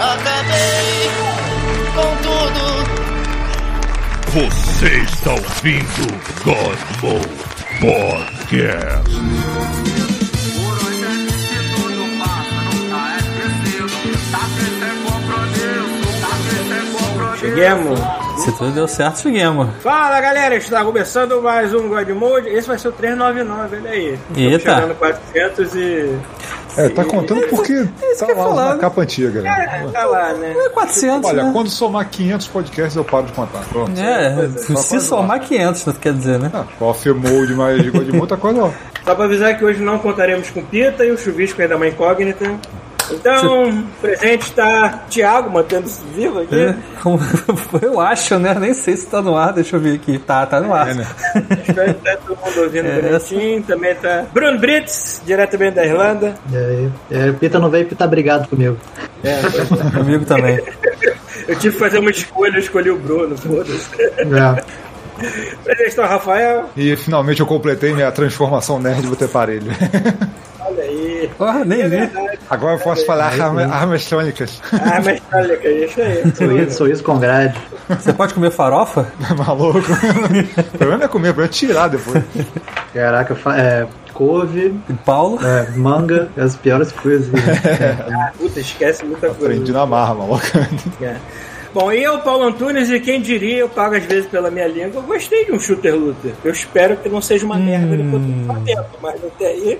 acabei com tudo. Você está ouvindo Godmo Podcast. Cheguemos! Se tudo deu certo, cheguemos. Fala galera, está começando mais um God Mode. Esse vai ser o 399, olha aí. Estamos Eita. Chegando 400 e. É, tá contando porque tá que eu ia lá falar, na né? capa antiga, né? É, tá lá, né? É 400, Olha, né? quando somar 500 podcasts eu paro de contar. Pronto. É, né? Só se quando somar 500, tu quer dizer, né? Ah, Coffee Mode mais Godmode tá quase lá. Só pra avisar que hoje não contaremos com Pita e o chuvisco ainda é uma incógnita. Então, presente está Thiago, mantendo-se vivo aqui. É, como- eu acho, né? Nem sei se tá no ar, deixa eu ver aqui. Tá, tá no ar. É, né? Espero que tá todo mundo ouvindo É, bonitinho. Também tá Bruno Brits, diretamente da Irlanda. E aí, é, Pita não veio, Pita brigado comigo. Comigo também. Eu tive que fazer uma escolha, eu escolhi o Bruno, foda-se. É. Presente está o Rafael. E finalmente eu completei minha transformação nerd vou ter parelho. Olha aí. Ó, nem vi. é. Agora eu É, posso falar arma- armas tônicas. Ah, mas olha que é isso aí. Sou isso, sou isso com grade. Você pode comer farofa? Maluco. O problema é comer, pra eu tirar depois. Caraca, fa- é, couve, E Paulo? é, manga, as piores coisas. Puta, esquece muita coisa. Aprendi na marra, maluco. É. Bom, e eu, Paulo Antunes, e quem diria, eu pago às vezes pela minha língua, eu gostei de um shooter looter. Eu espero que não seja uma merda depois do tempo, mas até aí,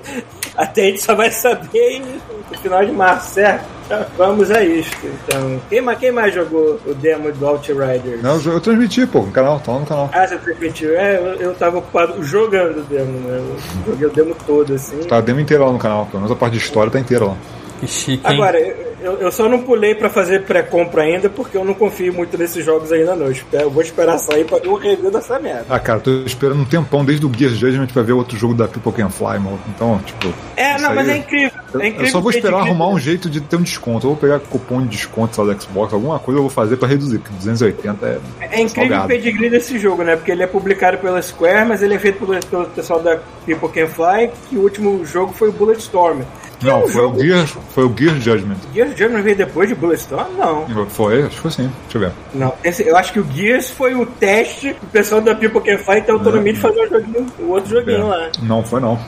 até aí a gente só vai saber em- no final de março, certo? Então, Vamos a isto. Então, quem, ma- quem mais jogou o demo do Outriders? Não, eu transmiti, pô, no canal, tá lá no canal. Ah, você transmitiu? É, eu, eu tava ocupado jogando o demo, né? Eu joguei o demo todo, assim. Tá a demo inteira lá no canal, pelo menos a parte de história tá inteira lá. Que chique, hein? Agora, eu, eu só não pulei pra fazer pré-compra ainda, porque eu não confio muito nesses jogos ainda não. Eu espero- Eu vou esperar sair pra ver um review dessa merda. Ah, cara, tô esperando um tempão desde o Gears Judgment pra ver outro jogo da People Can Fly, maluco. Então, tipo. É, isso não, aí- mas é incrível. Eu- É incrível Eu só vou porque esperar é incrível. arrumar um jeito de ter um desconto. Eu vou pegar cupom de desconto sei lá, do Xbox, alguma coisa eu vou fazer pra reduzir, porque 280 é. É incrível o salgado. pedigree desse jogo, né? Porque ele é publicado pela Square, mas ele é feito pelo, pelo pessoal da People Can Fly, que o último jogo foi o Bulletstorm. Que é Não, um foi o jogo... Gears, foi o Gears Judgment. Gears of Germany veio depois de Bulletstorm? Não. Foi, acho que foi sim. Deixa eu ver. Não. Esse- eu acho que o Gears foi o teste do pessoal da People Can Fly ter autonomia de fazer o joguinho, o outro joguinho lá. É. Não foi não.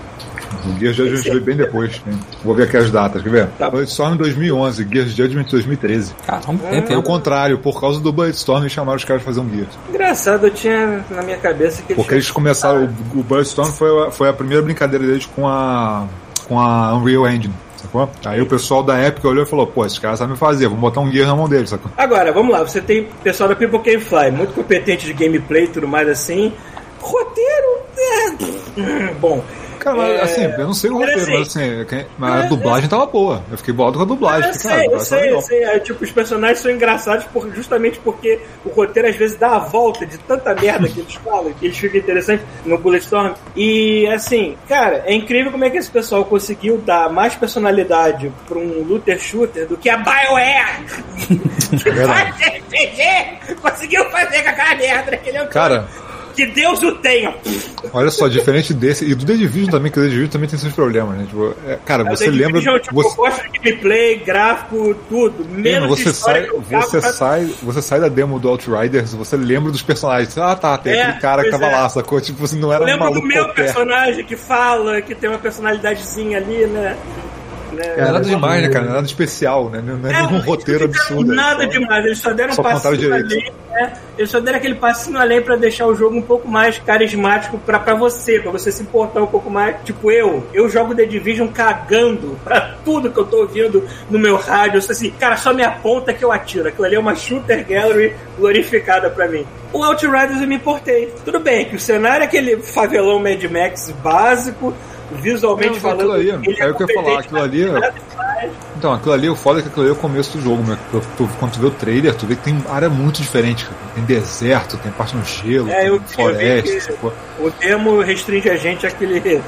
O Gears Judgment veio bem depois. hein. Vou ver aqui as datas, quer ver? é. Tá. Bulletstorm 2011, Gears Judgment 2013. Caramba, tem Foi o tempo. contrário, por causa do Bulletstorm chamaram os caras pra fazer um Gears. Engraçado, eu tinha na minha cabeça que Porque eles começaram, o, o Bulletstorm foi, a- foi a primeira brincadeira deles com a, com a Unreal Engine, sacou? Aí o pessoal da época olhou e falou, pô, esses caras sabem fazer, vamos botar um guia na mão deles, sacou? Agora, vamos lá, você tem pessoal da People Can Fly, muito competente de gameplay e tudo mais assim. Roteiro é. hum, Bom. Cara, mas, É, assim, eu não sei o era roteiro, mas assim, quem- mas a dublagem tava boa. Eu fiquei bolado com a dublagem. eu fiquei, cara, sei, eu dublagem tava sei, eu legal. sei. É, tipo, os personagens são engraçados por- justamente porque o roteiro às vezes dá a volta de tanta merda que eles falam, que eles ficam interessantes no Bulletstorm. E assim, cara, é incrível como é que esse pessoal conseguiu dar mais personalidade pra um looter shooter do que a BioWare! que Verdade. faz RPG! Conseguiu fazer com aquela merda que ele é um Cara, Que Deus o tenha! olha só, diferente desse, e do The Division também, que o The Division também tem seus problemas, né? Tipo, é, cara, você David lembra. Fincher, tipo, Eu Você, gosto de gameplay, gráfico, tudo. Menos Mano, você, história sai, que eu cago você, pra- sai, você sai da demo do Outriders, você lembra dos personagens. Ah, tá, tem É, aquele cara que pois tava é. lá, sacou? Tipo, assim, não era Eu um lembro do maluco meu qualquer. personagem que fala, que tem uma personalidadezinha ali, né? Né? Não é nada demais, né, cara? Não é nada especial, né? Não é, É, nenhum eles não roteiro fizeram absurdo. Nada né? demais, eles só deram um Só contaram passinho direito. além, né? Eles só deram aquele passinho além pra deixar o jogo um pouco mais carismático pra, pra você, pra você se importar um pouco mais. Tipo, eu, eu jogo The Division cagando pra tudo que eu tô ouvindo no meu rádio. Eu sou assim, cara, só me aponta que eu atiro. Aquilo ali é uma shooter gallery glorificada pra mim. O Outriders eu me importei. Tudo bem que o cenário é aquele favelão Mad Max básico, visualmente Não, mas falando. aquilo ali, ele é é o que eu ia falar, competente, aquilo ali é- nada demais. Então, aquilo ali, o foda é que aquilo ali é o começo do jogo, meu. Tu- tu- quando tu vê o trailer, tu vê que tem área muito diferente, cara. Tem deserto, tem parte no gelo, É, tem eu- eu vi floresta, que- sacou? O demo restringe a gente àquele, àquele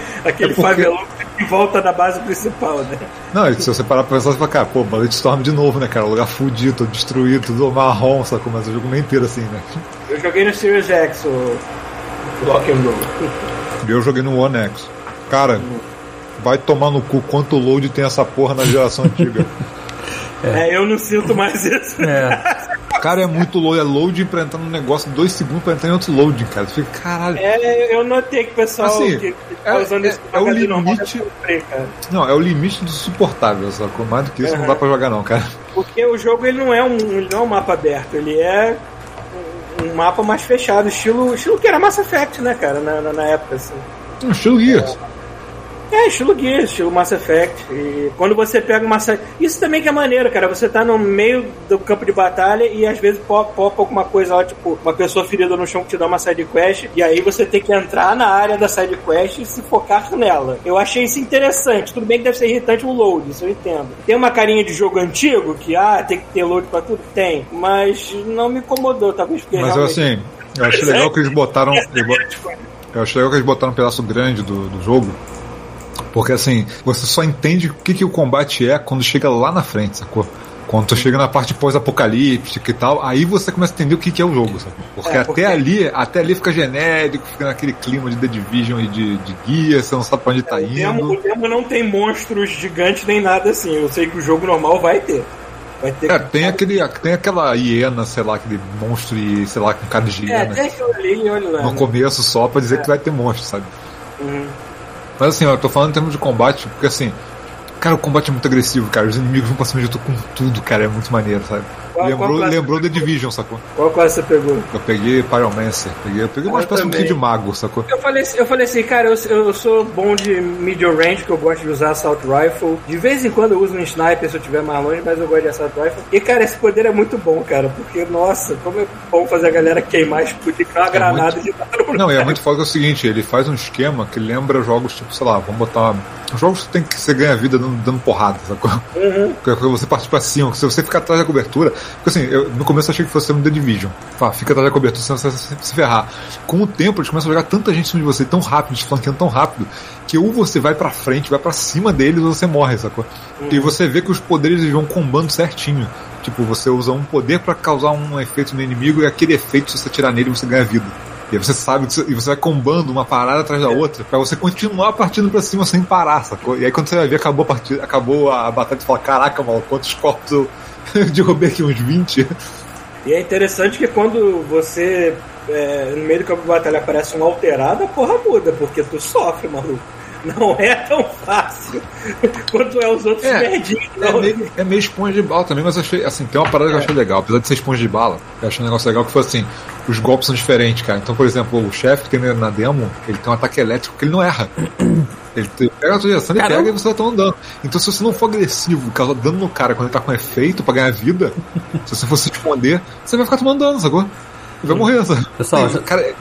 É porque- favelão que volta da base principal, né? Não, e se você parar pra pensar, você fala, cara, pô, Bulletstorm de novo, né, cara? Lugar fudido, todo destruído, tudo marrom, sacou? Mas o jogo não é inteiro assim, né? Eu joguei no Series X, o o Rock and Roll. E eu joguei no One X. Cara, vai tomar no cu quanto load tem essa porra na geração antiga. É, eu não sinto mais isso. É. Cara, é muito load, é load enfrentando um negócio dois segundos pra entrar em outro load, cara. Tu fica, caralho. É, eu notei que o pessoal Assim, que, que é- tá usando é- isso é o HD normal deve limite- sofrer, cara. Não, é o limite do suportável, sacou? Mais do que isso, não Aham. dá pra jogar, não, cara. Porque o jogo ele não é um, ele não é um mapa aberto, ele é um- um mapa mais fechado, estilo, estilo que era Mass Effect, né, cara, na, na, na época, assim. Um show Gears. É, estilo Gears, estilo Mass Effect. E quando você pega uma. sa- Isso também que é maneiro, cara. Você tá no meio do campo de batalha e às vezes po- popa alguma coisa lá, tipo, uma pessoa ferida no chão que te dá uma side quest. E aí você tem que entrar na área da side quest e se focar nela. Eu achei isso interessante. Tudo bem que deve ser irritante o load, isso eu entendo. Tem uma carinha de jogo antigo que, ah, tem que ter load pra tudo? Tem. Mas não me incomodou, talvez porque. Mas eu, realmente- assim, eu achei legal que eles botaram. é eles bo- Eu achei legal que eles botaram um pedaço grande do, do jogo. Porque assim, você só entende o que, que o combate é quando chega lá na frente, sacou? Quando tu chega na parte pós-apocalíptica e tal, aí você começa a entender o que, que é o jogo, sacou? Porque, É, porque- até ali, até ali fica genérico, fica naquele clima de The Division e de, de guia, você não sabe pra onde tá É, O demo, indo. o demo não tem monstros gigantes nem nada assim. Eu sei que o jogo normal vai ter. Vai ter. É, tem, aquele, tem aquela hiena, sei lá, aquele monstro, e, sei lá, com cara de É, hiena. tem aquilo ali, olha lá. no né? começo só pra dizer que vai ter monstro, sabe? Uhum. Mas assim, ó, eu tô falando em termos de combate, porque assim, cara, o combate é muito agressivo, cara. Os inimigos vão pra cima de tu com tudo, cara. É muito maneiro, sabe? Qual- lembrou qual classe? lembrou The Division, sacou? Qual é classe você pegou? Eu peguei Pyromancer, peguei, eu peguei uma Eu espécie de um também. kit de mago, sacou? Eu falei, eu falei assim, cara, eu, eu sou bom de medium range, que eu gosto de usar assault rifle. De vez em quando eu uso um sniper se eu tiver mais longe, mas eu gosto de assault rifle. E, cara, esse poder é muito bom, cara, porque, nossa, como é bom fazer a galera queimar, explodir com uma granada de barulho. É Não, e é muito foda que é o seguinte, ele faz um esquema que lembra jogos tipo, sei lá, vamos botar uma- jogos que tem que você ganha vida dando, dando porrada, sacou? Que Você parte pra cima, que se você ficar atrás da cobertura. Porque assim, eu, no começo eu achei que fosse um The Division. Fala, fica atrás da cobertura, senão você vai se- se ferrar. Com o tempo, eles começam a jogar tanta gente em cima de você tão rápido, te flanqueando tão rápido, que ou você vai pra frente, vai pra cima deles, ou você morre, sacou? E você vê que os poderes eles vão combando certinho. Tipo, você usa um poder pra causar um efeito no inimigo, e aquele efeito, se você tirar nele, você ganha vida. E aí você sabe que você, e você vai combando uma parada atrás da outra pra você continuar partindo pra cima sem parar, sacou? E aí quando você vai ver, acabou a partida, acabou a batalha, você fala, caraca, mal, quantos corpos eu eu derrubei aqui uns 20. E é interessante que quando você, é, no meio do campo de batalha, aparece um alterado, a porra muda, porque tu sofre, maluco. Não é tão fácil quanto é os outros É, merdinhos. É não. meio, é meio esponja de bala também, mas eu achei, assim, tem uma parada É. que eu achei legal. Apesar de ser esponja de bala, eu achei um negócio legal que foi assim: os golpes são diferentes, cara. Então, por exemplo, o chefe que tem na demo, ele tem um ataque elétrico que ele não erra. Ele te- pega a sua direção, ele Caramba. pega e você tá andando. Então, se você não for agressivo, causar dano no cara quando ele tá com efeito pra ganhar vida, se você for se esconder, você vai ficar tomando dano, sacou? E vai morrer, sabe? Pessoal, já- cara, é-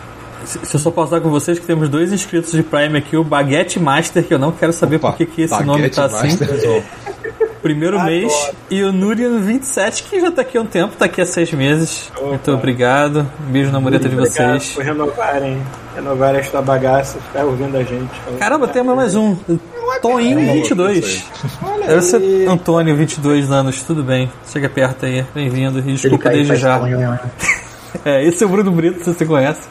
Se se eu só posso dar com vocês que temos dois inscritos de Prime aqui, o Baguette Master, que eu não quero saber por que que esse nome tá assim. Primeiro Adoro. mês. E o Nurian27, que já tá aqui há um tempo, tá aqui há seis meses. Muito obrigado. Um beijo na mureta de Obrigado vocês. por renovarem, renovarem esta bagaça, ficar ouvindo a gente. Caramba, temos mais um. Toinho22. é Deve ser Antônio, 22 anos. Tudo bem. Chega perto aí. Bem-vindo. E Ele desculpa cai e desde faz já. nhon, nhon, nhon. É, esse é o Bruno Brito, se você conhece.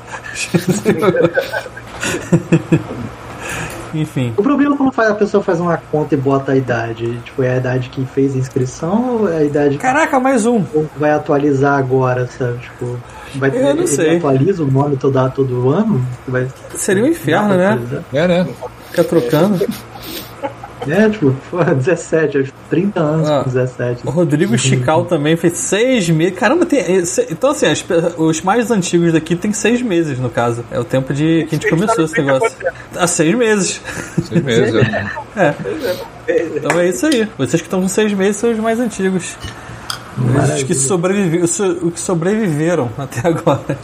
Enfim. O problema é quando faz- a pessoa faz uma conta e bota a idade. Tipo, é a idade que fez a inscrição ou é a idade Caraca, mais um. que vai atualizar agora, sabe? Tipo, vai Eu não ele sei. atualiza o nome toda, todo ano? Vai Seria um inferno, né? atualizar? É, né? Ficar trocando. É, tipo, pô, 17, acho que 30 anos Ah. com Tipo, 17. O Rodrigo Uhum. Chical também fez seis meses. Caramba, tem. esse- Então, assim, as pe- os mais antigos daqui tem seis meses, no caso. É o tempo de que a gente começou esse negócio. Há seis meses. Seis meses. é. Então é isso aí. Vocês que estão com seis meses são os mais antigos. Os que, sobrevive... os so- os que sobreviveram até agora.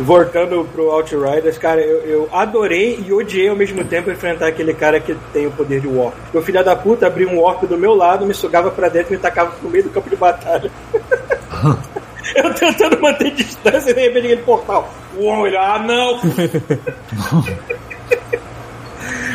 Voltando pro Outriders, cara, eu, eu adorei e odiei ao mesmo tempo enfrentar aquele cara que tem o poder de Warp. Meu filho da puta abriu um Warp do meu lado, me sugava pra dentro e me tacava pro meio do campo de batalha. eu tentando manter distância e de repente aquele portal. Uou, ele, ah, não!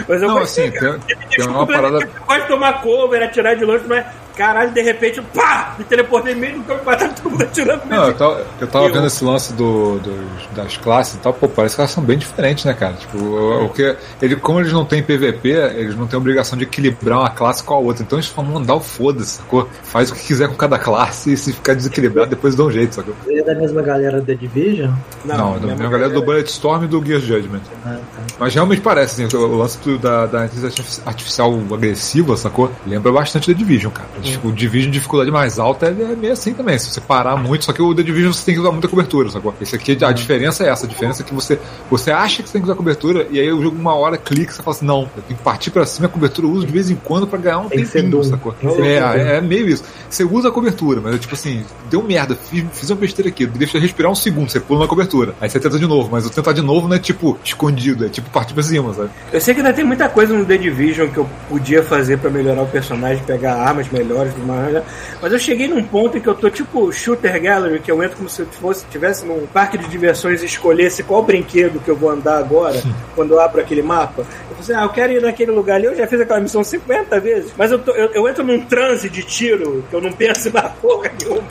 Mas eu Não, gostei, assim, cara. tem, Me tem uma desculpa, assim, parada. Você pode tomar cover, atirar de longe, mas Caralho, de repente, pá! Me teleportei meio do campo batendo todo mundo atirando Não, eu mesmo. tava, eu tava Eu- vendo esse lance do, dos- das classes e tal, pô, parece que elas são bem diferentes, né, cara? Tipo, o, o que, ele, como eles não têm PVP, eles não têm obrigação de equilibrar uma classe com a outra. Então eles falam, mandar o foda-se, sacou? Faz o que quiser com cada classe e se ficar desequilibrado, depois dá um jeito, sacou? Ele é da mesma galera da Division? Não, não, mesmo a é galera do Bulletstorm e do Gear Judgment. Ah, tá. Mas realmente parece, assim, o lance do- da, da inteligência artifici- artificial agressiva, sacou? Lembra bastante da Division, cara. Tipo, O Division de dificuldade mais alta ele é meio assim também. Se você parar muito, só que o The Division você tem que usar muita cobertura, sacou? Esse aqui, a diferença é essa. A diferença é que você, você acha que você tem que usar cobertura e aí o jogo uma hora clica e você fala assim, não, eu tenho que partir pra cima, a cobertura eu uso de vez em quando pra ganhar um Tem que ser tempinho, Doom. sacou? Tem que ser Doom. É, é meio isso. Você usa a cobertura, mas é tipo assim, deu merda, fiz, fiz uma besteira aqui, deixa eu respirar um segundo, você pula na cobertura. Aí você tenta de novo, mas o tentar de novo não é tipo escondido, é tipo partir pra cima, sabe? Eu sei que ainda tem muita coisa no The Division que eu podia fazer pra melhorar o personagem, pegar armas melhores e tudo mais, né? mas eu cheguei num ponto em que eu tô tipo Shooter Gallery, que eu entro como se eu fosse, tivesse num parque de diversões e escolhesse qual brinquedo que eu vou andar agora, quando eu abro aquele mapa. Eu falei assim, ah, eu quero ir naquele lugar ali, eu já fiz aquela missão 50 vezes, mas eu, tô- eu, eu entro num transe de tiro, que eu não penso na porra nenhuma.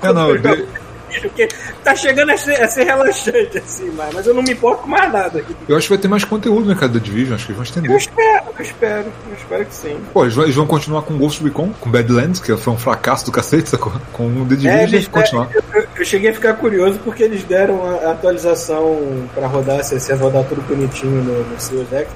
É, não, Quando eu de- jogo tiro, Porque tá chegando a ser, a ser relaxante, assim, mas, mas eu não me importo com mais nada aqui. Eu acho que vai ter mais conteúdo, né, cara, da Division, acho que eles vão Eu estender. espero, eu espero, eu espero que sim. Pô, eles vão, eles vão continuar com Ghost Recon, com Badlands, que foi um fracasso do cacete, sacou? Com o The Division, É, eles vão eles continuar. Eu, eu cheguei a ficar curioso porque eles deram a, a atualização pra rodar, se se rodar tudo bonitinho no, no Series X.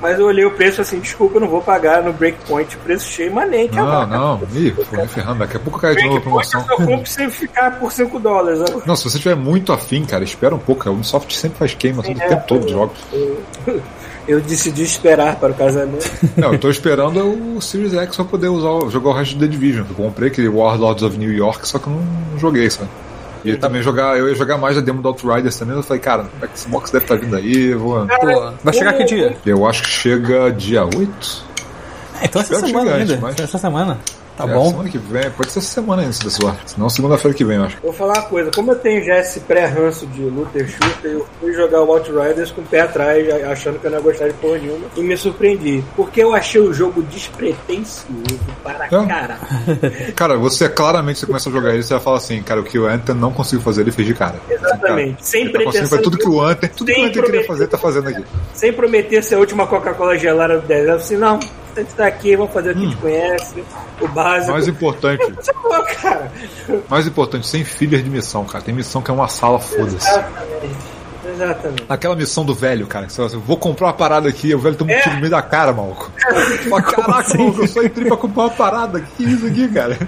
Mas eu olhei o preço assim, desculpa, eu não vou pagar no Breakpoint preço cheio, mas nem que a Não, vaca. não, ih, pô, é ferrando, daqui a pouco cai de novo a Breakpoint eu promoção. só compro se ficar por 5 dólares. né? agora. Não, se você tiver muito afim, cara, espera um pouco, a Ubisoft sempre faz queima todo o É, tempo todo pois de é. jogos. Eu decidi esperar para o casamento. Não, eu tô esperando é o Series X pra poder usar, o- jogar o resto do The Division. Eu comprei aquele Warlords of New York, só que eu não joguei, sabe? E também jogar, eu ia jogar mais a demo do Outriders também, eu falei, cara, o Xbox deve estar vindo aí, eu vou. Pô, vai chegar que dia? Eu acho que chega dia 8? É, então essa espero que semana chegue ainda. antes, mas- Essa semana. Tá É, bom. Semana que vem, pode ser essa semana ainda, se der sorte. Senão segunda-feira que vem, eu acho. Vou falar uma coisa, como eu tenho já esse pré-ranço de Luther Shooter, eu fui jogar o Outriders com o pé atrás, já achando que eu não ia gostar de porra nenhuma, e me surpreendi. Porque eu achei o jogo despretensioso para Hã? caralho. Cara, você claramente, você começa a jogar ele, você vai falar assim, cara, o que o Anthem não conseguiu fazer, ele fez de cara. Exatamente. Sem Assim, cara, ele tá conseguindo pretensão. fazer tudo que o Anthem, tudo que o Sem Anthem queria prometer. fazer, tá fazendo aqui. Sem prometer ser a última Coca-Cola gelada do deserto. Assim, não, a gente tá aqui, vamos fazer o que Hum. a gente conhece, o básico. Mais importante, Você falou, cara. mais importante, sem filler de missão, cara. Tem missão que é uma sala, foda-se. Exatamente. Exatamente. Aquela missão do velho, cara. que Você fala assim, vou comprar uma parada aqui, o velho toma um É. tiro no meio da cara, maluco. Fala, Caraca, maluco, eu só entrei pra comprar uma parada. Que isso aqui, cara?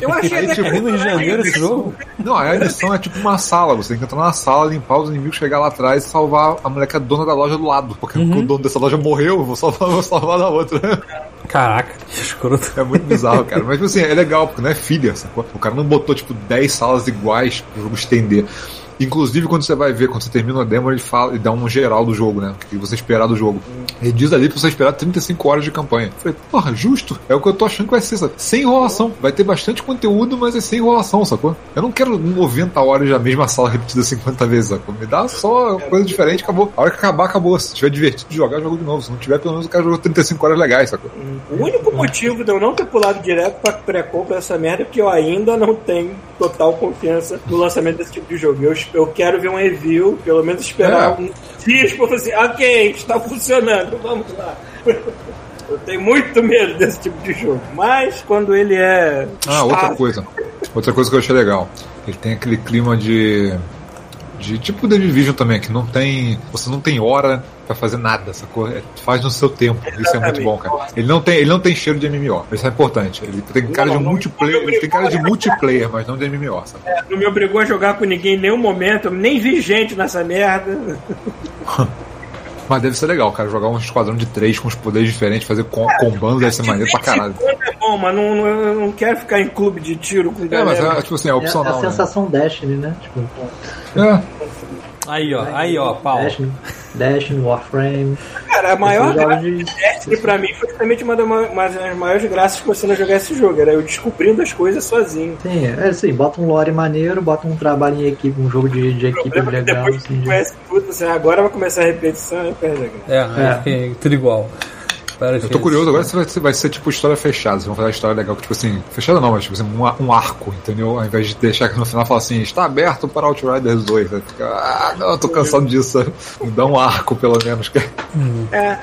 Eu achei Aí, até tipo, que- Rio de Janeiro esse jogo? Não, aí a missão é tipo uma sala. Você tem que entrar na sala, limpar os inimigos, chegar lá atrás e salvar a moleque dona da loja do lado. Porque o dono dessa loja morreu, eu vou salvar, vou salvar da outra. Caraca, que escroto. É muito bizarro, cara. Mas, tipo assim, é legal, porque não é filha, sacou? O cara não botou, tipo, 10 salas iguais pro jogo estender. Inclusive, quando você vai ver, quando você termina a demo, ele fala, ele dá um geral do jogo, né? O que você esperar do jogo. Ele diz ali pra você esperar 35 horas de campanha. Eu falei, porra, justo. É o que eu tô achando que vai ser, sabe? Sem enrolação. Vai ter bastante conteúdo, mas é sem enrolação, sacou? Eu não quero 90 horas da mesma sala repetida 50 vezes, sacou? Me dá só uma coisa diferente, acabou. A hora que acabar, acabou. Se tiver divertido de jogar, eu jogo de novo. Se não tiver, pelo menos o cara jogou 35 horas legais, sacou? O único motivo de eu não ter pulado direto pra pré-compra dessa merda é que eu ainda não tenho total confiança no lançamento desse tipo de jogo. Eu, eu quero ver um review, pelo menos esperar É. um dias pra falar assim, ok, está funcionando, vamos lá. Eu tenho muito medo desse tipo de jogo. Mas quando ele é. Ah, outra estável, coisa. Outra coisa que eu achei legal. Ele tem aquele clima de. De tipo The Division também, que não tem. Você não tem hora pra fazer nada, sacou? É, faz no seu tempo. Isso é muito Exatamente. bom, cara. Ele não tem, ele não tem cheiro de MMO. Isso é importante. Ele tem cara Não, de não, multiplayer. não Ele tem cara de obrigou, multiplayer, mas não de MMO, sabe? Não me obrigou a jogar com ninguém em nenhum momento, eu nem vi gente nessa merda. Mas deve ser legal, cara. Jogar um esquadrão de três com os poderes diferentes, fazer com, combando deve ser maneiro pra caralho. Quando é bom, mas não, não, eu não quero ficar em clube de tiro com É, mas galera. é, tipo assim, é É, a- a opcional. né? sensação Destiny, né? Tipo, É. Aí, ó, aí, ó, pau. Destiny, Destiny, Warframe. Cara, a maior esses graça jogos de- Destiny pra mim foi justamente uma das ma- uma das maiores graças que você não jogar esse jogo, era eu descobrindo as coisas sozinho. Sim, é assim, bota um lore maneiro, bota um trabalho em equipe, um jogo de, de O equipe problema é que legal. depois que tu Assim, de... né? conhece tudo, você agora vai começar a repetição e perde a graça. É, aí É. fica tudo igual. Várias É. Eu tô vezes. curioso, É. agora se vai, se vai ser tipo história fechada, vocês vão fazer uma história legal, que tipo assim, fechada não, mas tipo assim, um, a- um arco, entendeu? Ao invés de deixar que no final fala assim, está aberto para Outriders 2, vai ficar, ah, não, eu tô cansado disso, sabe? Me dá um arco pelo menos, cara. É,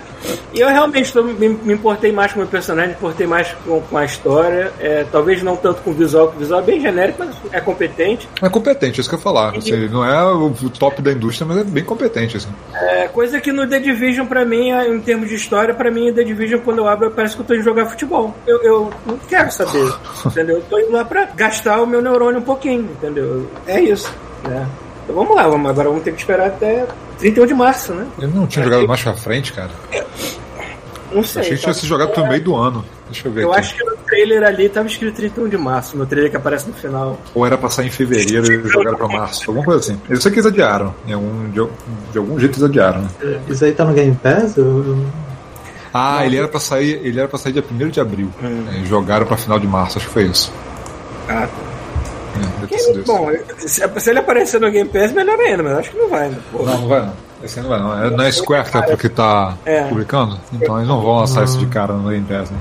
e eu realmente tô- me, me importei mais com o meu personagem, me importei mais com, com a história. é, talvez não tanto com o visual, que o visual é bem genérico, mas é competente. É competente, é isso que eu ia falar, assim, não é o top da indústria, mas é bem competente, assim. É, coisa que no The Division, pra mim, é, em termos de história, pra mim, The Division, quando eu abro, parece que eu tô indo jogar futebol. Eu, eu não quero saber, entendeu? Eu tô indo lá pra gastar o meu neurônio um pouquinho, entendeu? É isso, né? Então vamos lá, vamos, agora vamos ter que esperar até 31 de março, né? Eu não tinha jogado mais pra frente, cara. Não sei. Achei que tinha tá? se jogado pro meio do ano. Deixa eu ver Eu aqui. acho que no trailer ali tava escrito 31 de março, no trailer que aparece no final. Ou era pra sair em fevereiro e jogaram pra março, alguma coisa assim. Eu sei que eles adiaram, em algum- de, de algum jeito eles adiaram, né? Isso aí tá no Game Pass? Eu- eu- Ah, ele era pra sair, ele era para sair dia 1 de abril. É, jogaram pra final de março, acho que foi isso. Ah, É, deve ter sido isso. Bom, se, se ele aparecer no Game Pass, melhor ainda, mas eu acho que não vai, né? Pô. Não, não vai não. Esse aí não vai não. É, não é Square Capcom que tá É. publicando? Então eles não vão lançar isso de cara no Game Pass, né?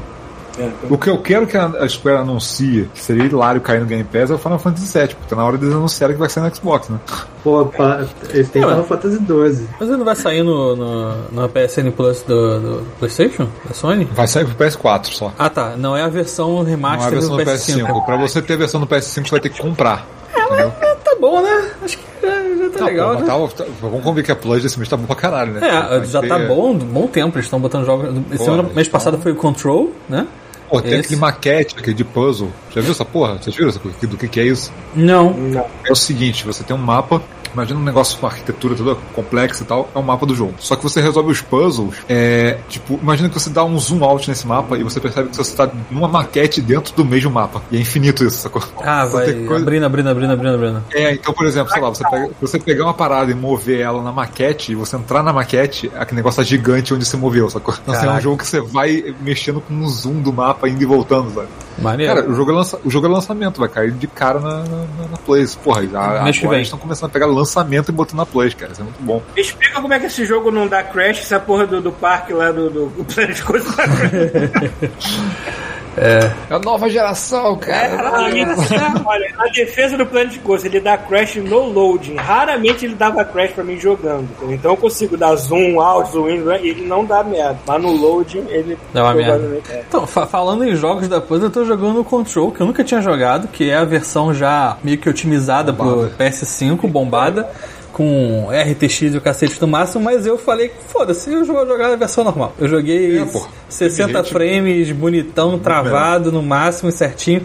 É. O que eu quero que a a Square anuncie, que seria hilário cair no Game Pass, é o Final Fantasy VII, porque tá na hora deles anunciarem que vai sair no Xbox, né? Pô, pa- eles têm É, Final mas- Fantasy XII. Mas ele não vai sair no, no, no PSN Plus do, do PlayStation? Da Sony? Vai sair pro PS4 só. Ah tá, não é a versão Não é a remaster versão do do PS5. PS5. Pra você ter a versão do PS5, você vai ter que comprar. Entendeu? Tá bom, né? Acho que já, já tá Não, legal, pô, né? mas tá- tá- vamos convir que a Plus desse mês tá bom pra caralho, né? É, Vai já tá ter- bom, um bom tempo, eles estão botando jogos. Esse Porra, ano, mês então- passado foi o Control, né? Pô, tem Esse. aquele maquete aquele de puzzle. Já viu essa porra? Vocês viram essa coisa? Do que, que é isso? Não. Não. É o seguinte, você tem um mapa, imagina um negócio com arquitetura toda complexa e tal, é um mapa do jogo. Só que você resolve os puzzles, é, tipo, imagina que você dá um zoom out nesse mapa e você percebe que você tá numa maquete dentro do mesmo mapa. E é infinito isso, sacou? Ah, Você vai. tem coisa- Abrindo, abrindo, abrindo, abrindo, abrindo. É, então, por exemplo, sei lá, você, pega- você pegar uma parada e mover ela na maquete, e você entrar na maquete, aquele negócio é gigante onde você moveu, sacou? Então, assim, é um Caraca. jogo que você vai mexendo com um zoom do mapa, indo e voltando, sabe? Maneiro. Cara, o jogo, é lança- o jogo é lançamento, vai cair de cara na, na, na- na Plays. Porra, já, agora Mês que vem. eles estão começando a pegar lançamento e botando na Plays, cara. Isso é muito bom. Me explica como é que esse jogo não dá crash, essa porra do, do parque lá do, do, do Planet Coisa. É a nova geração, É, cara. Ah, Olha, a defesa do Planet Coaster, ele dá crash no loading. Raramente ele dava crash pra mim jogando. Então eu consigo dar zoom, out, zoom in, né? e ele não dá merda. Mas no loading ele. Dá uma merda. provavelmente- é. Então, fa- falando em jogos da Plus, eu tô jogando o Control, que eu nunca tinha jogado, que é a versão já meio que otimizada Bombada. pro PS5, bombada, com RTX e o cacete no máximo, mas eu falei, foda-se, eu vou jogar a versão normal. Eu joguei É, pô. 60 Gente, frames, bonitão, travado no máximo, certinho.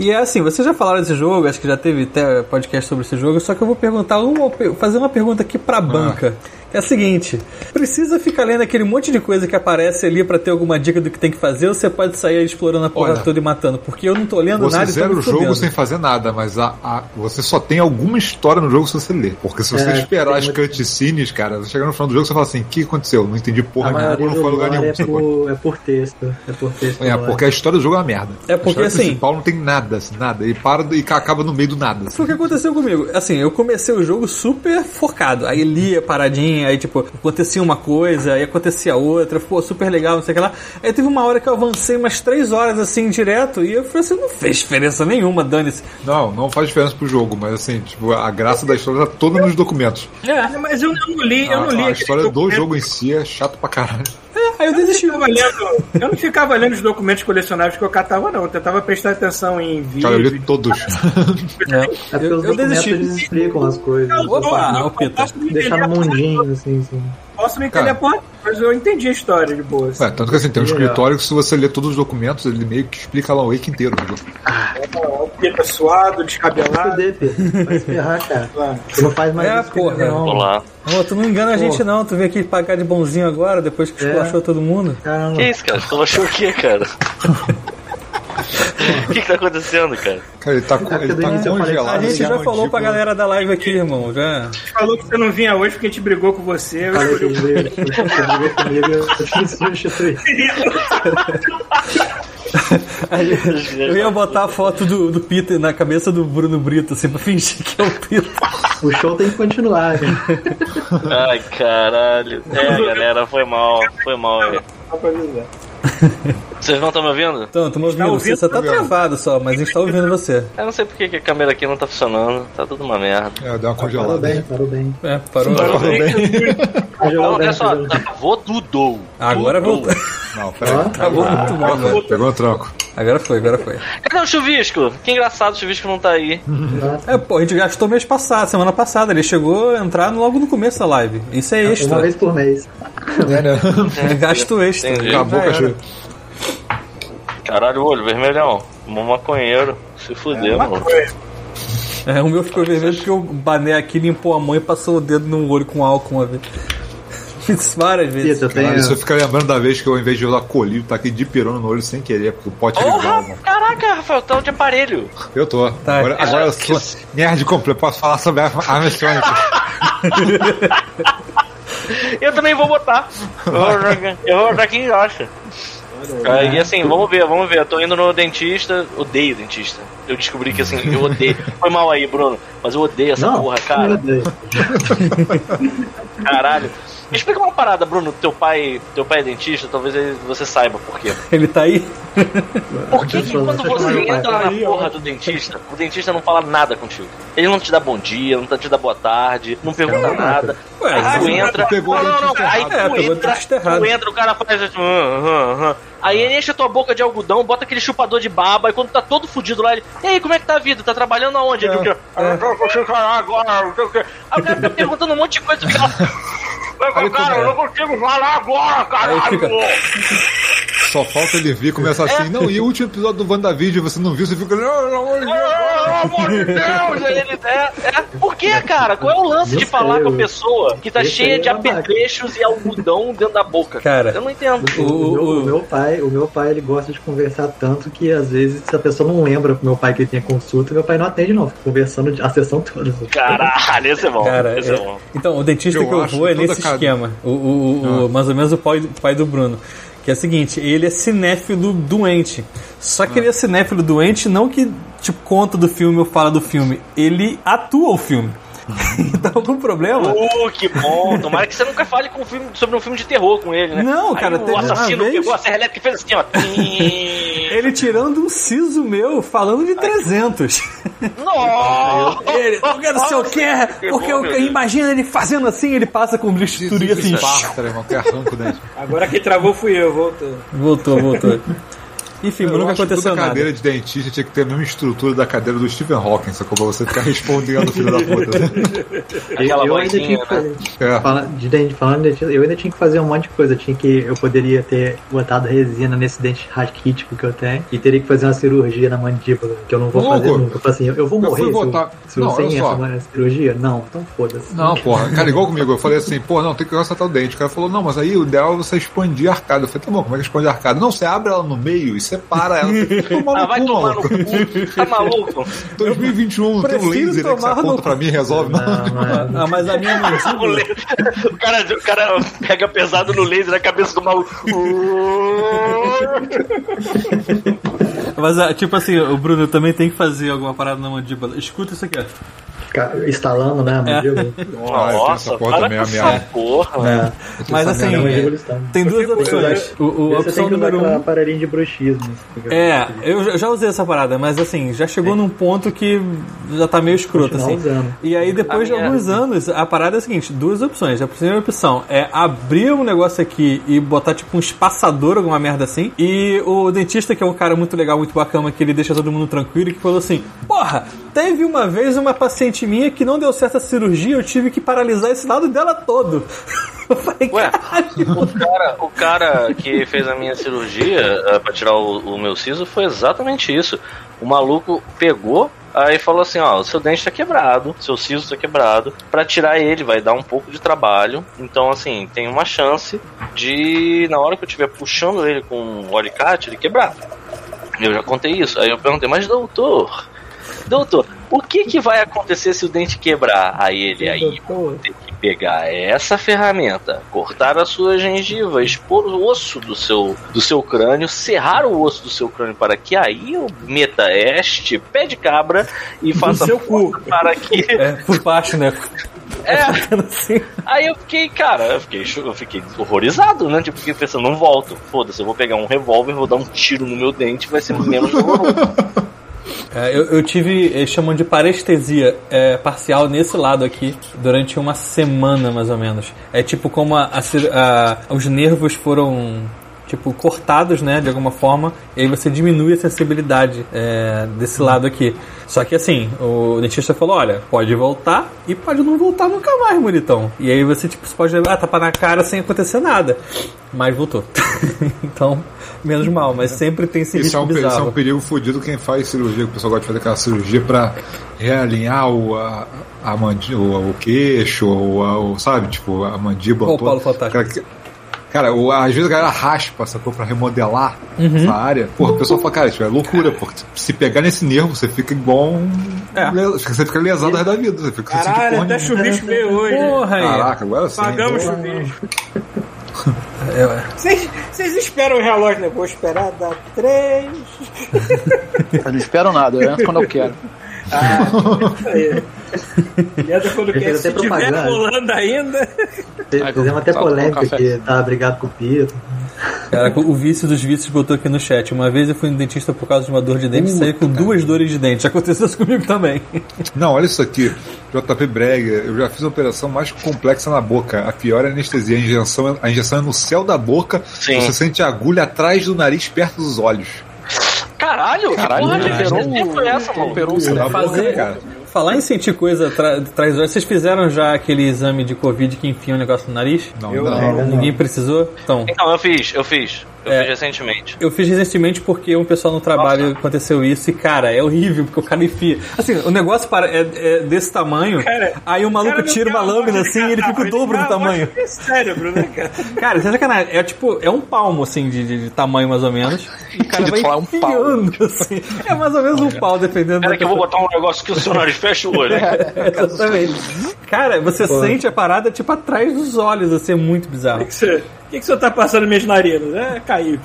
E é assim, vocês já falaram desse jogo, acho que já teve até podcast sobre esse jogo, só que eu vou perguntar uma, fazer uma pergunta aqui Ah. pra banca. que É a seguinte, precisa ficar lendo aquele monte de coisa que aparece ali pra ter alguma dica do que tem que fazer ou você pode sair explorando a porra Olha, toda e matando? Porque eu não tô lendo Você nada e tô zera me o jogo fudendo. sem fazer nada, mas a, a- você só tem alguma história no jogo se você ler. Porque se você É, esperar tem as muito- cutscenes, cara, você chega no final do jogo e você fala assim: o que aconteceu? Não entendi porra A nenhuma, maioria não do foi a lugar lore nenhum. é sacou? por, é por texto. É por texto. É, do lore. porque a história do jogo é uma merda. É porque, a história assim- principal não tem nada, assim, nada. E para e acaba no meio do nada. assim. Foi o que aconteceu comigo. Assim, eu comecei o jogo super focado. Aí lia a paradinha, aí tipo, acontecia uma coisa, aí acontecia outra, pô, super legal, não sei o que lá. Aí teve uma hora que eu avancei umas três horas assim direto e eu falei assim, não fez diferença nenhuma, dane-se. Não, não faz diferença pro jogo, mas assim, tipo, a graça da história tá toda nos documentos. É, Mas eu não li, eu a, não li. a aquele história do documento. jogo em si é chato pra caralho. aí eu desisti. Eu não ficava lendo- Eu não ficava lendo os documentos colecionáveis que eu catava, não. Eu tentava prestar atenção em vídeo. Cara, eu li todos. É. É porque Eu- os eu documentos desisti. eles explicam as coisas. Eu Opa, posso- eu Alpita. posso me Deixar entender no a porra mundinho, assim, assim. Posso me Cara. teleportar, mas eu entendi a história de boa. assim. É, tanto que assim, tem um escritório que se você ler todos os documentos, ele meio que explica lá o Wake inteiro. O Pita suado, descabelado. Fuder, Pedro. Vai se ferrar, cara. lá. Tu não faz mais É, isso, Pedro, porra. não. Olá. Ô, tu não engana a gente não, tu veio aqui pagar de bonzinho agora, depois que É. esculachou todo mundo. Caramba. Que isso, cara? Você achou o quê, cara? O que, que tá acontecendo, cara? Cara, ele tá, co- ele tá Academia, eu falei, congelado. A gente já mandíbula. falou pra galera da live aqui, irmão, já. A gente falou que você não vinha hoje porque a gente brigou com você. Eu Falei que escolhi- ele veio- ele veio comigo, eu te substituí. Eu ia botar a foto do, do Peter na cabeça do Bruno Brito, assim, pra fingir que é o Peter. O show tem que continuar, cara. Ai, caralho. É, galera, foi mal. Foi mal, velho. Só pra avisar. Vocês não estão me ouvindo? Então, estamos ouvindo, você ouvindo? só tá travado só, mas a gente tá ouvindo você. Eu não sei porque que a câmera aqui não tá funcionando. Tá tudo uma merda. É, deu uma Parou congelada. bem, parou bem. É, parou. Não, Congelou Então, olha bem. só, tá congelou bem. travou tudo. Agora Tudo. voltou. Não, peraí. Tá Ó, Travou muito mal, velho. Pegou no tranco. Agora foi, agora foi. Cadê o chuvisco? Que engraçado, o chuvisco não tá aí. É, pô, a gente gastou mês passado, semana passada. Ele chegou a entrar logo no começo da live. Isso é Uma extra. vez por mês. É, né? Gasto extra. Entendi. Acabou Já o era. cachorro. Caralho, o olho vermelhão. Um maconheiro. Se fudeu, mano. É, o meu ficou vermelho porque eu banei aqui, limpou a mão e passou o dedo no olho com álcool uma vez. Fiz várias vezes. Pita, tem. Caralho, se eu ficar lembrando da vez que eu, ao invés de usar colírio, taquei de pirona no olho sem querer, porque o pote era igual, Porra! mano. Caraca, Rafael, tá de aparelho. Eu tô. Tá. Agora, agora eu Que- sou nerd completo, posso falar sobre a arma eletrônica. Eu também vou botar. Eu vou jogar- Eu vou botar aqui embaixo. Ah, e assim, vamos ver, vamos ver. Eu tô indo no dentista, odeio dentista. Eu descobri que assim, eu odeio. Foi mal aí, Bruno, mas eu odeio essa Não, porra, cara. meu Deus. Caralho. Me explica uma parada, Bruno. Teu pai, teu pai é dentista, talvez ele- você saiba por quê. Ele tá aí? Por que, que quando você Meu pai. entra na porra do dentista, o dentista não fala nada contigo? Ele não te dá bom dia, não te dá boa tarde, não pergunta nada. Ué, Aí tu mas- entra. pegou não, o não, não. dentista Aí errado. É, pegou tu o entra, dentista errado. tu entra, o cara faz assim. "Hum, hum, hum." Aí ele enche a tua boca de algodão, bota aquele chupador de baba, e quando tá todo fudido lá, ele. E aí, como é que tá a vida? Tá trabalhando aonde? Ele fica. "Ah, eu tô com esse cara agora, não sei o quê." Aí o cara tá perguntando um monte de coisa. tu Fica... Aí "Mas, Cara, eu começa. não consigo falar agora, é. Aí fica- caralho! Só falta ele vir e começar assim. Não, e o último episódio do WandaVision, você não viu, você fica. Não, não, não, não. Pelo amor de Deus! Aí Ele, é, é. Por que, cara? Qual é o lance Não de sei, falar com a eu- pessoa que tá Esse cheia aí de é babaca. apetrechos e algodão dentro da boca? Cara, eu não entendo. O, O- meu, o- o meu pai, o meu pai, ele gosta de conversar tanto que às vezes se a pessoa não lembra pro meu pai que ele tinha consulta, meu pai não atende não, fica conversando a sessão toda. Caralho, esse é bom. Cara, esse é, é- bom. então, o dentista Eu que eu acho vou é toda nesse cara- esquema. O, o- Ah. o- o- mais ou menos o pai, pai do Bruno. Que é o seguinte, ele é cinéfilo doente. Só que ele Ah. é cinéfilo doente, não que tipo, conta do filme ou fala do filme. Ele atua o filme. então, algum problema? Uh, que bom. Tomara que você nunca fale com um filme, sobre um filme de terror com ele, né? Não, Aí cara, teve O uma assassino vez- pegou a serra elétrica e fez assim, ó. Ele tirando um siso meu, falando de 300. Nossa! Ele, porque não sei o que, porque eu, imagina ele fazendo assim, ele passa com o lixo tudo é e assim. Passa, tá irmão, que arranca o dente. Agora que travou fui eu, voltou. Voltou, voltou. Enfim, mas Eu nunca acho que aconteceu toda nada. cadeira de dentista tinha que ter a mesma estrutura da cadeira do Stephen Hawking, só que pra você ficar respondendo, filho da puta. né? Aquela eu ainda tinha vozinha, que né? fazer, É. fala- de dente, falando de dentista, eu ainda tinha que fazer um monte de coisa. Tinha que, eu poderia ter botado resina nesse dente raquítico que eu tenho e teria que fazer uma cirurgia na mandíbula, que eu não vou Louco. fazer nunca. Eu falei assim, eu, eu vou Eu morrer fui se eu- botar- se eu Não, sem olha essa só. uma cirurgia? Não, então foda-se. Não, porra, cara, igual comigo, eu falei assim, pô, não, tem que consertar o dente. O cara falou, não, mas aí o ideal é você expandir a arcada. Eu falei, tá bom, como é que expande a arcada? Não, você abre ela no meio e separa ela. Eu falei, Tomar Ah, no vai cu, tomar no maluco. cu. Tá maluco? 2021 não tem um prefiro laser né, que tomar essa no conta cu. pra mim e resolve, não. Ah, mas- Ah, mas a minha Ah, o mandíbula. laser. O cara, o cara pega pesado no laser na cabeça do maluco. Mas, ah, tipo assim, o Bruno eu também tem que fazer alguma parada na mandíbula. Escuta isso aqui, ó. ficar instalando, né, a mandíbula? Ah, eu tenho essa porta para também, com a minha- essa porra. É. Eu tenho Mas essa assim, merda. Não, é, eles estão. tem duas opções. usar- O, o, a Você tem opção que usar número aquela um. aparelhinho de bruxismo. assim, É, eu já- já usei essa parada, mas assim, já chegou num ponto que já tá meio escroto, assim. Continuar usando. E aí, depois de A minha- alguns anos, a parada é a seguinte: duas opções. A primeira opção é abrir um negócio aqui e botar tipo um espaçador, alguma merda assim. E o dentista, que é um cara muito legal, muito bacana, que ele deixa todo mundo tranquilo, que falou assim: Porra, teve uma vez uma paciente minha que não deu certa cirurgia, eu tive que paralisar esse lado dela todo. Eu falei, Ué, caralho. o cara, o cara que fez a minha cirurgia eh, pra tirar o, o meu siso foi exatamente isso. O maluco pegou. Aí falou assim, ó, o seu dente tá quebrado, seu siso tá quebrado, Pra tirar ele vai dar um pouco de trabalho, então assim, tem uma chance de, na hora que eu estiver puxando ele com o alicate, ele quebrar. Eu já contei isso, aí eu perguntei, mas doutor, doutor, o que que vai acontecer se o dente quebrar? Aí ele, aí tem que pegar é essa ferramenta, cortar a sua gengiva, expor o osso do seu, do seu crânio, serrar o osso do seu crânio para que aí eu meta este pé de cabra e faça seu força para que É, por baixo, né? É. Aí eu fiquei, cara, eu fiquei, cho- eu fiquei horrorizado, né? Tipo, fiquei pensando, não volto. Foda-se, eu vou pegar um revólver, vou dar um tiro no meu dente, vai ser menos horroroso. É, eu, eu tive, eles chamam de parestesia é, parcial nesse lado aqui durante uma semana mais ou menos. É tipo como a- a cir- a- os nervos foram tipo cortados, né, de alguma forma, e aí você diminui a sensibilidade é, desse lado aqui. Só que assim, o dentista falou, olha, pode voltar e pode não voltar nunca mais, bonitão. E aí você tipo você pode levar, ah, tapar na cara sem acontecer nada, mas voltou. então, menos mal, mas sempre tem esse Isso é, risco um, pe- isso é bizarro. um perigo fodido quem faz cirurgia, que o pessoal gosta de fazer aquela cirurgia pra realinhar o, a, a mandi, o, o queixo, ou a- o, sabe, tipo, a mandíbula. Ó, o Paulo toda. Fantástico. Cara, que- Cara, o- às vezes a galera raspa, sacou? Pra remodelar Uhum. essa área. Porra, o pessoal fala, cara, isso é loucura, porque se pegar nesse nervo, você fica igual um... É. le- Você fica lesado o resto da vida. Você fica sem Caralho, até chuvisco né? veio hoje. Porra, aí. Caraca, agora sim. Pagamos Porra. chuvisco. É, ué. Vocês vocês esperam o relógio, né? Vou esperar dar três. Eu não espero nada, eu entro quando eu quero. Leandro é quando Ele quer. fez Se até tiver propaganda. rolando ainda. Aí, Fizemos até tá, tá, polêmica café. que tava brigado com o Pito. Cara, o vício dos vícios botou aqui no chat. Uma vez eu fui no dentista por causa de uma dor de dente e saí com duas dores de dente. Aconteceu isso comigo também. Não, olha isso aqui. JP Brega, eu já fiz a operação mais complexa na boca. A pior é a anestesia. A injeção, a injeção é no céu da boca. Sim. Você sente a agulha atrás do nariz, perto dos olhos. Caralho, Caralho, né? porra, gente, operou que tempo é essa, um. mano? Operou um Na celular. boca, né, Fazer- cara. Falar em sentir coisa tra- atrás dos olhos, vocês fizeram já aquele exame de Covid que enfia um negócio no nariz? Não, não. Ninguém precisou? Então. Então, eu fiz, eu fiz. Eu É. fiz recentemente. Eu fiz recentemente porque um pessoal no trabalho aconteceu isso e, cara, é horrível, porque o cara enfia. Assim, o negócio para, é, é desse tamanho, Cara, aí o maluco Cara, não tira tem uma a morte lâmina de assim e ele catarro, fica o dobro do dá a morte tamanho. de Cérebro, né, cara? Cara, sem sacanagem. É tipo, é um palmo, assim, de, de- de tamanho mais ou menos. Tipo, E o cara Ele vai fala, "É um palmo." enfiando, assim. É mais ou menos um pau, dependendo Pera que eu vou botar um negócio que o seu nariz fecha o olho. né? Exatamente. Cara, você sente a parada, tipo, atrás dos olhos, assim, é muito bizarro. O que você- o que, que você tá passando minhas narinas? É KY.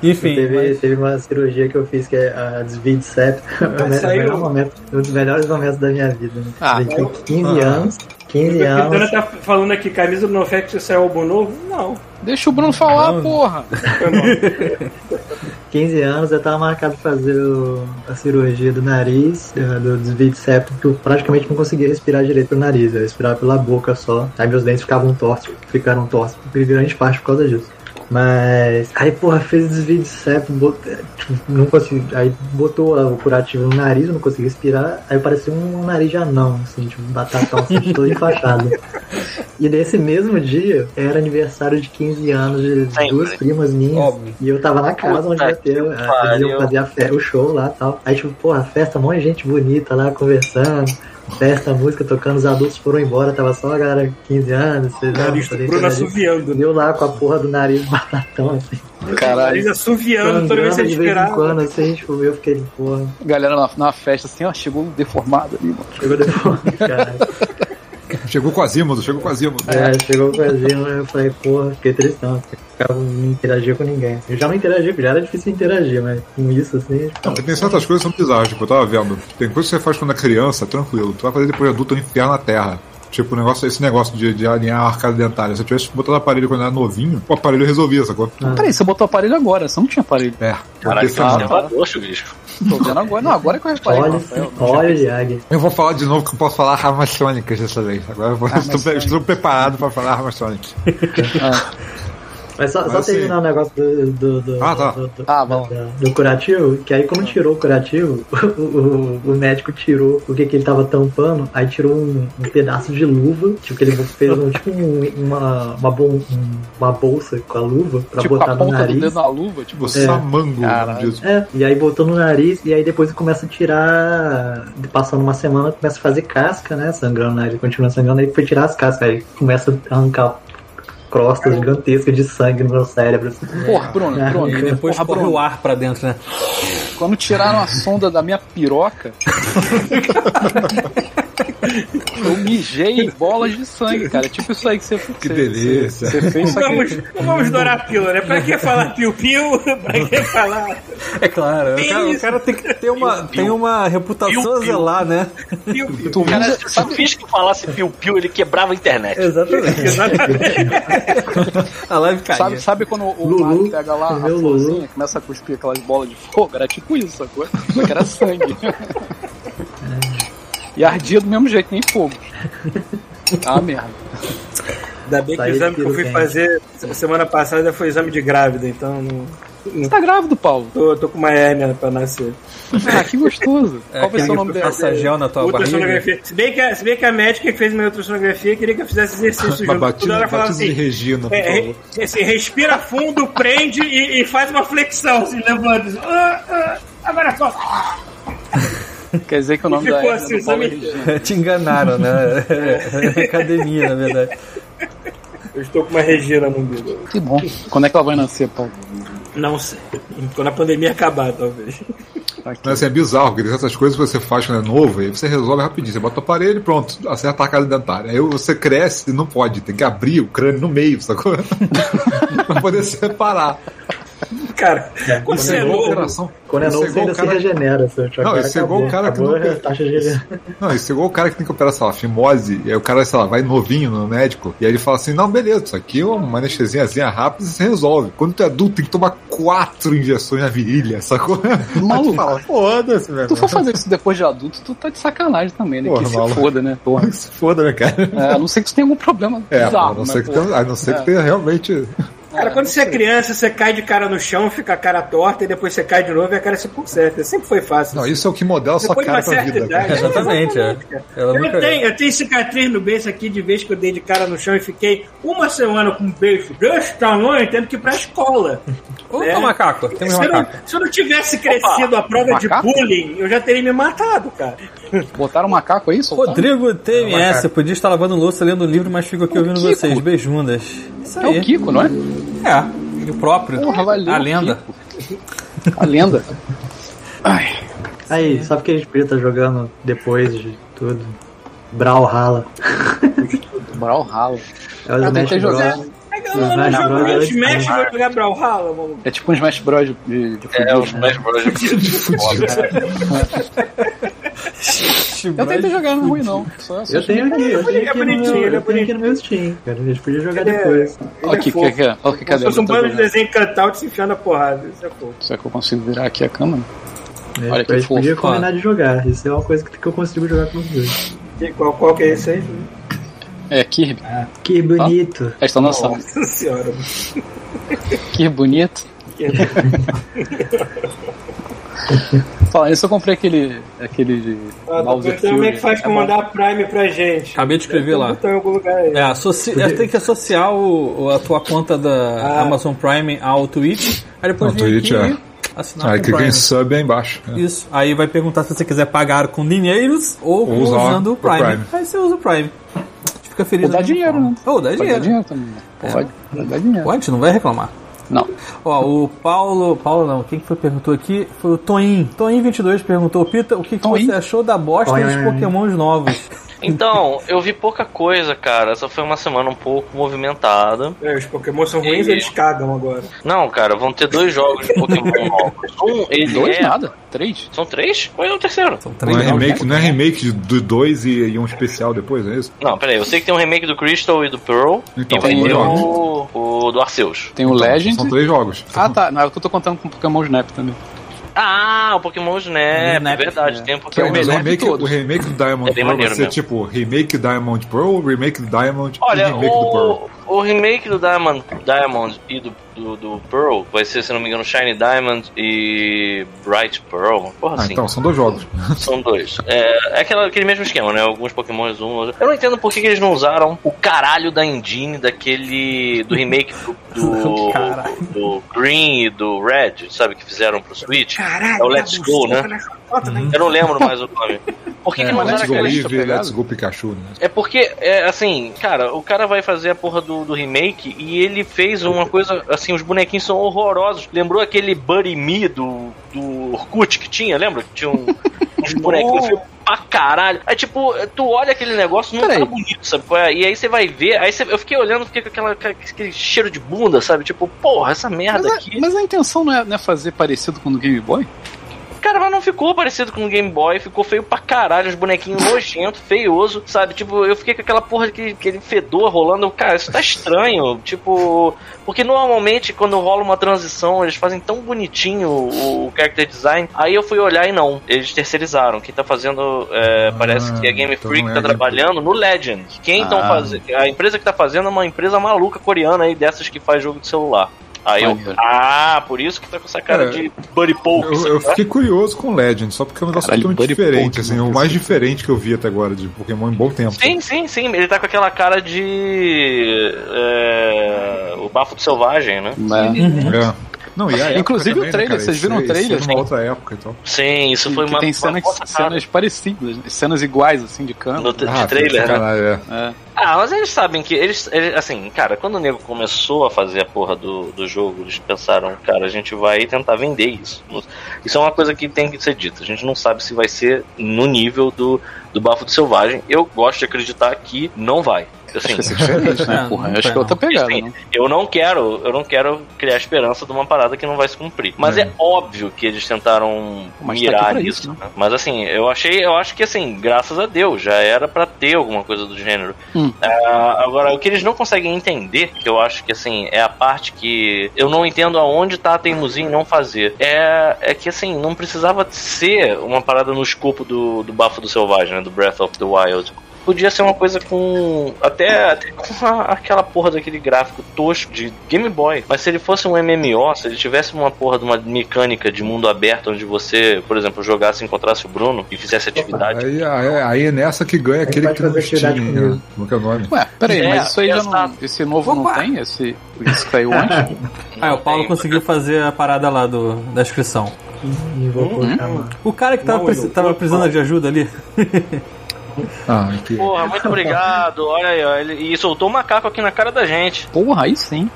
Enfim, Teve, mas- teve uma cirurgia que eu fiz que é a desvio de septo. É o saiu. melhor momento, um dos melhores momentos da minha vida. Né? Ah, eu tinha 15 anos. 15 A Pitana anos. tá falando aqui, camisa do NoFX, isso é álbum novo? Não. Deixa o Bruno falar, porra. 15 anos eu tava marcado pra fazer o- a cirurgia do nariz, eh, do desvio de septo, porque eu praticamente não conseguia respirar direito pelo nariz, eu respirava pela boca só. Aí meus dentes ficavam tortos, ficaram tortos por grande parte por causa disso. Mas aí, porra, fez o desvio de septo, bot- eh, tipo, não consegui. Aí botou lá o curativo no nariz, eu não consegui respirar. Aí parecia um nariz de anão, assim, tipo, batatão, assim, todo enfaixado. E nesse mesmo dia era aniversário de 15 anos de Sempre. duas primas minhas. Óbvio. E eu tava na casa onde Puta ia ter, que a- eles pariu. iam fazer a fe- o show lá e tal. Aí, tipo, porra, festa, um monte de gente bonita lá conversando, festa, música tocando, os adultos foram embora, tava só a galera de 15 anos, sei tá lá, Nariz do falei, Tá Bruno sei lá, assoviando. né? eu lá com a porra do nariz batatão, assim, Caralho. Nariz assoviando, toda vez que sangrando você de vez em esperava. quando, assim, tipo, eu fiquei, porra, Galera na, na festa assim, ó, chegou deformado ali, mano. chegou depois, cara. Chegou com azímodo, chegou com azímodo. É, chegou fazendo, eu falei, porra, fiquei tristão, assim, ficava, não interagia com ninguém. Eu já não interagia, já era difícil interagir, mas com isso, assim, Não, porque tem certas coisas que são bizarras, tipo, eu tava vendo. Tem coisas que você faz quando é criança, tranquilo. Tu vai fazer depois de adulto é um inferno na terra. Tipo, o negócio, esse negócio de, de alinhar a arcada dentária. Se eu tivesse botado aparelho quando eu era novinho, o aparelho resolvia, sacou? Peraí, você botou o aparelho agora, você não tinha aparelho. Ah, É. Caralho, que Porque, tá assim, observador, chuvisco. Tô vendo agora. Não, agora é que eu reparei. olha, Rafael, não tinha olha o visto. Yag. Eu vou falar de novo que eu posso falar armaçônicas dessa vez. Agora eu vou- estou, pre- estou preparado para falar armaçônicas. Mas só, só Mas, assim, terminar o negócio do, do, do- Ah, tá. Ah. do- do- Ah, vamos. do- do curativo, que aí quando tirou o curativo, o, o- o médico tirou o que, que ele tava tampando, aí tirou um, um pedaço de luva, tipo que ele fez um, tipo um- uma, uma, bol- um- uma bolsa com a luva pra Tipo, com botar a no ponta do dedo nariz. na luva, tipo. Você samango Caralho. disso. É, e aí botou no nariz, e aí depois começa a tirar. Passando uma semana, começa a fazer casca, né? Sangrando na nariz, continua sangrando, aí foi tirar as cascas, aí começa a arrancar crostas gigantescas de sangue no meu cérebro. assim. Porra, Bruno, É. Bruno. E depois porra, corre Bruno. o ar pra dentro, né? Quando tiraram a sonda da minha piroca, Eu mijei em bolas de sangue, cara. É Tipo isso aí que você Que você- delícia. Você, você fez isso aqui. Vamos, vamos dourar a pílula, né? Pra que falar piu-piu? Pra que falar É claro, o Que cara, o isso? cara tem que ter uma, tem uma reputação Piu, a piu. zelar, né? piu-piu? Tu Cara, é mija- se o Fisco falasse piu-piu, ele quebrava a internet. Exatamente. Exatamente. A live caiu. Sabe, sabe quando o Lulu, Mario pega lá a meu Lulu. florzinha, começa a cuspir aquelas bolas de fogo? Era tipo isso, sacou? Só que era sangue. e ardia do mesmo jeito, nem fogo. Ah, merda. Ainda bem que o Saí exame que eu daquilo, fui gente. fazer semana passada foi exame de grávida, então não, Você tá grávido, Paulo? tô, tô com uma hérnia pra nascer. Ah, que gostoso. É Qual vai ser o aquele nome que dela? passa gel na tua barriga. Ultrassonografia. Se bem, que a, se bem que a médica que fez minha ultrassonografia queria que eu fizesse exercício Mas junto. com Tudo Batida, ela falava batida de assim. Regina, por É, re- favor. assim, respira fundo, prende e, e faz uma flexão, se levanta. assim, ah, ah, agora só. Quer dizer que o nome Ficou da hérnia assim, do Paulo é exame- Regina. Te enganaram, né? É Academia, na verdade. Eu estou com uma regina no umbigo. Que bom. Quando é que ela vai nascer, Paulo? Não sei. Quando a pandemia acabar, talvez. Tá aqui. Mas assim, é bizarro, porque tem certas coisas que você faz quando é novo e você resolve rapidinho. Você bota o aparelho e pronto, acerta a casa dentária. Aí você cresce e não pode, tem que abrir o crânio no meio, sacou? pra poder separar. Cara, quando você é igual novo, operação. Quando é isso novo, você igual ainda o cara- se regenera. Seu Não, isso é igual o cara que acabou nunca- a taxa de regeneração. Não, isso é igual o cara que tem que operar, sei lá, fimose, e aí o cara, sei lá, vai novinho no médico, e aí ele fala assim, não, beleza, isso aqui é uma anestesiazinha rápida e se resolve. Quando tu é adulto, tem que tomar quatro injeções na virilha, sacou? Maluco. Aí tu fala, Foda-se, velho. Tu for fazer isso depois de adulto, tu tá de sacanagem também, né? Porra, que se maluco. foda, né? Porra. Se foda, né, cara? É, a não ser que tu tenha algum problema É, a bizarro, não né, ser que porra. tenha, a não ser É. que tenha realmente... cara, quando você é criança, você cai de cara no chão, fica a cara torta, e depois você cai de novo e a cara se conserta. Sempre foi fácil. Não, isso é o que modela a sua Depois de cara uma pra certa vida. idade. cara. Exatamente. é. Ela Eu nunca- tenho, eu tenho cicatriz no beijo aqui de vez que eu dei de cara no chão e fiquei uma semana com um beijo desse tamanho, tendo que ir pra escola. Opa, macaco. Tem um se, eu macaco. não, se eu não tivesse crescido a prova macaco? de bullying, eu já teria me matado, cara. Botaram um macaco aí, soltaram? Rodrigo TMS, eu podia estar lavando louça lendo um livro, mas fico aqui O ouvindo Kiko. vocês. Beijundas. Isso É aí. o Kiko, não é? É, o próprio. Porra, valeu, a lenda. A lenda. Aí, sabe o que a gente podia estar jogando depois de tudo? Brawlhalla. Moral ralo. É o Smash tentei Ah, jogar. Bros. Eu não, Smash jogo Bros. nem é Smash, ótimo. vou jogar Brawlhalla, maluco. É tipo um Smash Bros. de, de, de É, futebol, os né? mais Bros. Eu tentei jogar, não é ruim não. Só, só Eu tenho aqui, eu tenho Ele é aqui, no meu, bonitinho, ele é eu tenho aqui no meu Steam. Cara, a gente podia jogar Ele é- depois. Olha aqui, Ele é que, que, olha que Como se cadeira. fosse um que eu tô bando de jogando. desenho encantado se enfiando a porrada. Isso é pouco. Será que eu consigo virar aqui a câmera? né? Olha que a gente podia fofo. combinar de jogar. Isso é uma coisa que, que eu consigo jogar com os dois. E Qual, qual que é esse aí? É, Kirby. Que Tá. bonito. Esta é nossa. Nossa senhora. Que bonito. Fala, isso eu comprei aquele. aquele de Ah, Bowser depois Como é que Fury. faz pra mandar a Prime pra gente? Acabei de escrever lá. Então, em algum lugar aí. É, associ... é, tem que associar o, o- a tua conta da Amazon Prime ao Twitch. Aí depois Não, vem Twitch, aqui é. e assinar Aí com o clica Prime. em sub aí embaixo. né? Isso. Aí vai perguntar se você quiser pagar com dinheiros ou, com- usar usando o o Prime. Prime. Aí você usa o Prime. Fica feliz. Ou dá né? dinheiro, né? Ou Pode dá dar dinheiro. dinheiro também. né? Pode, pode dar dinheiro. Pô, a gente não vai reclamar. Não. Ó, o Paulo. Paulo não, quem que foi que perguntou aqui? Foi o Toin. Toin22 perguntou, Pita, o que, que Toin? você achou da bosta Toin. dos pokémons novos? Então, eu vi pouca coisa, cara. Essa foi uma semana um pouco movimentada. É, os Pokémon são ruins e eles cagam agora. Não, cara, vão ter dois jogos de Pokémon novos. Um, ele Dois é... nada. Três. São três? Ou é o terceiro? São Não é três novos. remake, não é remake do 2 e, e um especial depois, é isso? Não, peraí. Eu sei que tem um remake do Crystal e do Pearl. Então, e vai são ter dois o, o do Arceus. Tem o Legend. Então, São três jogos. Ah tá, não, é o que eu tô contando com o Pokémon Snap também. Ah, o Pokémon Snap. Snap, verdade. é. Tem um Pokémon Que é o Mas melhor de remake, todos. o remake do Diamond É bem Pearl vai maneiro ser mesmo. tipo remake Diamond Pearl, remake Diamond e Olha, remake do Pearl. o, o remake do Diamond, Diamond e do, do, do Pearl vai ser, se não me engano, Shiny Diamond e Bright Pearl. uma Porra, Ah, assim. então, são dois jogos. São dois. É, é aquela, aquele mesmo esquema, né? Alguns pokémons, um outro. Eu não entendo por que, que eles não usaram o caralho da engine daquele. do remake do. do, Caralho. do Green e do Red, sabe? Que fizeram pro Switch. é o tá Let's Go, né? Eu não lembro mais o nome. Por que, que não mas Caralho, Let's Go usaram aquela tá Eevee, pegado. Let's Go Pikachu, né? é porque, é, assim, cara, o cara vai fazer a porra do, do remake e ele fez uma coisa, assim, os bonequinhos são horrorosos. Lembrou aquele Buddy Me do, do Orkut que tinha, lembra? Que tinha um, uns bonequinhos. Eu falei, pra caralho. Aí, tipo, tu olha aquele negócio, não Peraí. tá bonito, sabe? qual é? E aí você vai ver, aí você- eu fiquei olhando, fiquei com aquela, com aquele cheiro de bunda, sabe? Tipo, porra, essa merda Mas a, aqui. mas a intenção não é, não é fazer parecido com o do Game Boy? Cara, mas não ficou parecido com o Game Boy, ficou feio pra caralho, os bonequinhos nojentos, feioso, sabe? Tipo, eu fiquei com aquela porra que aquele fedor rolando, eu, cara, isso tá estranho, tipo, porque normalmente quando rola uma transição, eles fazem tão bonitinho o, o character design. Aí eu fui olhar e não, eles terceirizaram. Quem tá fazendo, é, Ah, parece que é Game então Freak não é tá Game trabalhando no Legend. Quem então Ah. fazendo, a empresa que tá fazendo é uma empresa maluca coreana aí dessas que faz jogo de celular. Aí eu, Maneiro. ah, por isso que tá com essa cara É. de Buddy Polk. Eu, sabe? eu fiquei curioso com Legend, só porque é um negócio Caralho, totalmente Buddy diferente, Pokémon, assim, é o cara. mais diferente que eu vi até agora de Pokémon em bom tempo. Sim, sim, sim. Ele tá com aquela cara de. é, o bafo do selvagem, né? Né? É. Não, e a época Inclusive o também, né, trailer, cara? vocês Isso- viram o isso é trailer? numa outra época e tal. Sim, isso foi que uma. tem uma cenas, boa sacada cenas parecidas, né? cenas iguais, assim, de câmera. no tra- de Ah, trailer, né? sacanagem, é. É. Ah, mas eles sabem que. Eles, eles- assim, cara, quando o nego começou a fazer a porra do, do jogo, eles pensaram, cara, a gente vai tentar vender isso. Isso é uma coisa que tem que ser dita. A gente não sabe se vai ser no nível do, do bafo do selvagem. Eu gosto de acreditar que não vai. Assim, Acho que é diferente, né? Não, Porra, não acho foi, que é outra pegada, Sim. né? Eu não quero, eu não quero criar esperança de uma parada que não vai se cumprir. Mas é, óbvio que eles tentaram Mas tá aqui mirar pra nisso. isso, né? né? Mas assim, eu achei, eu acho que assim, graças a Deus, já era pra ter alguma coisa do gênero. Hum. Ah, agora, o que eles não conseguem entender, que eu acho que assim, é a parte que eu não entendo aonde tá a teimosia em não fazer. É, é que assim, não precisava ser uma parada no escopo do, do bafo do selvagem, né? Do Breath of the Wild podia ser uma coisa com. Até, até com a- aquela porra daquele gráfico tosco de Game Boy. Mas se ele fosse um MMO, se ele tivesse uma porra de uma mecânica de mundo aberto onde você, por exemplo, jogasse, encontrasse o Bruno e fizesse atividade. Aí, aí, aí é nessa que ganha aquele pode que não fazer tinha. atividade comigo. né? Como que é o nome? Ué, peraí, É, mas isso aí já não. exato. Esse novo não Opa. tem? Esse, esse que saiu antes? Ah, o Paulo conseguiu fazer a parada lá do, da inscrição. Uhum. Invocou o Xamã. O cara que tava, Não, preci- eu- tava eu- precisando de ajuda ali. Ah, que... Porra, muito obrigado. Olha aí, ó, ele- e soltou um macaco aqui na cara da gente. Porra, aí sim.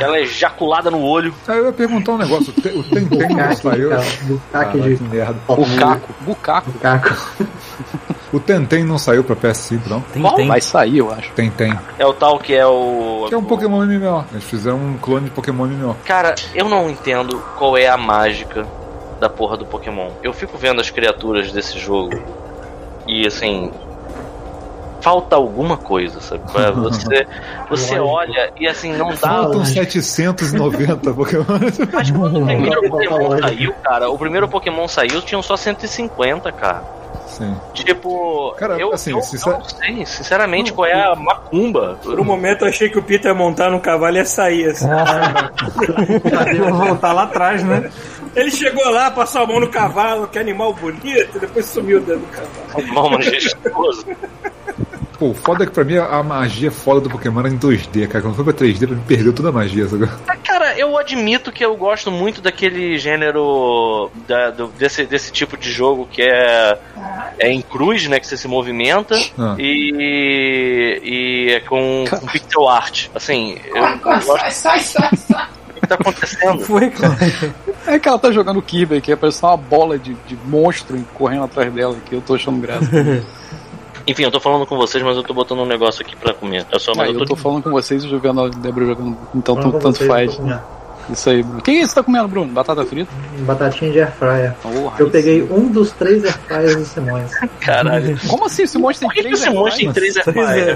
Ela é ejaculada no olho. Aí eu ia perguntar um negócio. O Ten- o Ten Ten não Bucaque, saiu. cara. Caraca, Bucaque que de merda. Uhum. Bucaco, bucaco. bucaco. O Tenten não saiu pra PS5, não? Tem, Qual? tem. Vai sair, eu acho. Tenten. É o tal que é o. Que é um Pokémon MMO. Eles fizeram um clone de Pokémon MMO. Cara, eu não entendo qual é a mágica da porra do Pokémon. Eu fico vendo as criaturas desse jogo e assim. Falta alguma coisa, sabe? qual é? Você, você olha e assim, não dá. Faltam 790 Pokémon. Mas quando o um primeiro um Pokémon Lógico. saiu, cara, o primeiro Pokémon saiu, tinham só 150, cara. Sim. Tipo, Cara, eu, assim, eu- eu sincer- não sei, sinceramente, qual é a macumba. Por um momento eu achei que o Peter ia montar num cavalo e ia sair. assim. Vou voltar lá atrás, né? Ele chegou lá, passou a mão no cavalo, que animal bonito, depois sumiu dentro do cavalo. Mal é majestoso. Pô, o foda é que pra mim a magia foda do Pokémon era em 2D, cara. Quando foi pra 3D, pra mim perdeu toda a magia. Sabe? Cara, eu admito que eu gosto muito daquele gênero da- do- desse, desse tipo de jogo que é, é em cruz, né? Que você se movimenta Ah. e, e é com, com pixel art. Assim, eu, eu gosto Ah, Sai, sai, sai, sai. do que tá acontecendo. Foi, cara. É que ela tá jogando Kirby, que aparece uma bola de, de monstro correndo atrás dela, que eu tô achando graça. Enfim, eu tô falando com vocês, mas eu tô botando um negócio aqui pra comer. É só, mas Ah, eu tô, eu tô falando com vocês e jogando a Débora jogando, então Fala tu- pra tanto vocês, faz. eu tô comendo. Isso aí, Bruno. Que isso tá comendo, Bruno? Batata frita? Batatinha de air fryer. Porra, Eu aí peguei sim. um dos três air fryers do Simões. caralho. Como assim? Esse monstro Por tem é que, que três esse monstro tem três é air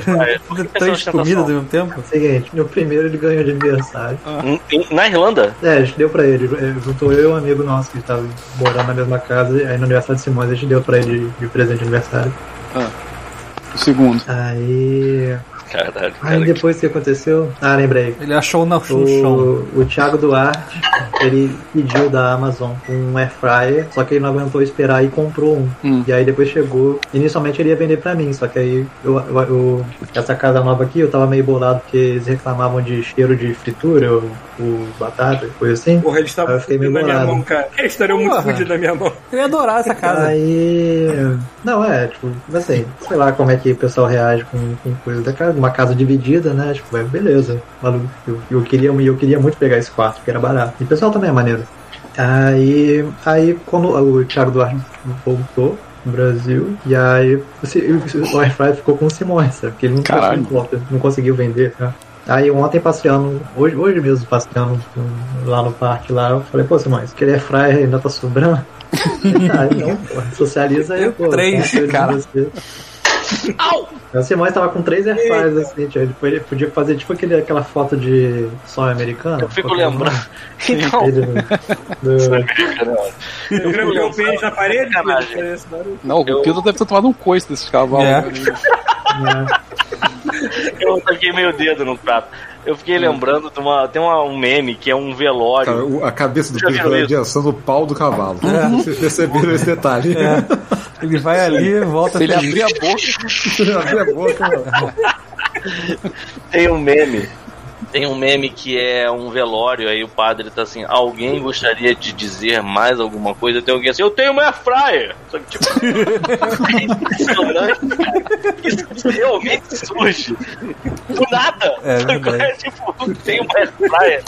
fryer, cara? Por que essa Três comidas ao ostentação? mesmo tempo. Seguinte, no primeiro ele ganhou de aniversário. Em- em- Na Irlanda? É, a gente deu pra ele. eh, Juntou eu e um amigo nosso que tava morando na mesma casa. e Aí no aniversário de Simões a gente deu pra ele de presente de aniversário. O Um segundo. Aí. Caralho, cara. Aí depois o que aconteceu? Ah, lembrei. Ele achou no no chão. O, o Thiago Duarte, ele pediu da Amazon um air fryer, só que ele não aguentou esperar e comprou um. Hum. E aí depois chegou. Inicialmente ele ia vender pra mim, só que aí eu, eu- eu- essa casa nova aqui eu tava meio bolado porque eles reclamavam de cheiro de fritura ou, ou batata, coisa assim. Porra, eles estavam Eu fiquei fudidos meio na minha bolado. mão, cara. Eles estariam muito Porra. fudidos na minha mão. Eu ia adorar essa casa. Aí. Não, é, tipo, assim, sei lá como é que o pessoal reage com, com coisa da casa. Uma casa dividida, né? Tipo, é beleza. Maluco, eu, eu queria, eu queria muito pegar esse quarto, porque era barato. E o pessoal também é maneiro. Aí, aí quando o Thiago Duarte voltou, no Brasil. E aí assim, o Airfryer ficou com o Simões, sabe? Porque ele não, Caralho. não conta, não conseguiu vender, né? Aí ontem passeando, hoje, hoje mesmo passeando hum, lá no parque lá, eu falei, pô, Simões, aquele airfryer ainda tá sobrando? ah, então, pô, socializa aí, Eu pô. três, faço ele cara. pra você. Aí O Simões tava com três airfryers assim, tipo, ele podia- podia fazer tipo aquele, aquela foto de sol americano. Eu fico qualquer lembrando. um. Então, Ele- do- Eu gravei o pênis na parede, Sacanagem. Pedro, pra esse barulho. Não, o Eu- Pedro deve ter tomado um coice desse cavalo. É. né? eu taquei meio dedo no prato. Eu fiquei lembrando de uma. Tem uma, um meme que é um velório. Cara, o- a cabeça do Já viu Pedro vai isso? adiançando o pau do cavalo. Vocês perceberam esse detalhe? Ele vai ali, volta Se ele feliz. abrir a boca, Abre a boca, mano. Tem um meme. Tem um meme que é um velório, aí o padre tá assim, alguém gostaria de dizer mais alguma coisa? Tem alguém assim, eu tenho uma airfryer! Só que tipo. impressionante, cara. Isso realmente surge. Do nada! É Sabe qual verdade. tipo, tem uma airfryer.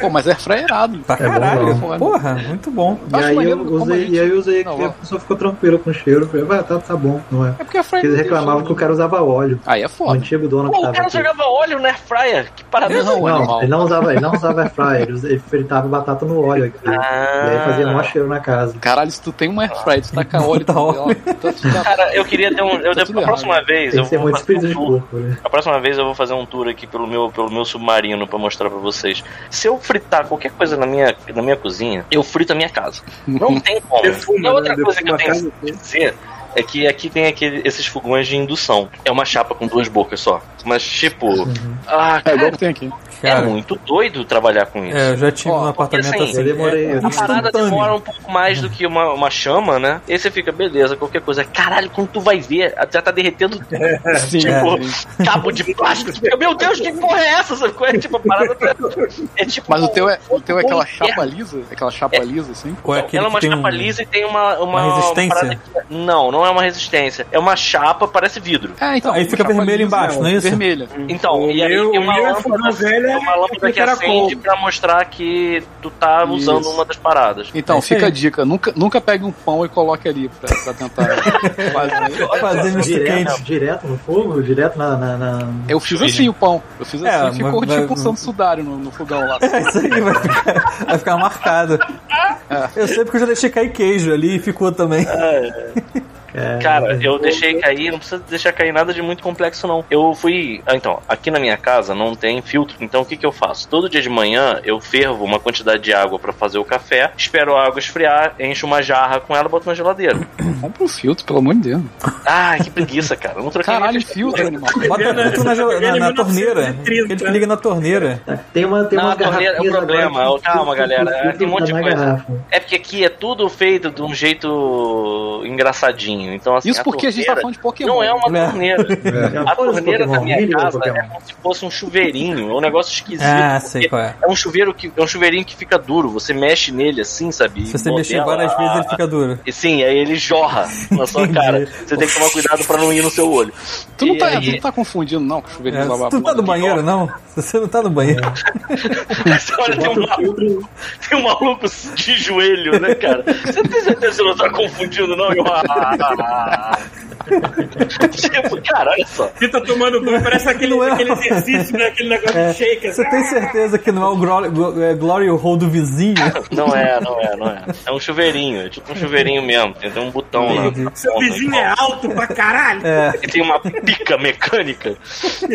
pô, mas é freirado. Pra caralho. bom, né? Porra, muito bom. E aí, eu como a usei, gente- e aí eu usei Não, que a ó. pessoa ficou tranquila com o cheiro. Eu Falei, ah, tá, tá bom, não é? É porque a freira. Porque eles reclamavam que o cara usava óleo. Aí é O foda. antigo dono que Pô, o tava cara aqui. jogava óleo na airfryer. Que parada Não, Não, animal. ele não usava, ele não usava air fryer, ele usa- ele fritava batata no óleo aqui. E Ah. aí fazia mó cheiro na casa. Caralho, se tu tem um airfryer, tu taca óleo, tu- Bota Tá óleo. ó, tu- tu- Cara, eu queria ter um. Eu, Tá tudo a próxima vez Tem eu que ser vou muito fazer espírito um de tour. porco, né? A próxima vez eu vou fazer um tour aqui pelo meu, pelo meu submarino pra mostrar pra vocês. Se eu fritar qualquer coisa na minha, na minha cozinha, eu frito a minha casa. Não tem como. Defuma, e a outra né? coisa que eu Defuma a tenho casa que dizer é que aqui tem aquele, esses fogões de indução. É uma chapa com duas bocas só. Mas, tipo, Uhum. ah, É igual cara, que tem aqui. é, Cara, muito doido trabalhar com isso. é, eu já tive Ó, um apartamento porque, assim, assim. Eu demorei. é, tá eu A parada instantâneo. demora um pouco mais do que uma, uma chama, né? E aí você fica, beleza, qualquer coisa. Caralho, quando tu vai ver, já tá derretendo tipo, Sim, é. pô. cabo de plástico. Você fica, meu Deus, que porra é essa? Sabe qual é? Tipo, a parada tá- é tipo. Mas o teu é, o teu é aquela chapa É. lisa? Aquela chapa lisa, assim? Ou é aquele Ela é uma que tem chapa um- lisa e tem uma. Uma, uma resistência? parada que- Não, não é uma resistência. É uma chapa, parece vidro. Ah, então. Aí fica chapa vermelho lisa, embaixo, não é isso? Vermelha. Então, Hum, O e aí meu- tem o uma meu fogão lâmpada, velho é uma lâmpada que caracol. acende pra mostrar que tu tá usando Isso. uma das paradas. Então, É isso fica aí. a dica. Nunca, nunca pegue um pão e coloque ali pra, pra tentar fazer. Fazer misto Direto, quente. direto no fogo, direto na. na, na... Eu fiz assim o pão. Eu fiz assim, É, mas ficou vai- tipo um santo sudário no, no fogão lá. É isso aí, vai ficar, vai ficar marcado. Eu sei porque eu já deixei cair queijo ali e ficou também. É. É. Cara, eu deixei cair, não precisa deixar cair nada de muito complexo, não. Eu fui. ah, Então, aqui na minha casa não tem filtro, então o que, que eu faço? Todo dia de manhã eu fervo uma quantidade de água pra fazer o café, espero a água esfriar, encho uma jarra com ela e boto na geladeira. Compra um filtro, pelo amor de Deus. Ai, que preguiça, cara. Eu não troquei Caralho, nem- filtro, animal. Bota dentro na, gel- na, na torneira. 1930. Aquele que liga na torneira. Tem uma, tem Não, uma a torneira- garrafinha é o problema, agora ó, calma, que- que- galera, que- que- tem um monte de na coisa. garrafa. É porque aqui é tudo feito de um jeito engraçadinho. Então, assim, Isso porque a gente tá torneira falando de Pokémon. Não é uma né? torneira. É. A torneira da minha Milho ou casa é Pokémon? como se fosse um chuveirinho, é um negócio esquisito. Ah, porque sei qual é. É um chuveiro que é um chuveirinho que fica duro, você mexe nele assim, sabe? Se você mexer várias vezes, ele fica duro. E sim, aí ele jorra na sua cara. Você tem que tomar cuidado pra não ir no seu olho. Tu não, E tá, tu aí- não tá confundindo, não, com chuveiro É, de se lavar tu não tá no louça. banheiro, não? Se você não tá no banheiro. Olha, tem um, maluco, tem um maluco de joelho, né, cara? Você tem certeza que você não tá confundindo, não? Eu, ah. tipo, cara, olha só. Você tá tomando banho, parece aquele, Não é. aquele exercício, né? aquele negócio de shake. Você assim. tem certeza que não é o Glory, Glo- é, Glory Hole do vizinho? Não é, não é, não é. É um chuveirinho, é tipo um chuveirinho mesmo. Tem até um botão né? lá. Seu vizinho é alto pra caralho. É. que tem uma pica mecânica.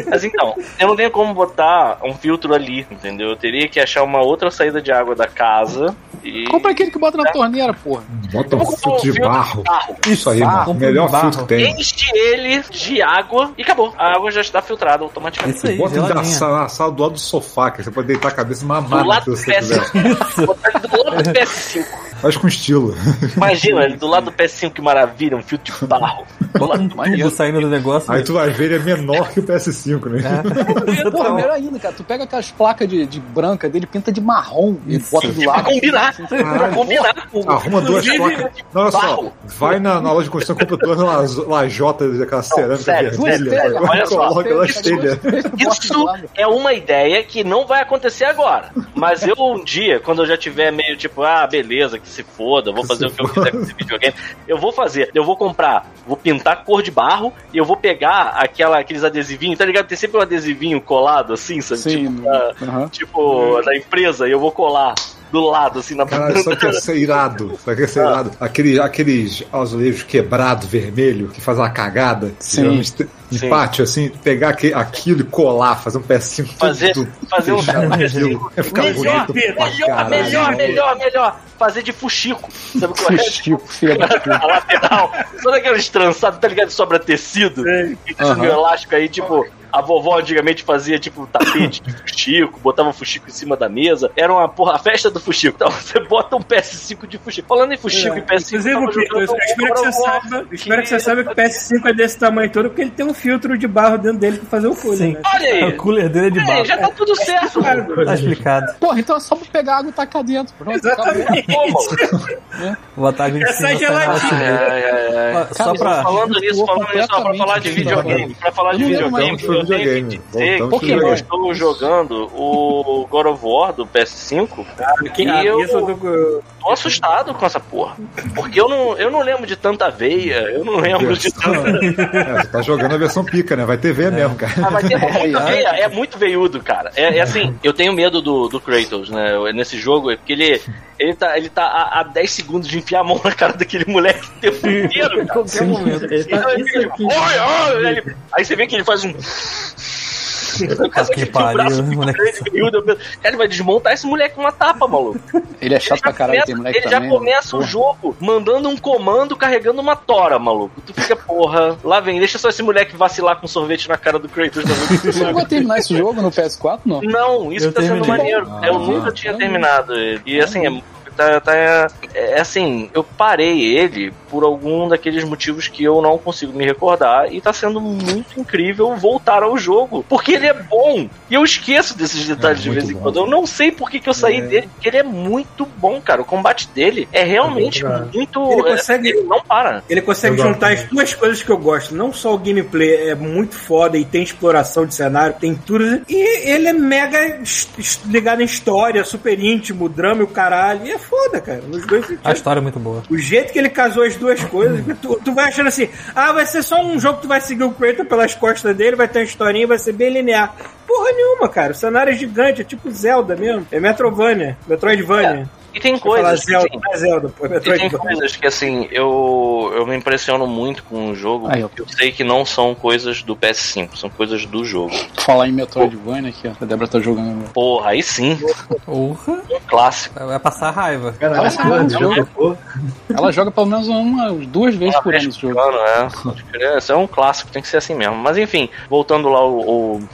Mas então, eu não tenho como botar um filtro ali, entendeu? Eu teria que achar uma outra saída de água da casa e. Compra aquele que bota É. na torneira, porra. Bota um Vou comprar um filtro é de barro. É. barro. Isso aí, barro, mano. Melhor barro. filtro que tem. Enche ele de água e acabou. A água já está filtrada automaticamente. Isso aí, Bota ele na geladinha. sala, na sala do lado do sofá, que você pode deitar a cabeça e Do mamar se lado do é você quiser. PS5. Botar ele do lado do PS5. Mas com estilo. Imagina, ele do lado do PS5, que maravilha, um filtro de barro. Do Bota lado um do banheiro. tubo saindo do negócio. né? Aí tu vai ver, ele é menor que o PS5, né? É. então. Porra, melhor ainda, cara. Tu pega aquelas placas de, de branca dele, pinta de marrom e bota do Pra lado. combinar. Pra Caralho. combinar. um Arruma duas Inclusive, placas. Não, olha barro. só. Vai na, na loja de construção, compra duas laj- lajotas daquela cerâmica sério, É Duas sério, vermelha. telhas, olha só. Coloca na Duas telhas, telha. bota do tá Isso lado. é uma ideia que não vai acontecer agora. Mas eu um dia, quando eu já tiver meio tipo, ah, beleza, que se foda, eu vou fazer o que eu quiser com esse videogame. Eu vou fazer, eu vou comprar, vou pintar cor de barro e eu vou pegar aquela, aqueles adesivinhos, tá ligado? Tem sempre um adesivinho colado assim, sabe? Sim. né? Tipo, da, Aham. tipo, da empresa, e eu vou colar do lado, assim, na Cara, isso aqui ia ser irado. Isso aqui ia ser irado. Aquele, aqueles azulejos quebrado vermelho que faz uma cagada. que Sim. geralmente tem- Em Sim. pátio, assim, pegar aque- aquilo e colar, fazer um pecinho Fazer- tudo fazer um- fechado naquilo. Ia ficar Melhor, bonito. Pedro, pra Melhor, caralho. melhor, melhor, melhor. Fazer de fuxico. Sabe qual é? Fuxico, filha da puta. A lateral. Só daqueles trançados, tá ligado? Sobra tecido. Sei. E deixa Aham. no elástico aí, tipo. A vovó antigamente fazia tipo um tapete de fuxico, botava fuxico em cima da mesa. Era uma porra, a festa do fuxico. Então você bota um PS5 de fuxico. Falando em fuxico e PS5, É. Inclusive, eu tava Pedro, jogando eu espero que um você War saiba. eu Espero que você saiba que o PS5 é desse tamanho todo, porque ele tem um filtro de barro dentro dele pra fazer o Sim. cooler. Né? Olha aí! O cooler dele é de Olha aí, já barro. tá tudo certo. Cara, Tá explicado. Porra, então é só pegar água e tacar dentro. Pronto, acabou. Exatamente. Como? Vou botar a gente em Essa cima, tá gelatina. essa é Ai, gelatina. ai, ai, ai. Ó, Só Cara, é um pra... Falando nisso, falando nisso, ó, pra falar de videogame, pra falar de Não, videogame, mas- eu tenho videogame. que dizer Voltamos que pro eu videogame. estou jogando o God of War do PS5 Que- e ah, eu isso do- tô assustado com essa porra. Porque eu não, eu não lembro de tanta veia, eu não lembro de tanta. É, você tá jogando a versão pica, né? Vai ter V mesmo, cara. Ah, mas tem muita é. veia, é muito veiudo, cara. É, é assim, eu tenho medo do, do Kratos, né? eu- Nesse jogo, é porque ele, ele tá, ele tá a, a 10 segundos de enfiar a mão na cara daquele moleque o tempo inteiro, cara. Qualquer momento. Ele Então tá, ele isso fica aqui. tipo, "Oi, oi", aí ele- Aí você vê que ele faz um. O cara que que tinha pariu, o braço muito moleque. grande, miúdo, eu penso, Cara, ele vai desmontar esse moleque com uma tapa, maluco. Ele é Ele chato já pra caralho, tem começa, moleque ele já também. né? começa o Porra. jogo mandando um comando carregando uma tora, maluco. Tu fica, porra, lá vem, deixa só esse moleque vacilar com sorvete na cara do Kratos da noite. Você não vai terminar esse jogo no PS4, não? Não, isso Eu tá sendo terminei. maneiro. eu nunca tinha terminado ele. E assim, é, tá, tá- é assim, eu parei ele por algum daqueles motivos que eu não consigo me recordar. E tá sendo muito incrível voltar ao jogo. Porque ele é bom. E eu esqueço desses detalhes É, de vez muito em bom. quando. Eu não sei por que, que eu saí dele, porque ele é muito bom, cara. O combate dele é realmente É muito bom. muito. Ele é- consegue- ele não para. Ele consegue Eu gosto juntar as também. duas coisas que eu gosto. Não só o gameplay é muito foda e tem exploração de cenário, tem tudo. E ele é mega es- es- ligado em história, super íntimo, drama e o caralho. E é foda, cara. Os dois. A história é muito boa. O jeito que ele casou as duas coisas, tu, tu vai achando assim, ah, vai ser só um jogo que tu vai seguir o Kratos pelas costas dele, vai ter uma historinha, vai ser bem linear. Porra nenhuma, cara. O cenário é gigante, é tipo Zelda mesmo. É Metrovania, Metroidvania. E É, tem Vou falar coisas. Zelda, assim, não é Zelda, pô, é E tem Metroidvania. coisas que assim, eu, eu me impressiono muito com o jogo. Aí, ó. eu sei que não são coisas do PS5, são coisas do jogo. Falar em Metroidvania aqui, ó. A Débora tá jogando agora. Porra, aí sim, Porra, um clássico. vai passar raiva. Caralho, Nossa, porra, não, esse jogo, pô. Ela joga pelo menos uma, duas vezes Uma por vez ano esse por jogo. ano, é. Pode crer, Isso é um clássico, tem que ser assim mesmo. Mas enfim, voltando lá o. o-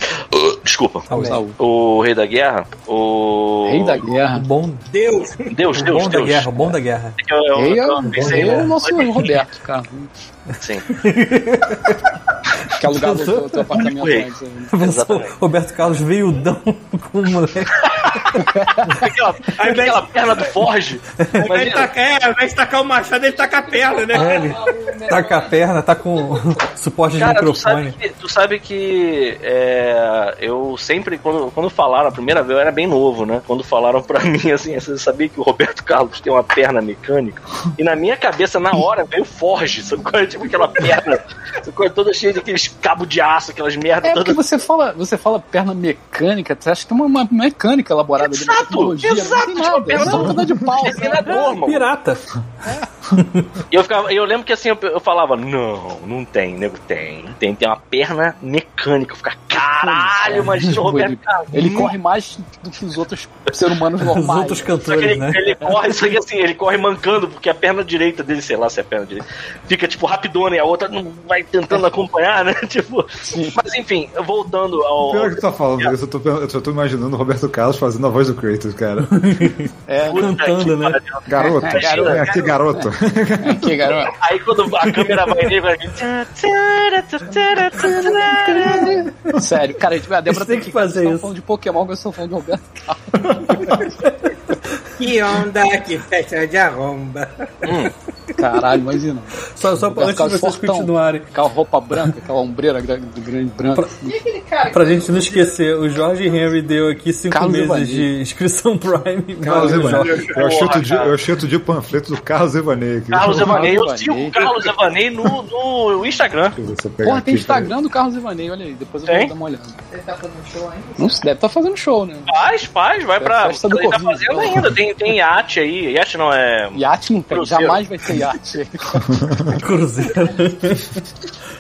Desculpa. Também. Saúde. O Rei da Guerra. O. Rei da O guerra. bom, Deus, Deus, o Deus, bom da Deus. guerra, o bom da guerra. Eu, eu, Rei é, eu pensei, rei é o nosso Roberto, cara. sim. Que é alugado o teu- teu apartamento Rei. antes. né? Pensou, Exatamente. Roberto Carlos veiudão com o moleque. Aquela, aquela perna do Forge. ao invés de Imagina, tacar, é, ao invés de tacar o machado, ele taca a perna, né? Ele tá com a perna, tá com suporte de Cara, tu sabe microfone. que, tu sabe que é, eu sempre, quando, quando falaram a primeira vez, eu era bem novo, né? Quando falaram pra mim assim, você sabia que o Roberto Carlos tem uma perna mecânica? E na minha cabeça, na hora, veio Forge, sabe? qual é? Tipo aquela perna, sabe? qual é? toda cheia daqueles cabos de aço, aquelas merdas É porque todas. você fala, você fala perna mecânica, você acha que tem uma, uma mecânica elaborada ali, uma Exato, tecnologia, exato, não tem nada, é tipo, só um pedaço de pau. cara. Refinador, mano. Pirata. E eu, ficava, eu lembro que assim, eu, eu falava, não, não tem, nego, tem, tem, tem uma perna mecânica. Eu ficava, caralho, imagina o Tipo, Roberto ele- Carlos. Ele corre mais do que os outros seres humanos Os normais. outros Só que cantores, ele, né? ele corre, só que assim, ele corre mancando, porque a perna direita dele, sei lá se é a perna direita, fica tipo rapidona e a outra não vai tentando acompanhar, né? Tipo. Mas enfim, voltando ao. Pior que tu tá falando isso, eu, tô, pen- eu só tô imaginando o Roberto Carlos fazendo a voz do Kratos, cara. É, Puta que Cantando, né? pariu. Garoto, É, garoto, vem aqui, garoto. aqui, garoto. Aí quando a câmera vai nele, vai. Sério, cara, tipo, a Débora Tem que aqui, fazer vocês tão isso. falando de Pokémon, agora eu estou falando de Roberto. Que onda que fecha de arromba. Caralho, imagina. Só, só pra- antes de Aquela vocês fortão, continuarem. Aquela roupa branca, aquela ombreira grande, grande branca. E aquele cara? Pra gente não esquecer, o Jorge Henry deu aqui cinco Carlos meses Evani. de inscrição Prime. Carlos Valeu, Evanei. Jorge. Eu achei outro Porra, dia, cara. eu achei outro dia o panfleto do Carlos Evanei aqui. Carlos Evanei, eu Evanei. sigo o Carlos Evanei no, no Instagram. Deixa eu ver se eu pegar Porra, tem aqui, peraí. Instagram do Carlos Ivanei, olha aí, depois eu Tem? vou dar uma olhada. Ele tá fazendo show ainda. Não se deve estar fazendo show, né? Faz, faz, vai É a pra. festa do Ele tá Covid, fazendo né? ainda, tem, tem iate aí. Iate não é. Iate não tem, Cruzeiro. jamais vai ser iate. Cruzeiro.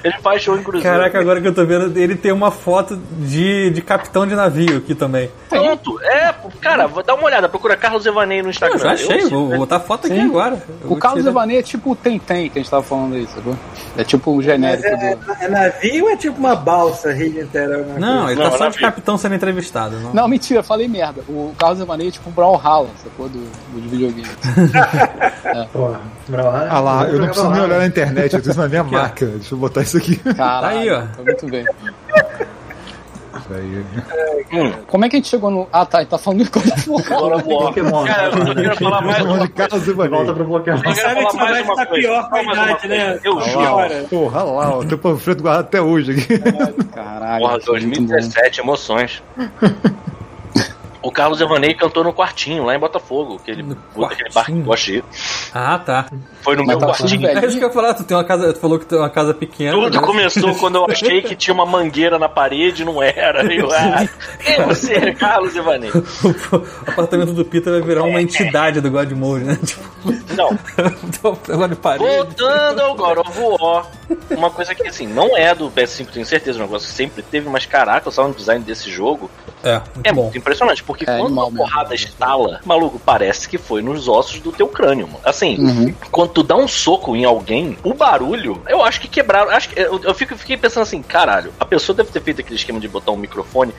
Ele faz show em Cruzeiro. Caraca, agora que eu tô vendo, ele tem uma foto de, de capitão de navio aqui também. Pronto, é, pô, cara, vou- dá uma olhada, procura Carlos Evanei no Instagram. Eu já achei, Eu- vou botar a foto aqui Sim. agora. Eu O vou Carlos tirar. Ivanei é tipo o Tentem que a gente tava falando aí, sacou? É tipo o Mas genérico é, do. é navio ou é tipo uma balsa, Rio né? inteira? Não, ele Não, tá só não de vi. capitão sendo entrevistado. Não. Não, mentira, falei merda. O Carlos Ivanei é tipo o Brawlhalla, sacou? Do, do videogame. Porra, Brawlhalla. Ah lá, eu não preciso nem Brawlhalla. olhar na internet, eu tenho isso na minha máquina. Deixa eu botar isso aqui. Caralho, Aí, ó. Tá muito bem. Peraí. Hum. Como é que a gente chegou no. Ah, tá, ele tá falando de coisa God of War. Pokémon. Cara, eu quero falar Tá mais Vamos uma de Carlos Evanei. Volta pro Pokémon. Eu quero Sabe falar que vai mais uma estar coisa. pior com a Só mais uma idade, coisa. né? Eu juro. Piora. Porra, olha lá, ó, tem o panfleto guardado até hoje aqui. Caralho. Porra, tá muito bom. 2017, emoções. O Carlos Evanei cantou no quartinho, lá em Botafogo, aquele, No puta, aquele bar que quartinho? eu gosto de ir. Ah, tá. Foi no Mas meu tá falando quartinho. É isso velhinho. que eu ia falar, tu, tem uma casa, tu falou que tem uma casa pequena. Tudo né? começou quando eu achei que tinha uma mangueira na parede, não era. Eu, ah, quem é você, Carlos Evanei? O apartamento do Peter vai virar uma entidade do God Mode, né? Tipo, Não, tem um negócio de parede. voltando ao God of War, uma coisa que assim, não é do PS5, tenho certeza, um negócio que sempre teve, mas caraca, o sound design desse jogo É, muito é bom. muito impressionante, porque É, quando animal a porrada mesmo. estala, maluco, parece que foi nos ossos do teu crânio, mano. Assim, Uhum. quando tu dá um soco em alguém, o barulho, eu acho que quebraram. Acho que, eu eu fico, eu fiquei pensando assim, caralho, a pessoa deve ter feito aquele esquema de botar um microfone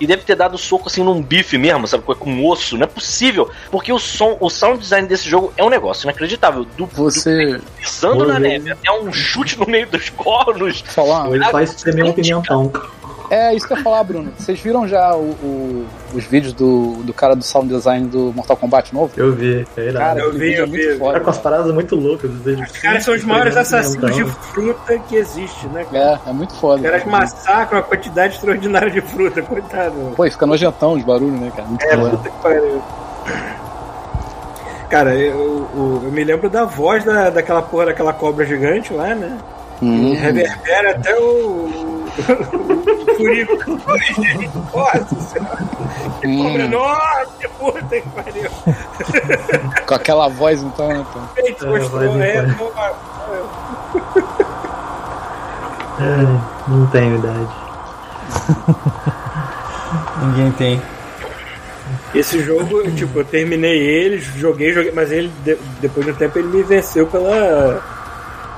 e deve ter dado soco assim num bife mesmo, sabe? Com com osso, não é possível. Porque o som, o sound design desse jogo é um negócio inacreditável. Do, Você do pisando na neve até um chute no meio dos cornos. falar. Ou ele só espremeu um pimentão. É isso que eu ia falar, Bruno. Vocês viram já o- o- os vídeos do, do cara do sound design do Mortal Kombat novo? Eu vi. É irado. Cara, eu aquele vi, vídeo eu é muito vi. foda. Cara, com as cara. paradas muito loucas. Os caras são os maiores assassinos de fruta que existe, né? cara? É, é muito foda. Os caras massacram uma quantidade extraordinária de fruta, coitado. Pô, e fica nojentão os barulhos, né, cara? Muito É, foda. puta que pariu. Cara, eu, eu- eu me lembro da voz da, daquela porra, daquela cobra gigante lá, né? Uhum. Reverbera até o. o furico. Nossa senhora, cobra Hum, enorme, puta que pariu. com aquela voz, então, né, cara? Gente, É, gostou, voz é, em boa. É, não tenho idade. Ninguém tem. Esse jogo, tipo, eu terminei ele, joguei, joguei, mas ele, de- depois de um tempo, ele me venceu pela,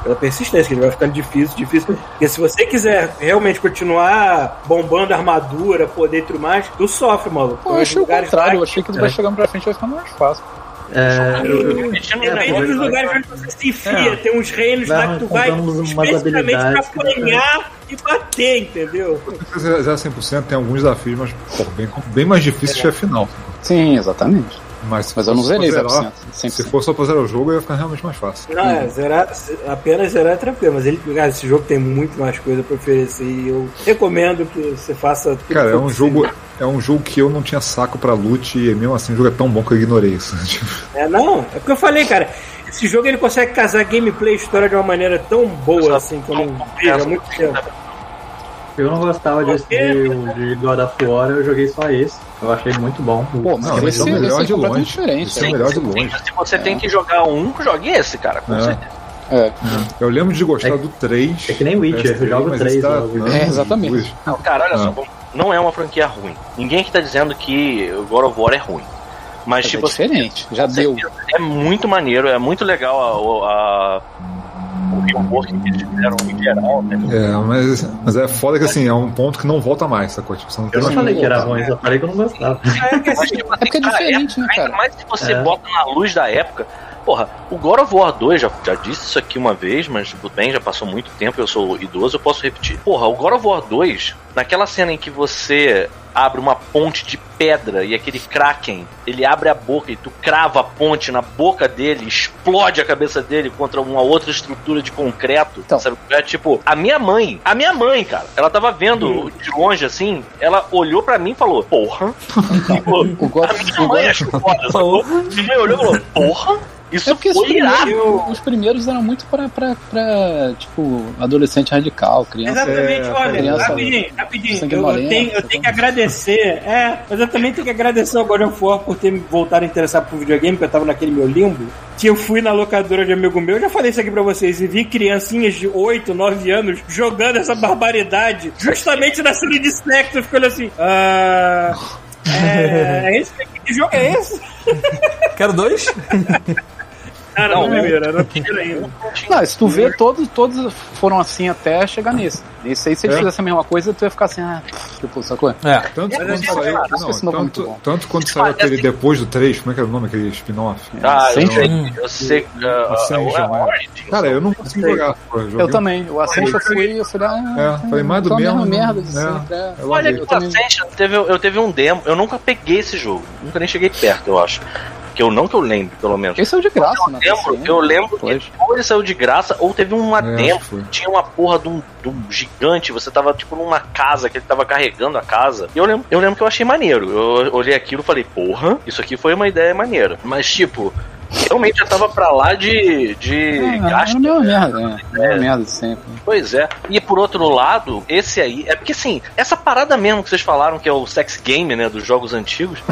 pela persistência, que ele vai ficando difícil, difícil. Porque se você quiser realmente continuar bombando a armadura, poder e tudo mais, tu sofre, maluco. Pô, eu achei o Lugares contrário. Eu mais- achei que tu vai chegando pra frente e vai ficando mais fácil. É, eu- eu- Mexendo no É, negócio. Depende dos lugares onde você se enfia, tem uns reinos Vai lá que tu vai arrancando umas especificamente pra habilidades que dá pra- apanhar e bater, entendeu? Zero zero 100% tem alguns desafios, mas pô, bem, bem mais difícil que a final. Sim, exatamente. Mas, se Mas eu não fosse pra zerei zerar, 100%. Se 100%. for só pra zerar o jogo, ia ficar realmente mais fácil. Não, é, zerar, apenas zerar é tranquilo, mas ele, cara, esse jogo tem muito mais coisa pra oferecer e eu recomendo que você faça tudo Cara, que é um possível. jogo. É um jogo que eu não tinha saco pra loot e mesmo assim o jogo é tão bom que eu ignorei isso. Tipo, É, não, é porque eu falei, cara, esse jogo ele consegue casar gameplay e história de uma maneira tão boa assim que eu não um vejo há muito tempo. Eu não gostava de, de, de God of War, eu joguei só esse. Eu achei muito bom. Pô, mas Não, mas esse, é o melhor esse é de completamente longe. diferente. Esse é o né? melhor de longe. Se você tem que jogar um, jogue esse, cara. Com É. certeza. É. Eu lembro de gostar É- do 3. é que nem Witcher, eu jogo mas três né? esse tá- logo. não, É, exatamente. dois. Não, cara, olha Ah. só, vamos- não é uma franquia ruim. Ninguém aqui tá dizendo que o God of War é ruim. Mas, Mas tipo, é diferente. Já deu. É muito maneiro, é muito legal a, a- o rework que eles fizeram em geral, né? É, mas, mas é foda que assim, é um ponto que não volta mais, sacou? Tipo, você não tem Eu não mais falei que era ruim, só falei que eu não gostava. Mas, tipo, assim, É porque é cara, diferente, né, Ainda cara? mais se você É. bota na luz da época. Porra, o God of War 2, já, já disse isso aqui uma vez, mas tudo bem, já passou muito tempo, eu sou idoso, eu posso repetir. Porra, o God of War 2, naquela cena em que você abre uma ponte de pedra e aquele Kraken, ele abre a boca e tu crava a ponte na boca dele, explode a cabeça dele contra uma outra estrutura de concreto. Então. Sabe? É tipo, a minha mãe, a minha mãe, cara, ela tava vendo de longe assim, ela olhou pra mim e falou, porra. Tipo, O God- a minha mãe achou foda, sacou? Minha mãe olhou e falou, porra. Isso É porque os foi irado. primeiros, os primeiros eram muito pra, pra, pra, tipo, adolescente radical, criança. Exatamente, É, olha, criança- rapidinho, rapidinho. sangue Eu, eu moreno, tenho, eu tá bom. tenho que agradecer, é, mas eu também tenho que agradecer ao God of War por ter me voltado a interessar por videogame, porque eu tava naquele meu limbo. Que eu fui na locadora de amigo meu, eu já falei isso aqui pra vocês, e vi criancinhas de 8, 9 anos jogando essa barbaridade justamente na série de Snacks. Eu fico olhando assim, ah. É, é esse que jogo é esse? Quero dois? Ah, não, Não, primeiro, era o primeiro ainda. Não, se tu vê, todos, todos foram assim até chegar nesse. Esse aí, se eles É. fizessem a mesma coisa, tu ia ficar assim, ah, pff, tipo, sacou? É. Tanto É, quando mas é saiu. claro, Não, esse novo é muito tanto, bom. tanto Tipo, quando é saiu assim aquele depois do 3, como é que era o nome aquele spin-off? Ah, eu Ascension? sei, eu sei. que, ah, Ascension, ah, é. Origin, Cara, eu não consegui jogar. pô, joguei Eu um- também. O Ascension eu fui, eu falei, ah, É, falei, mais do só a mesmo. mesma merda de É. sempre. é. Eu Olha larguei. que eu o também- Ascension, teve, eu teve um demo, eu nunca peguei esse jogo, nunca nem cheguei perto, eu acho. Que eu não que eu lembro, pelo menos. Esse é o de graça, né? Eu lembro, eu lembro que Pois. ou ele saiu de graça, ou teve um É, acho adendo. que foi. Tinha uma porra de um, de um gigante, você tava tipo numa casa que ele tava carregando a casa. E eu lembro, eu lembro que eu achei maneiro. Eu olhei aquilo e falei, porra, isso aqui foi uma ideia maneira. Mas, tipo, realmente eu tava pra lá de, de É, é gasto. a mesma merda, é. A mesma É. merda de sempre. Pois é. E por outro lado, esse aí. É porque assim, essa parada mesmo que vocês falaram, que é o sex game, né? Dos jogos antigos.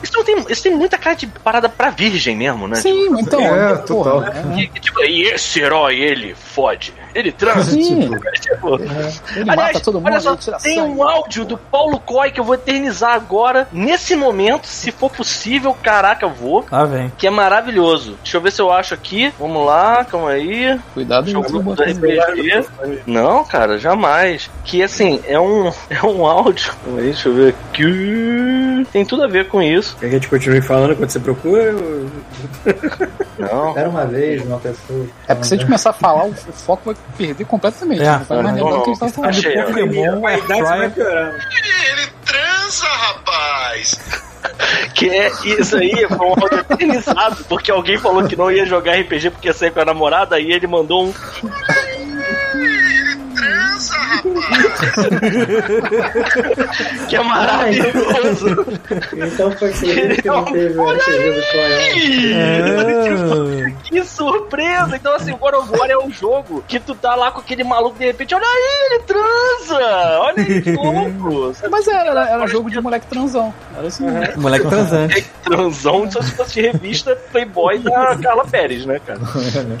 Isso, não tem, isso tem muita cara de parada pra virgem mesmo, né? Sim, então. É, porra, total. é. Que- que tipo, e esse herói, ele fode. Ele transa. Sim, É, Tipo, ele Aliás, mata todo mundo, olha só, ele tira tem sangue. um áudio do Paulo Coy que eu vou eternizar agora, nesse momento, se for possível, caraca, eu vou. Ah, vem. Que é maravilhoso. Deixa eu ver se eu acho aqui. Vamos lá, calma aí. Cuidado com Jogo o do botão. RPG. Não, cara, jamais. Que assim, é um, é um áudio. Calma aí, Deixa eu ver aqui. Tem tudo a ver com isso. Quer que a gente continue falando quando você procura? eu- Não. Era uma vez uma pessoa. É porque se a gente começar a falar, o foco vai perder completamente. É. Não vai mais É, lembrar não, do que a gente tava falando. achei, ó. Pokémon, A idade vai Airfryer. piorar. Ele transa, rapaz! Que é isso aí, foi um áudio eternizado, porque alguém falou que não ia jogar RPG porque ia sair com a namorada e ele mandou um. Transa, rapaz! Que é maravilhoso. Então foi por isso que não teve o RPG do Coel. É. Que surpresa! Então, assim, o God of War é um jogo que tu tá lá com aquele maluco de repente, olha aí, ele transa! Olha aí, que louco! Sabe? Mas era, era, era jogo de moleque transão. Era assim. mesmo. Uhum. Moleque transante. Transão só se fosse de revista Playboy da Carla Pérez, né, cara?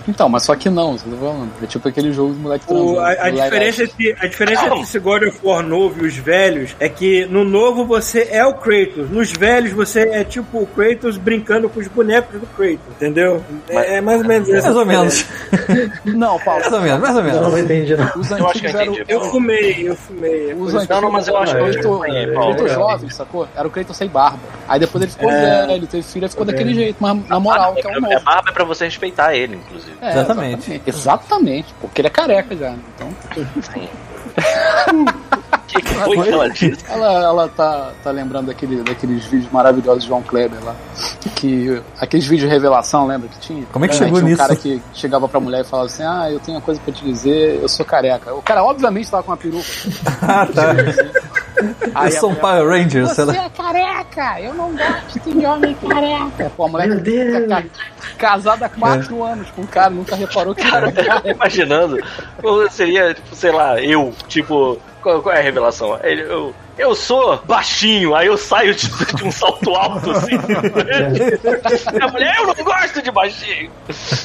Então, mas só que não, você tá falando. É tipo aquele jogo de moleque transão. O- a, a Live diferença né? entre, a diferença entre esse God of War novo e os velhos é que no novo você é o Kratos, nos velhos você é tipo o Kratos brincando com os bonecos do Kratos, entendeu? É, é mais ou menos isso. Mais ou menos. action. é Não, Paulo. Mais ou menos, mais ou Eu menos. não entendi, não. Os Eu acho que antigos eu eram. entendi. Eu fumei, eu fumei. É Os Não, antigos não, mas eu acho que eu eram entendi, Paulo. muito jovens, sacou? Era o Cleiton sem barba. Aí depois ele ficou velho, ele teve filho, ele ficou daquele jeito, mas na moral, que é um É, novo. barba é pra você respeitar ele, inclusive. É, Exatamente. exatamente. Exatamente, porque ele é careca já. né? Então, Que que foi que ela disse? ela, ela tá, tá lembrando daquele, daqueles vídeos maravilhosos de João Kleber lá. Que, aqueles vídeos de revelação, lembra que tinha? Como é que Aí chegou tinha um nisso? cara que chegava pra mulher e falava assim: Ah, eu tenho uma coisa pra te dizer, eu sou careca. O cara, obviamente, tava com uma peruca. Ah, tá. Aí Eu a sou um mulher, Power Ranger, sei lá. Você é careca! Eu não gosto de homem careca! É, Pô, a mulher Meu Deus. ca- ca- casada há quatro anos com um cara, nunca reparou que era Eu tô careca. imaginando. Ou Seria, tipo, sei lá, eu, tipo, qual, qual é a revelação? Ele- Eu, eu sou baixinho, aí eu saio de, de um salto alto, assim. a mulher, eu não gosto de baixinho.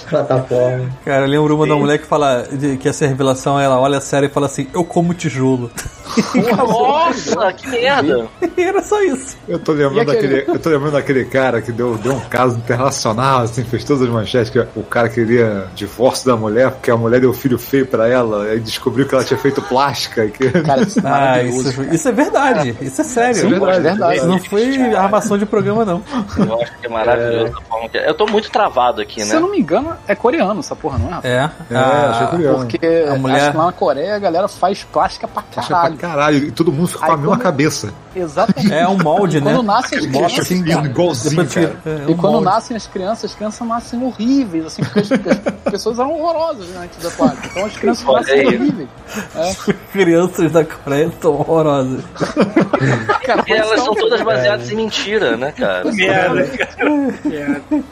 Plataforma. Cara, eu lembro uma da mulher que fala de- que essa revelação, ela olha a série e fala assim, eu como tijolo. Nossa, que merda. E era só isso. Eu tô lembrando E aquele- daquele, eu tô lembrando daquele cara que deu, deu um caso internacional, assim, fez todas as manchetes, que o cara queria divórcio da mulher, porque a mulher deu filho feio pra ela, aí descobriu que ela tinha feito plástica. Que... Cara, isso é Ah, maravilhoso. isso, isso é verdade. Isso é sério. Sim, pô, é verdade. Isso não foi armação de programa, não. Eu acho que é maravilhoso. a forma que é. Eu tô muito travado aqui, Se eu né? não me engano, é coreano essa porra, não é? É. É, achei Ah, curioso. Porque A mulher- acho que lá na Coreia a galera faz plástica pra Achei pra caralho. caralho, e todo mundo fica com Aí a mesma como- cabeça. Exatamente. É um molde, né? Quando nascem as Mostra crianças, assim, cara, igualzinho, Depois tira. cara. É, e um quando molde. nascem as crianças, as crianças nascem horríveis, assim, porque as, as pessoas eram horrorosas né, antes do aquário. Então as crianças Olha nascem aí. horríveis. Crianças da Coreia são horrorosas. Cara, é E elas são todas baseadas em mentira, né, cara? Merda, cara. Merda.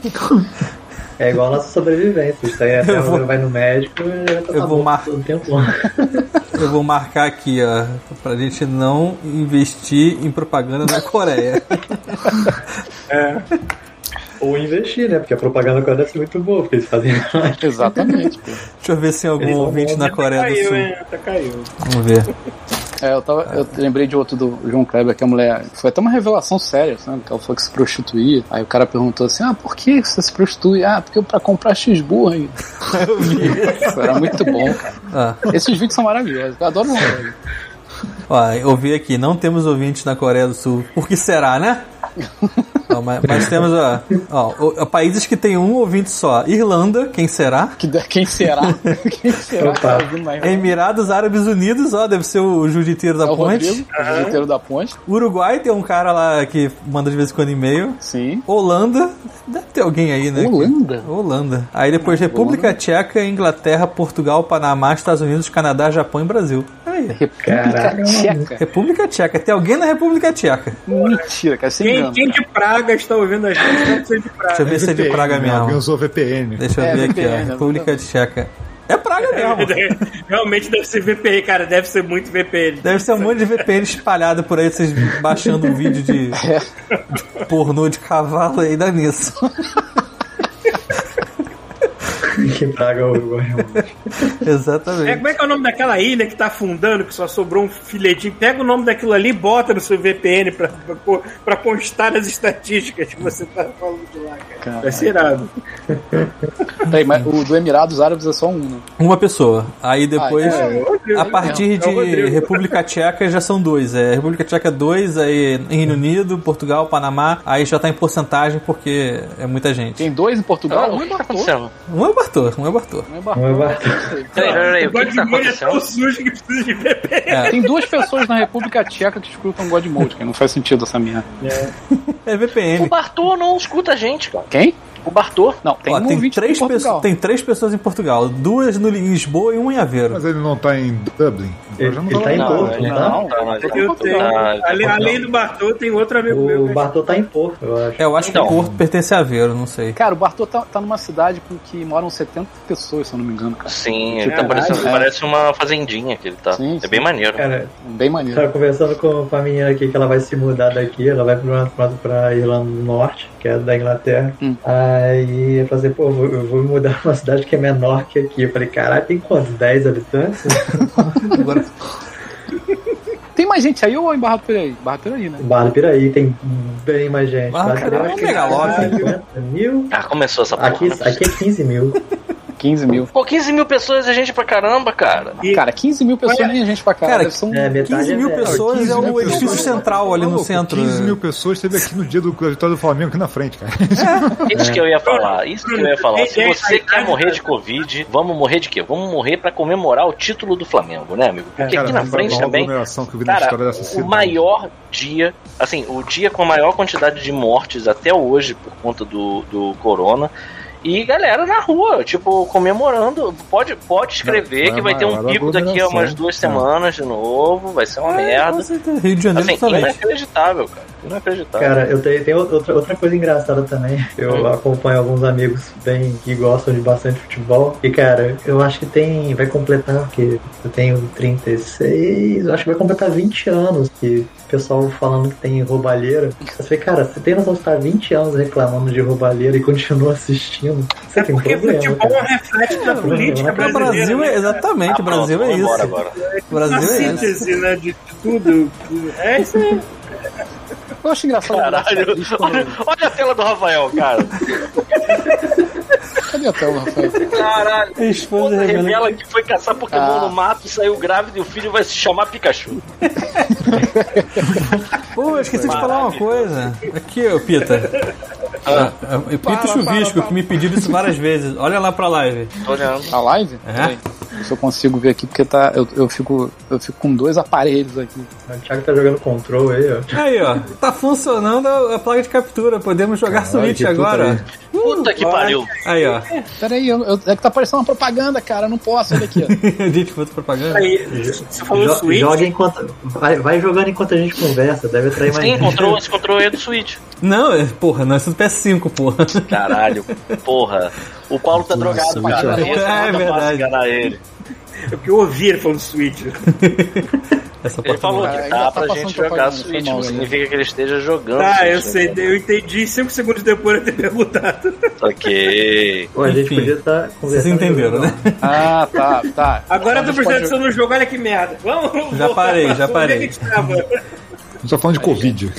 É igual a nossa sobrevivência. Isso aí é até Eu vou- agora vai no médico e já tá Eu vou bom, mar- todo tempo. Eu vou marcar aqui, ó, pra gente não investir em propaganda na Coreia. Ou investir, né? Porque a propaganda agora deve ser muito boa, porque eles fazem. Exatamente, pô. Deixa eu ver se tem algum Eles são ouvinte na Coreia do Caiu, Sul. hein? Até caiu. Vamos ver. É, eu, tava, eu lembrei de outro do João Kleber, que a mulher. Foi até uma revelação séria, sabe? Que ela falou que se prostituía. Aí o cara perguntou assim: ah, por que você se prostitui? Ah, porque pra comprar cheeseburger. Pô, Era muito bom, cara. Ah, Esses vídeos são maravilhosos. Eu adoro um o João Kleber. ó, eu vi aqui, não temos ouvintes na Coreia do Sul. Por que será, né? Ó, mas, mas temos, ó, ó, o- ó, países que tem um ouvinte só. Irlanda, quem será? Que da- Quem será? Quem será que tá ouvindo É mais? Emirados Árabes Unidos, ó, deve ser o Juditeiro da É o Ponte. Rodrigo, o jiu-jiteiro da ponte. Uruguai tem um cara lá que manda de vez em quando e-mail. Sim. Holanda, deve ter alguém aí, né? Holanda? Holanda. Aí depois República Tcheca, Inglaterra, Portugal, Panamá, Estados Unidos, Canadá, Japão e Brasil. Aí. República Tcheca. República Tcheca. Tem alguém na República Tcheca. Mentira, cara. Você Quem, é? engana. quem de Praga está ouvindo a gente? Não precisa de Deixa eu Praga. ver se é de VPN, Praga né? Alguém mesmo. usou VPN. Deixa eu É, ver aqui, VPN, ó. República assim. Tcheca. É Praga mesmo. Realmente deve ser VPN, cara. Deve ser muito VPN. Deve ser um monte de VPN espalhado por aí, vocês baixando um vídeo de, É. de pornô de cavalo aí, dá nisso. que praga o Uruguai. É, Exatamente. como é que é o nome daquela ilha que tá afundando, que só sobrou um filetinho? Pega o nome daquilo ali e bota no seu VPN pra, pra, co- pra constar as estatísticas que você tá falando de lá, cara. Caralho. Vai ser irado. Peraí, mas o do Emirados Árabes é só um, né? Uma pessoa. Aí depois. Ah, é. A partir É o de Rodrigo. República Tcheca já são dois. É República Tcheca dois, aí Reino Unido, Portugal, Panamá. Aí já tá em porcentagem porque é muita gente. Tem dois em Portugal? Não, o um que em tá Bartô. acontecendo? Um é o Bartô, um é o Bartô. Um em Bartô. Um em Bartô. Peraí, peraí, peraí, o que, God que tá Mode é tão acontecendo? sujo que precisa de VPN. Tem duas pessoas na República Tcheca que escutam God Mode, que não faz sentido essa merda. É O VPN. Bartô não escuta a gente, cara. Quem? O Bartô. Não, tem Ó, um tem, ouvinte três em Portugal. pessoas, tem três pessoas em Portugal, duas no em Lisboa e um em Aveiro. Mas ele não tá em Dublin. Eu Ele, já não ele tá em Não, Porto, ele não não. tá? tá, mas Portugal. ele Eu tenho. Ah, Ale- além do Bartô, tem outro amigo meu. O que- é Bartô tá em Porto, eu acho. É, eu acho Então. que Porto pertence a Aveiro, não sei. Cara, o Bartô tá, tá numa cidade com que moram 70 pessoas, se eu não me engano, cara. Sim, ele tá Caralho, parecendo, cara. parece uma fazendinha que ele tá. Tipo, Sim, é sim. bem maneiro. Cara, Bem eu maneiro. tava conversando com, com a menina aqui que ela vai se mudar daqui, ela vai pra, pra, pra Irlanda do Norte, que é da Inglaterra. Hum. Aí eu falei, assim, pô, eu vou, eu vou me mudar pra uma cidade que é menor que aqui. Eu falei, caralho, tem quantos? 10 habitantes? Agora, Tem mais gente aí ou em Barra do Piraí? Barra do Piraí, né? Barra Piraí tem bem mais gente. Ah, Barra do Piraí, é caralho, acho que megalópolis. 50 mil. Ah, começou essa porra. Aqui, né? aqui é 15 mil. 15 mil. Pô, 15 mil pessoas é gente pra caramba, cara. E- Cara, 15 mil pessoas nem a gente pra caralho. Cara, Deve ser um... É, metade 15 é mil velho. pessoas 15 é mil o edifício pessoas. central ali no Maluco, centro. 15 mil pessoas esteve aqui no dia do, da vitória do Flamengo, aqui na frente, cara. É. Isso que eu ia falar, isso que eu ia falar. Se É, é, você é, quer é, morrer de Covid, vamos morrer de quê? Vamos morrer pra comemorar o título do Flamengo, né, amigo? É, Porque aqui na mas frente uma também. aglomeração que eu vi na história Cara, dessa o cidade. maior dia, assim, o dia com a maior quantidade de mortes até hoje por conta do, do corona. E galera na rua, tipo, comemorando. Pode, pode escrever Não, que vai vai ter um maior pico daqui a aglomeração. umas duas É. semanas de novo, vai ser uma É, com merda. certeza. Rio de Janeiro Assim, também. inacreditável, cara. Inacreditável. Cara, eu tenho, tenho outra, outra coisa engraçada também. Eu acompanho alguns amigos bem que gostam de bastante futebol. E, cara, eu acho que tem. Vai completar o quê? Eu tenho 36. Eu acho que vai completar 20 anos. E o pessoal falando que tem roubalheira. Eu falei, cara, você tem noção de estar 20 anos reclamando de roubalheira e continua assistindo? Você É tem porque problema. futebol é um cara. reflexo da política não, O brasileira. Brasil é, né? exatamente, o Ah, Brasil é pronto, isso. vamos Assim, embora agora. O Brasil Uma é isso. síntese, né, de tudo. É isso aí. Eu acho engraçado. Caralho, é Tá triste olha, quando- olha a tela do Rafael, cara. Cadê a tela, Rafael? Tá Caralho. A esposa Quando revela- revela que foi caçar Pokémon Ah. no mato, saiu grávido e o filho vai se chamar Pikachu. Pô, eu esqueci de falar uma coisa. Aqui, ô Pita. Ah, ah, Pita Chuvisco, que me pediu isso várias vezes. Olha lá pra live. Tô olhando. A live? É? Peraí. Se eu consigo ver aqui, porque tá, eu, eu, fico, eu fico com dois aparelhos aqui. é? O Thiago tá jogando control aí, ó. Aí, ó. Tá funcionando a a placa de captura. Podemos jogar Caralho, Switch que puta agora. Puta que pariu. Aí, ó. Pera aí, eu, eu- é que tá aparecendo uma propaganda, cara. Eu não posso, olha aqui, ó. Gente, puta propaganda. Aí, você falou Jo- Switch? Joga enquanto. Vai, vai jogando enquanto a gente conversa, deve atrair mais Sim, gente. encontrou esse controle aí do Switch. Não, é- porra, não, isso é do PS5, porra. Caralho, porra. O Paulo tá drogado, Switch, cara. ó. Esse É, eu não é posso verdade. enganar ele. Eu que ouvi ele falando Switch. Essa Ele porta falou não- Cara, que ainda dá tá pra passando gente propaganda, jogar foi Switch, mal, não né? significa que ele esteja jogando. Ah, eu Switch, sei, né? eu entendi cinco segundos depois de eu ter perguntado. Ok. Pô, a gente Enfim, podia estar Vocês tá conversando. entenderam, né? Ah, tá, tá. Agora eu tô Pode- prestando atenção no jogo, olha que merda. Vamos Já voltar parei, pra já assunto. parei. Onde é que tava? A gente tá falando de Covid.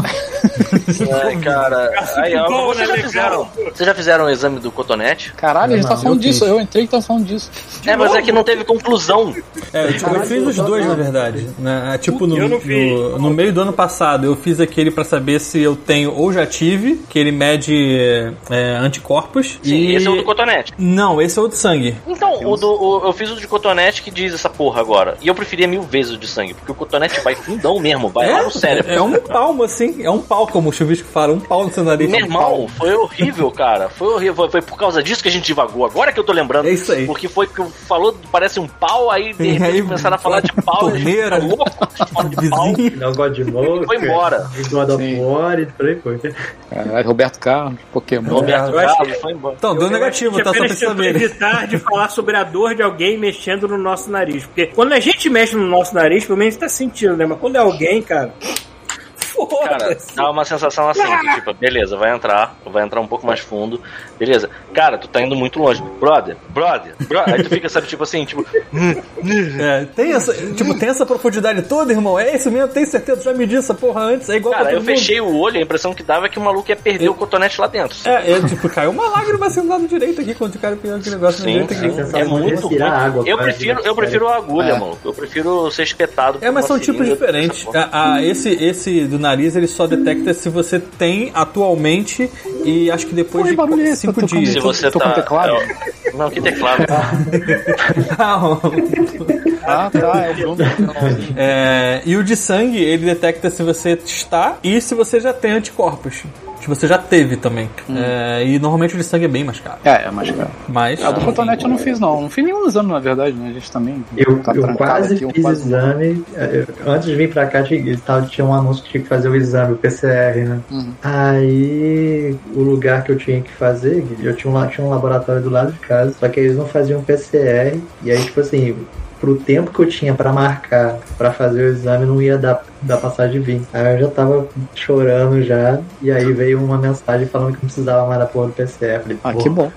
Ai, É, cara. Aí, ó, bom, vocês, né, já legal. fizeram, vocês já fizeram o exame do cotonete? Caralho, a gente tá eu falando fiz. disso. Eu entrei e tava falando disso. é, mas é que não teve conclusão. É, eu, tipo, eu fiz os dois, na verdade. né? Ah, Tipo, no, Eu não fiz. no, no meio do ano passado, eu fiz aquele pra saber se eu tenho ou já tive, que ele mede é, anticorpos. Sim, e... esse é o do cotonete. Não, esse é o de sangue. Então, o do, o- eu fiz o de cotonete que diz essa porra agora. E eu preferia mil vezes o de sangue, porque o cotonete vai fundão mesmo, vai lá no cérebro. é um palmo, assim. É um pau, como o chuvisco fala. Um pau no seu nariz. Meu Um pau. irmão, foi horrível, cara. Foi horrível. Foi, foi por causa disso que a gente divagou. Agora que eu tô lembrando. É isso aí. Porque foi que falou, parece um pau, aí de E repente aí, começaram a falar de pau. a gente torneira. ficou louco, a gente fala de um pau. Vizinho. Não, God Mode. Foi embora. God of Sim. War e por aí foi. Caralho, É, Roberto Carlos, Pokémon. Roberto Eu acho Carlos foi embora. Então, deu Eu negativo, acho que tá? Só pra apenas vocês tentou saberem. evitar de falar sobre a dor de alguém mexendo no nosso nariz. Porque quando a gente mexe no nosso nariz, pelo menos a gente tá sentindo, né? Mas quando é alguém, cara. Cara, Foda-se. dá uma sensação assim, Ah! de, tipo, beleza, vai entrar, vai entrar um pouco mais fundo, beleza. Cara, tu tá indo muito longe. Brother, brother, brother. Aí tu fica, sabe, tipo assim, tipo, É, tem essa, tipo, tem essa profundidade toda, irmão. É isso mesmo, tem certeza. Já medi essa porra antes. É igual cara, pra eu todo mundo. fechei o olho, a impressão que dava é que o maluco ia perder o cotonete lá dentro. É, é, tipo, caiu uma lágrima assim do lado direito aqui quando o cara pegou aquele negócio Sim, no direito sim. aqui. É sensação de muito ruim. respirar água, Eu cara, prefiro, né? eu prefiro a agulha, É. mano. Eu prefiro ser espetado. por É, mas uma são tipos seringa. diferentes. A- a- esse, esse do nariz ele só detecta se você tem atualmente e acho que depois Pô, que barulho é de esse? 5 Tá tocando dias. Se Tô- você tô com tá. teclado? é, Não, que teclado. Ah, tá, é o Bruno. É, e o de sangue ele detecta se você está e se você já tem anticorpos. Se você já teve também. Hum. É, e normalmente o de sangue é bem mais caro. É, é mais caro. Ah, Mas. A do cotonete eu não fiz, não. Não fiz nenhum exame, na verdade, né? A gente também Eu, tá eu trancado quase aqui, eu fiz quase- exame. eh, eu- antes de vir pra cá, tinha, tava- tinha um anúncio que tinha que fazer o exame, o PCR, né? Uhum. Aí, o lugar que eu tinha que fazer, eu tinha um, la- tinha um laboratório do lado de casa, só que eles não faziam PCR. E aí, tipo assim, pro tempo que eu tinha pra marcar, pra fazer o exame, não ia dar, dar passagem de vir. Aí eu já tava chorando já. E aí veio uma mensagem falando que não precisava mais da porra do PCR. Falei, Ah, "Pô, que bom.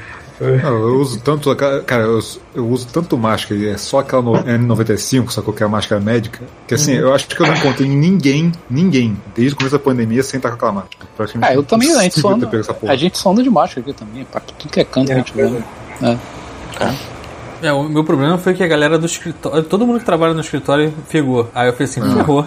Não, eu uso tanto. Cara, eu, eu uso tanto máscara e é só aquela no- N95, só qualquer é máscara médica, que assim, eu acho que eu não encontrei ninguém, ninguém, desde o começo da pandemia, sem estar com aquela máscara. Praticamente Ah, eu também, a gente só impossível ter anda, pego essa porra. a gente só anda de máscara aqui também, pra tudo que é canto que a gente vai. né? É, o meu problema foi que a galera do escritório, todo mundo que trabalha no escritório pegou. Aí eu falei assim, ferrou.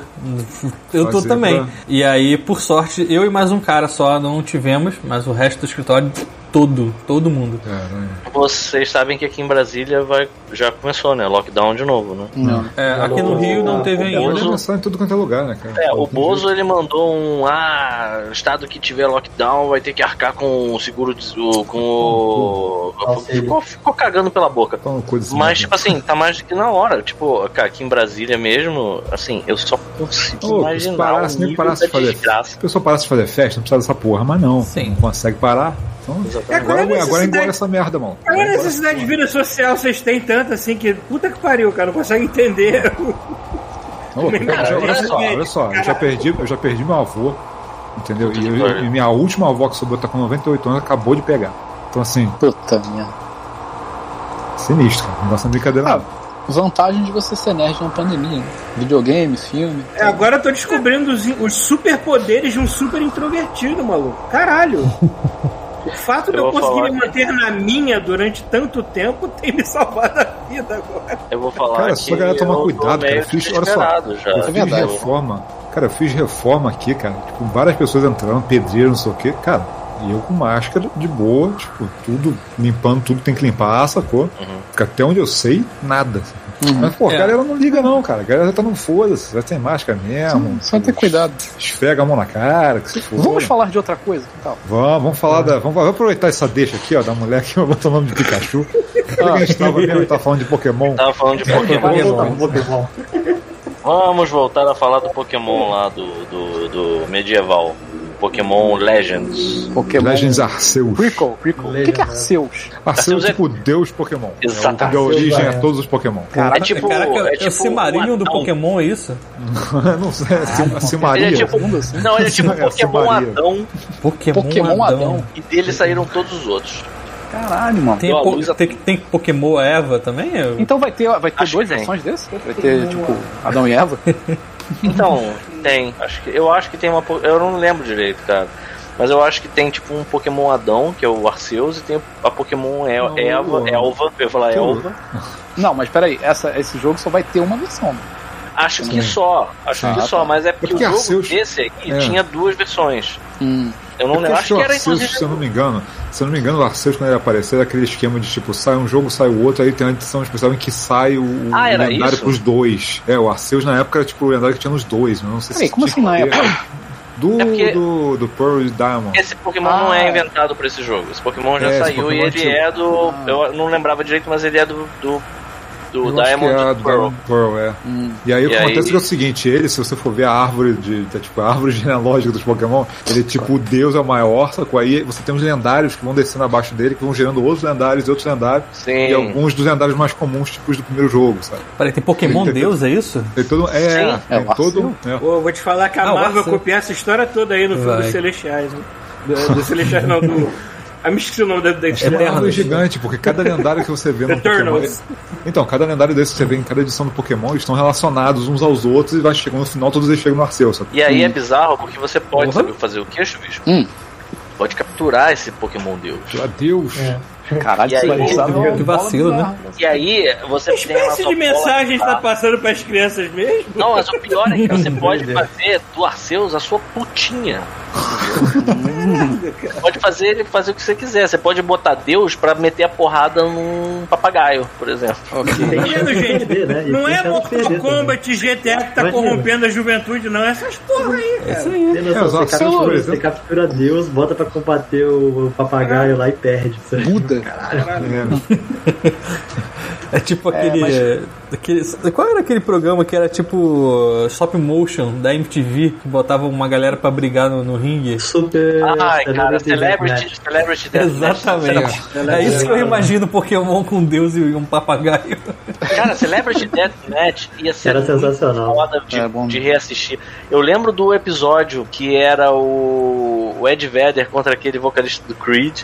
Eu tô Ah. Fazer, também. tá. E aí, por sorte, eu e mais um cara só não tivemos, mas o resto do escritório todo, todo mundo. É, Caralho. Vocês sabem que aqui em Brasília vai, já começou, né? Lockdown de novo, né? Não. É, aqui no Rio não teve Eu Eu ainda. uso- vou mensagem em tudo quanto é lugar, né, cara? É, o Bozo ele mandou um. Ah, o estado que tiver lockdown vai ter que arcar com o seguro. de- o- com o. Auxílio. Ficou, ficou cagando pela boca. Tá no cu desse Mas, merda. tipo assim, tá mais do que na hora. Tipo, cara, aqui em Brasília mesmo, assim, eu só consigo Ô, se imaginar. parasse, o nem nível parasse da de fazer desgraça. Se a pessoa parasse de fazer festa, não precisava dessa porra, mas não. Sim. Não consegue parar. Então, agora, Agora agora, necessidade- engole essa merda, mano. Agora a necessidade de vida social vocês têm tanto assim que. Puta que pariu, cara, não consegue entender. Não, eu- eu já- olha só, olha só, eu já perdi, eu já perdi meu avô, entendeu? E, eu- e minha última avó que sobrou tá com 98 anos, acabou de pegar. Então assim, Puta merda. sinistro, cara. Não gosta de brincadeira Ah, não. Vantagem de você ser nerd na pandemia, né? Videogame, filme. É, Agora eu tô descobrindo os, os superpoderes de um super introvertido, maluco. Caralho. O fato de Eu eu, vou conseguir falar me que- manter na minha durante tanto tempo tem me salvado a vida agora. Eu vou falar. Cara, que só a galera tomar eu tô cuidado, cara. meio Eu fiz, olha só, desesperado já. eu fiz um verdade. né? reforma. Cara, eu fiz reforma aqui, cara. Tipo, várias pessoas entraram, pedreiro, não sei o quê. Cara, E eu com máscara, de boa, tipo, tudo, limpando tudo que tem que limpar, sacou? Porque até onde eu sei, nada. Mas, pô, a É. galera não liga não, cara. A galera tá no foda-se, vai ter máscara mesmo. Só ter cuidado. Esfrega a mão na cara, que se for. Vamos falar de outra coisa? então. que tal? Vamos, vamos falar da. Vamos, vamos aproveitar essa deixa aqui, ó, da mulher que eu botou o nome de Pikachu. Porque a gente tava mesmo, tava falando de Pokémon. Tava falando de Pokémon. Vamos voltar pro Pokémon. Vamos voltar a falar do Pokémon lá do, do, do medieval. Pokémon Legends. Pokémon. Legends Arceus. Prequel, Prequel. O que que é Arceus? Arceus Arceus é é- tipo Deus Pokémon. Exato. É o que deu origem Arceus, a todos os Pokémon. É tipo- Caraca, é é tipo o Silmarillion do um anão. Pokémon, é isso? não sei, é Sil- Silmaria. Ele é tipo. um Mundo assim. Não, ele é tipo É, Pokémon Silmaria. Adão Pokémon, Pokémon Adão. e dele saíram todos os outros. Caralho, mano. Tem, Ó, po- Luiz Adão. tem, tem Pokémon Eva também? Eu- Então vai ter, vai ter Acho duas que tem. versões desse? Vai ter, tipo, Adão e Eva? Então, tem. Acho que, eu acho que tem uma. po- Eu não lembro direito, cara. Mas eu acho que tem tipo um Pokémon Adão, que é o Arceus, e tem a Pokémon El- Não, Eva, não. Elva, eu ia falar Elva. Não, mas peraí, essa, esse jogo só vai ter uma versão. né? Acho que só, acho Ah, que só, tá. mas é porque, porque o jogo Arceus- desse aqui É. tinha duas versões. Eu não Porque lembro, acho que era Arceus, inclusive. se eu não me engano, se eu não me engano, o Arceus, quando ele apareceu, era aquele esquema de tipo, sai um jogo, sai o outro, aí tem uma edição especial em que sai o, o Ah, era lendário isso? pros dois. É, o Arceus na época era tipo o lendário que tinha nos dois, não sei Peraí, se como tinha assim que na ter. Do, É porque- do, do Pearl e Diamond. Esse Pokémon Ah. não é inventado pra esse jogo. Esse Pokémon já É, esse saiu e Pokémon é ele antigo. é do. Eu não lembrava direito, mas ele é do. do, do Eu acho que Diamond é a e do Pearl. Diamond Pearl, é. E aí o que E aí- acontece é o seguinte, ele, se você for ver a árvore de, da, tipo, a árvore genealógica dos Pokémon, ele é tipo, o deus é o maior, sacou? Aí você tem uns lendários que vão descendo abaixo dele, que vão gerando outros lendários e outros lendários, e Sim. alguns dos lendários mais comuns, tipos do primeiro jogo, sabe? Peraí, tem Pokémon Entendeu? Deus, é isso? Tem todo, é, Sim. tem É, o todo, é. Pô, eu vou te falar que a Ah, o Marvel Arceus. vai copiar essa história toda aí no filme Vai. dos Celestiais, né? Do- Dos Celestiais não, do. Ah, me esqueci o nome da, da É uma história. árvore gigante, porque cada lendário que você vê no Pokémon. Eternals. Então, cada lendário desse que você vê em cada edição do Pokémon, eles estão relacionados uns aos outros e vai chegando no final, todos eles chegam no Arceus, sabe? E aí é bizarro porque você pode Porra. saber fazer o queixo, bicho. Hum. Pode capturar esse Pokémon Deus. Adeus! É. Caralho, E aí, vai usar uma que bola vacilo, né? bizarra. E aí você Que tem uma espécie de sua mensagem bola- está passando para as crianças mesmo? Não, mas o pior é que você pode fazer do Arceus a sua putinha. pode fazer, fazer o que você quiser. Você pode botar Deus pra meter a porrada num papagaio, por exemplo. Tem Tá vendo, chance de gente? perder, né? E Não tem é chance de Mortal perder Kombat e GTA que tá Imagina. corrompendo a juventude, não. Essas porra aí, cara. também. Tem noção, É, os você, Arceus, por captura, você exemplo. captura Deus, bota pra combater o o Ah. papagaio lá e perde. sabe? Buda. É. É tipo aquele, mas- é, aquele- Qual era aquele programa que era tipo stop motion da MTV que botava uma galera pra brigar no, no ringue? Super. Ai, cara, Deathmatch. Celebrity, Celebrity Death Exatamente. Era- É isso que eu imagino Pokémon com Deus e um papagaio. Cara, Celebrity Deathmatch ia ser Era muito sensacional. foda de, É, bom. de reassistir. Eu lembro do episódio que era o, o Ed Vedder contra aquele vocalista do Creed.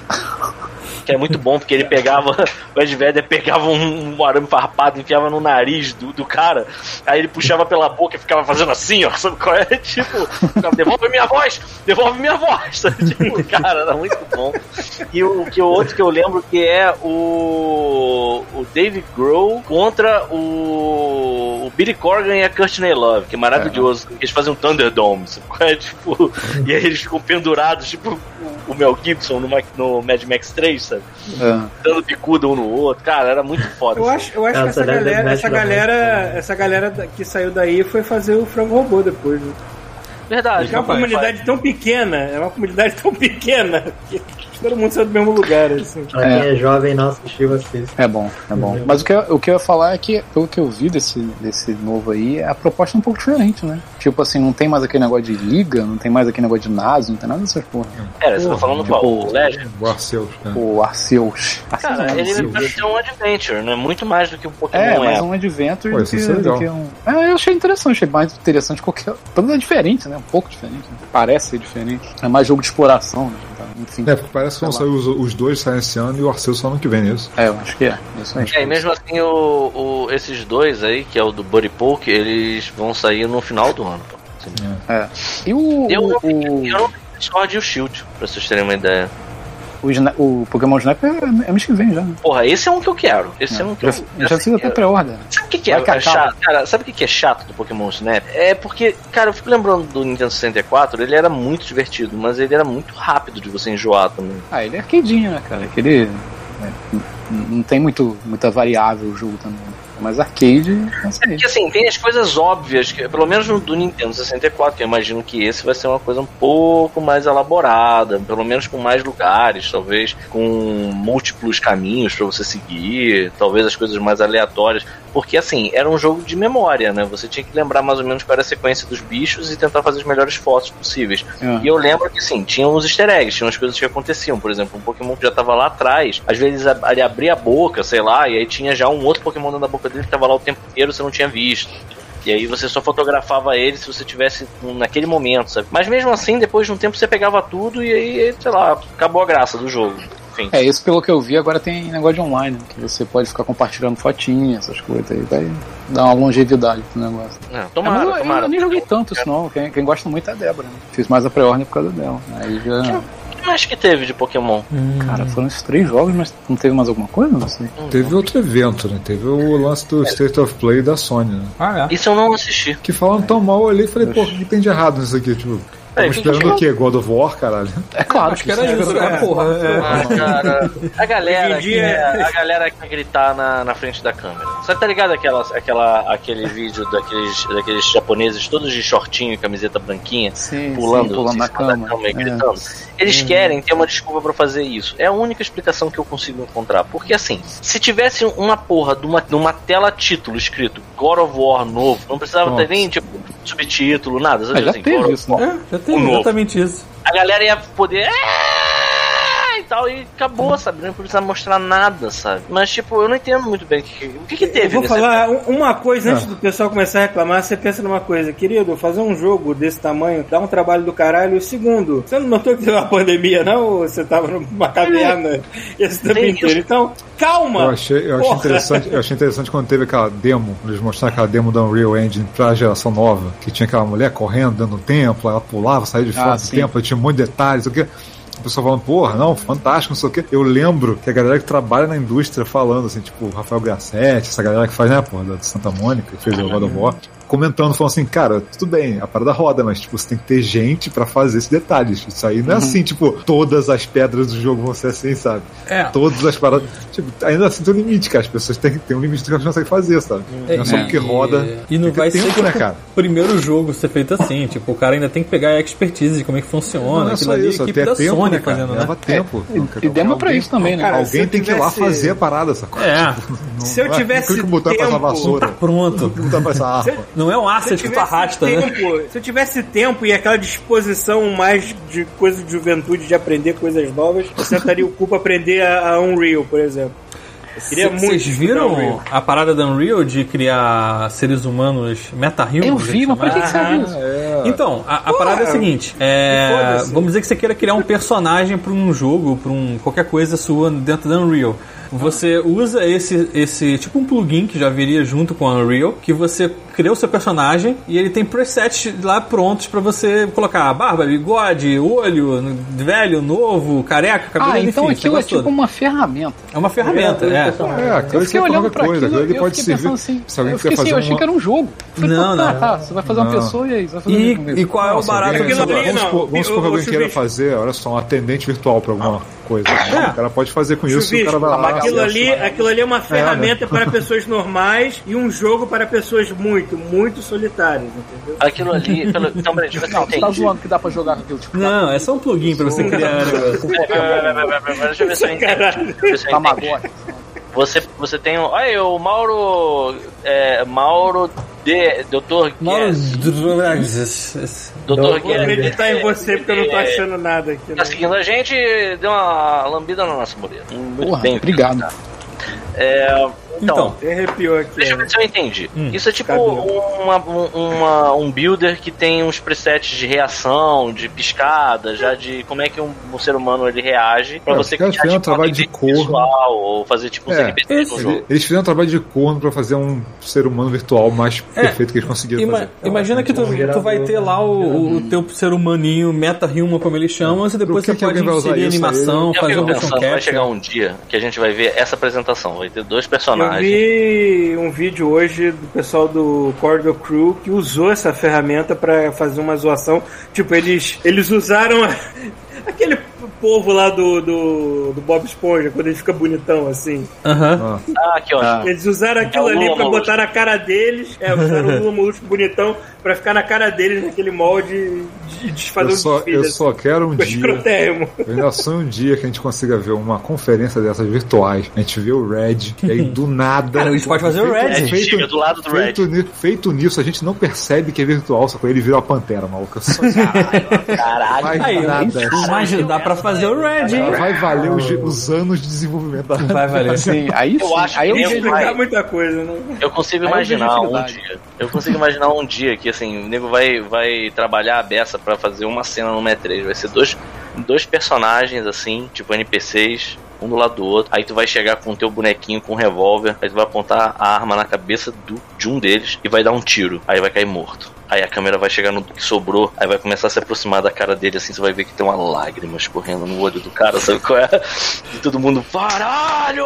Que é muito bom, porque ele pegava. O Ed Vedder pegava um, um arame farpado, enfiava no nariz do, do cara, aí ele puxava pela boca e ficava fazendo assim, ó. Sabe qual é? Tipo, ficava, devolve minha voz! Devolve minha voz! sabe? Tipo, cara, era muito bom. E o que o outro que eu lembro que é o. O Dave Grohl contra o. O Billy Corgan e a Courtney Love, que é maravilhoso. Eles fazem um Thunderdome, sabe qual é? Tipo, e aí eles ficam pendurados, tipo o- o Mel Gibson no, Ma- no Mad Max 3, sabe? É. dando bicuda um no outro. Cara, era muito foda. Eu assim. acho, eu acho Essa que essa galera galera, Deathmatch essa galera, né? essa galera da- que saiu daí foi fazer o frango robô depois. Né? Verdade. Porque é uma rapaz. comunidade tão pequena, é uma comunidade tão pequena que todo mundo saiu do mesmo lugar, assim. Pra quem é jovem, não assistiu, assiste. É bom, é bom. Mas o que, eu, o que eu ia falar é que, pelo que eu vi desse, desse novo aí, a proposta é um pouco diferente, né? Tipo assim, não tem mais aquele negócio de liga, não tem mais aquele negócio de naso, não tem nada dessas porra. Pera, você tá falando qual? O Legend? O Arceus, né? O Arceus. Arceus Cara, não, ele Arceus. vai ser um adventure, né? Muito mais do que um Pokémon É, mas é. um adventure Pô, do isso que, é legal. do que um. É, eu achei interessante, achei mais interessante qualquer. Pelo menos é diferente, né? Um pouco diferente. né? Parece ser diferente. É mais jogo de exploração, né? Então, enfim. É, porque parece que vão Sei sair os, os dois saem esse ano e o Arceus só ano que vem, não é isso? É, eu acho que é. Isso aí. É, e mesmo assim, o, o- esses dois aí, que é o do Buddy Poke, eles vão sair no final do ano. pô. Assim. E o. Eu, o- não o- eu não fiz Sword e o Shield, pra vocês terem uma ideia. O, Sna- o Pokémon Snap é, é mês que vem já. né? Porra, esse é um que eu quero. Esse é, um que Já, eu já assim, fiz até eu- pré-order. Sabe o que, que é, Vai que é acaba. chato? Cara, sabe o que, que é chato do Pokémon Snap? É porque, cara, eu fico lembrando do Nintendo 64, ele era muito divertido, mas ele era muito rápido de você enjoar também. Ah, ele é arcadinho, né, cara? Aquele. né, n- não tem muito, muita variável o jogo também. Mas é arcade, não sei. Porque assim, tem as coisas óbvias, que, pelo menos no do Nintendo 64, que eu imagino que esse vai ser uma coisa um pouco mais elaborada, pelo menos com mais lugares, talvez com múltiplos caminhos pra você seguir, talvez as coisas mais aleatórias. Porque assim, era um jogo de memória, né? Você tinha que lembrar mais ou menos qual era a sequência dos bichos e tentar fazer as melhores fotos possíveis. Ah. E eu lembro que, assim, tinha uns easter eggs, tinha umas coisas que aconteciam. Por exemplo, um Pokémon que já tava lá atrás, às vezes a- ele abria a boca, sei lá, e aí tinha já um outro Pokémon dentro da boca dele que tava lá o tempo inteiro, você não tinha visto. E aí você só fotografava ele se você tivesse um, naquele momento, sabe? Mas mesmo assim, depois de um tempo você pegava tudo e aí, sei lá, acabou a graça do jogo. Enfim. É, isso pelo que eu vi, agora tem negócio de online, né, que você pode ficar compartilhando fotinhas, essas coisas aí, vai dar uma longevidade pro negócio. Não, Ah, mas É, tomara, eu- eu, tomara. nem joguei tanto isso não, quem, quem gosta muito é a Débora, né? Fiz mais a pré-ordem por causa dela. Aí já, O que mais que teve de Pokémon? cara, foram esses três jogos, mas não teve mais alguma coisa? Não sei. Teve outro evento, né? Teve o lance do State of Play da Sony, né? Ah, é. Isso eu não assisti. Que falando tão mal ali, eu falei, pô, o que tem de errado nisso aqui? Tipo, É, tava que esperando que- o quê? God of War, caralho? É claro Acho que era isso, é, é, porra. É. Ah, cara, a galera, Hoje em que, é- dia- a galera que vai gritar na, na frente da câmera. Você tá ligado aquela, aquela, aquele vídeo daqueles, daqueles japoneses todos de shortinho e camiseta branquinha? Sim, Pulando, sim, pulando em na É. Uhum. cima da cama. e gritando. Eles querem ter uma desculpa pra fazer isso. É a única explicação que eu consigo encontrar. Porque assim, se tivesse uma porra de uma, de uma tela título escrito God of War novo, não precisava ter nem tipo subtítulo, nada. Só Ah, já assim, God teve of isso, né? É, já tem O novo. exatamente isso. a galera ia poder. "Ah!" E tal, e acabou, sabe? Não precisava mostrar nada, sabe? Mas, tipo, eu não entendo muito bem o que, o que, que teve né? tá- Eu vou nesse- falar um- uma coisa, Ah. antes do pessoal começar a reclamar, você pensa numa coisa, querido, fazer um jogo desse tamanho dá um trabalho do caralho. E Segundo, você não notou que teve uma pandemia, não? Ou você tava numa caverna esse tempo Tem inteiro? isso. Então, calma! Eu achei, eu achei Porra. interessante, eu achei interessante quando teve aquela demo, eles mostraram aquela demo da Unreal Engine pra geração nova, que tinha aquela mulher correndo dentro do templo, ela pulava, saía de fora Ah, do sim. templo, tinha um monte de detalhes, não sei o quê. O pessoal falando, porra, não, fantástico, não sei o quê. Eu lembro que a galera que trabalha na indústria falando, assim, tipo, o Rafael Grassetti, essa galera que faz, né, porra, da Santa Mônica, que fez o God of War, comentando, falando assim, cara, tudo bem, a parada roda, mas, tipo, você tem que ter gente pra fazer esses detalhes. Isso aí não é assim, tipo, todas as pedras do jogo vão ser assim, sabe? É. todas as paradas. Tipo, ainda assim tem um limite, cara. As pessoas têm, têm um limite do que elas conseguem fazer, sabe? Não é só porque roda. E não Tem que vai ter ser tipo tempo, né, cara? o primeiro jogo ser feito assim. Tipo, o cara ainda tem que pegar a expertise de como é que funciona. Não é aquilo só ali, isso, a equipe até da tempo, Sony né, cara? fazendo, Leva né? tempo. É, E, É, e demo pra isso também, né? Cara, se eu Alguém tem que ir lá tivesse- fazer a parada, sacou? É, tá Se eu tivesse Tem que botar pra essa tempo- tá? vassoura. pronto. Tem que botar pra essa arma. Não é um asset que tu tivesse arrasta, né? tempo, Se eu tivesse tempo e aquela disposição mais de coisa de juventude de aprender coisas novas, eu sentaria o cu pra aprender a, a Unreal, por exemplo. Eu queria muito Vocês estudar viram Unreal. a parada da Unreal de criar seres humanos meta-humans? Eu vi, mas pra que que chamar? né? serve É isso? Então, a, a parada é a seguinte: é, foda-se. vamos dizer que você queira criar um personagem para um jogo, para um qualquer coisa sua dentro da Unreal. Você usa esse, esse tipo um plugin que já viria junto com a Unreal, que você cria o seu personagem e ele tem presets lá prontos para você colocar barba, bigode, olho, velho, novo, careca, cabelo, Ah, então enfim, esse aquilo é negócio tipo um todo. uma ferramenta. é uma ferramenta, é. É, aquilo Tá. fiquei é olhando qualquer pra coisa. aquilo, Aquilo ali eu pode fiquei servir. pensando assim. Se alguém eu quiser fiquei assim, fazer eu achei uma- que era um jogo. Falei, Não, pô, tá, não. tá, você vai fazer uma Não. pessoa e aí, você vai fazer um jogo E, comigo. e qual é o Nossa, barato alguém- disso Aquilo ali agora? vamos não. supor, vamos supor que Eu- eu alguém queira chubi- fazer, olha só, um atendente virtual pra alguma Ah. coisa. É. O cara pode fazer com isso e o cara vai tipo, lá. Aquilo ali, aquilo ali é uma ferramenta né? para pessoas normais e um jogo para pessoas muito, muito solitárias, entendeu? Aquilo ali. Pelo... Então, peraí, deixa eu ver se eu Você tá entendi. zoando que dá pra jogar com aquilo. Tipo, um. Não, é só um plugin para você criar. né? Peraí, peraí, peraí, peraí, peraí, Deixa eu ver se eu entendi. Caralho. Tá Deixa eu ver se Tá eu entendi. Tamagotchi. Você, você tem. um- Olha aí, o Mauro. É, Mauro. De, Dr. Mauro Guess. Drugs. Dr. Vou acreditar em você porque eu É. não tô achando nada aqui. né? Tá seguindo a gente, deu uma lambida na nossa orelha. Muito Porra, bem. obrigado. É, Então, Me arrepiou aqui. Deixa eu ver se eu entendi. Hum. Isso é tipo uma, um- uma- um builder que tem uns presets de reação, de piscada, já de como é que um, um ser humano ele reage pra É, você os caras fizeram um uma trabalho de tendência cor, né? visual, ou fazer tipo um É, NPC no esse- jogo. Eles fizeram um trabalho de corno pra fazer um ser humano virtual mais É. perfeito que eles conseguiram Ima- fazer. imagina que tu, um gerador, tu vai ter lá o, o teu ser humaninho, meta-human, como eles chamam, e depois que você que pode alguém vai usar inserir isso aí? animação, Eu fazer um fico motion pensando, vai chegar capture. um dia que a gente vai ver essa apresentação, vai ter dois Eu personagens. vi um vídeo hoje do pessoal do Cordo Crew que usou essa ferramenta pra fazer uma zoação. Tipo, eles, eles usaram a- aquele povo lá do, do, do Bob Esponja, quando ele fica bonitão assim. Aham. Ah, que ótimo. Eles usaram aquilo É o Lula ali pra Molusco. botar na cara deles. É, usaram o Lula Molusco bonitão pra ficar na cara deles naquele molde de desfazer Eu o só, eu desfile. assim. só quero um Ficou dia. escrotérrimo. Eu ainda sonho um dia que a gente consiga ver uma conferência dessas virtuais. A gente vê o Red, e aí do nada. Cara, a gente pode fazer o Red. É, chega do lado do Red. feito, ni- feito nisso, a gente não percebe que é virtual, só que ele vira uma pantera, maluca. Só Caralho. mais Aí, nada. imagina, dá pra fazer o Red, hein? Vai um valer os, os anos de desenvolvimento da Vai valer. Sim, Assim, aí assim, Eu sim, acho aí eu que nem vejo vai. Explicar muita coisa, né? Eu consigo Aí eu vejo imaginar um utilidade. dia. Eu consigo imaginar um dia que assim, o nego vai, vai trabalhar a beça pra fazer uma cena no E3. Vai ser dois, dois personagens assim, tipo NPCs, um do lado do outro. Aí tu vai chegar com o teu bonequinho com um revólver, aí tu vai apontar a arma na cabeça do, de um deles e vai dar um tiro. Aí vai cair morto. Aí a câmera vai chegar no que sobrou, aí vai começar a se aproximar da cara dele, assim, você vai ver que tem uma lágrima escorrendo no olho do cara, sabe qual é? E todo mundo, caralho!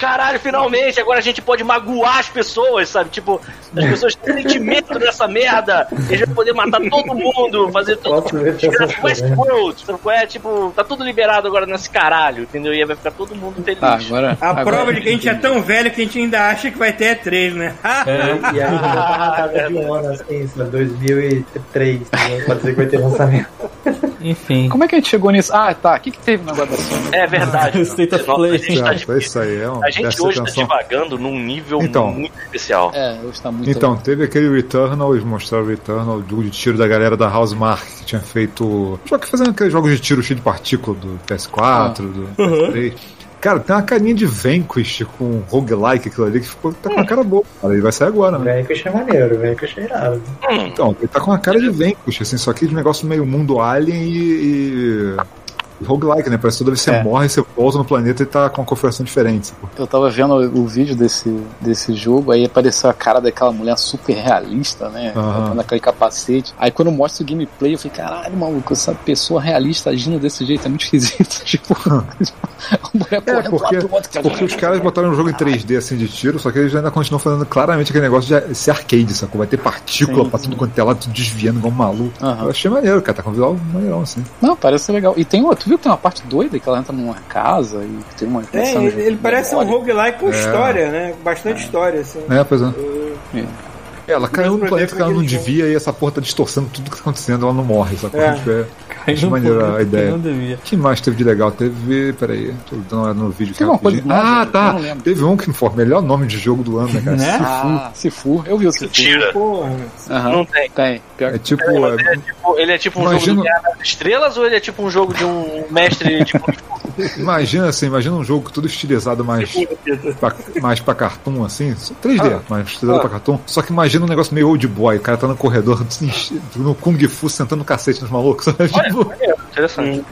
Caralho, finalmente! Agora a gente pode magoar as pessoas, sabe? Tipo, as pessoas têm sentimento nessa merda! Eles vão poder matar todo mundo, fazer todo Ótimo ver pessoas chorando. Westworld, sabe qual é? Tipo, tá tudo liberado agora nesse caralho, entendeu? E aí vai ficar todo mundo feliz. Tá, agora. A agora prova de que a gente é tão velho que a gente ainda acha que vai ter é três, né? E aí, na casa de um ano, assim, sabe, 2003, né? pode dizer que vai ter lançamento. Enfim. Como é que a gente chegou nisso? Ah, tá. O que, que teve no negócio da Sony? É verdade. State of Nossa, a play. gente tá Exato, é isso aí. É uma, A gente presta hoje tá atenção. divagando num nível Então. muito especial. É, hoje tá muito. Então, teve aquele Returnal, eles mostraram o Returnal, o jogo de tiro da galera da Housemark, que tinha feito. Só que fazendo aqueles jogos de tiro cheio de partícula do PS4, Ah. do PS3. Cara, tem uma carinha de Vanquish com um roguelike aquilo ali que ficou, tá com É. uma cara boa. Cara, ele vai sair agora, né? Velho que eu achei maneiro, velho que eu achei irado. É. Então, ele tá com uma cara de Vanquish, assim, só que de negócio meio mundo alien e. e... e Roguelike, né? Parece que toda vez que você É. morre, você volta no planeta e tá com uma configuração diferente. sacou? Eu tava vendo o vídeo desse, desse jogo, aí apareceu a cara daquela mulher super realista, né? Aham. Botando aquele capacete. Aí quando mostra o gameplay, eu falei, caralho, maluco, essa pessoa realista agindo desse jeito é muito esquisito. tipo, a mulher Hum. É, correndo porque, do lado do outro. porque os caras botaram um jogo em 3D assim de tiro, só que eles ainda continuam fazendo claramente aquele negócio de ser arcade, sacou? Vai ter partícula Sim. passando quanto é lá, tudo desviando igual um maluco. Aham. Eu achei maneiro, cara, tá com um visual maneirão assim. Não, parece ser legal. E tem uma, tu viu que tem uma parte doida que ela entra numa casa e tem uma. É, começando ele, ele parece um memória. roguelike com É. história, né? Bastante história, assim. É, pois é. É. Ela caiu no Mesmo planeta que ela não daquele jogo. devia e essa porra tá distorcendo tudo que tá acontecendo, ela não morre, sacou? É. Tipo, é- Aí não maneiro podia, a porque ideia. Não devia. O que mais teve de legal? Teve. Peraí, tô dando uma olhada no vídeo aqui. Teve uma rapidinho. coisa nova, ah, eu tá. não lembro. Teve um que foi o melhor nome de jogo do ano, né, cara? Né? Ah, se for. Eu vi o se for. então. Mentira. Porra. Aham. Não tem. Tem. Pior É que tipo. Mas é- ele, é tipo, ele é tipo um Imagina- jogo do Guerra das Estrelas ou ele é tipo um jogo de um mestre tipo, Imagina assim, imagina um jogo tudo estilizado mais pra, mais pra cartoon, assim, só 3D, mais estilizado pra cartoon. Só que imagina um negócio meio old boy, o cara tá no corredor assim, no Kung Fu sentando cacete nos malucos. sabe? Tipo, interessante?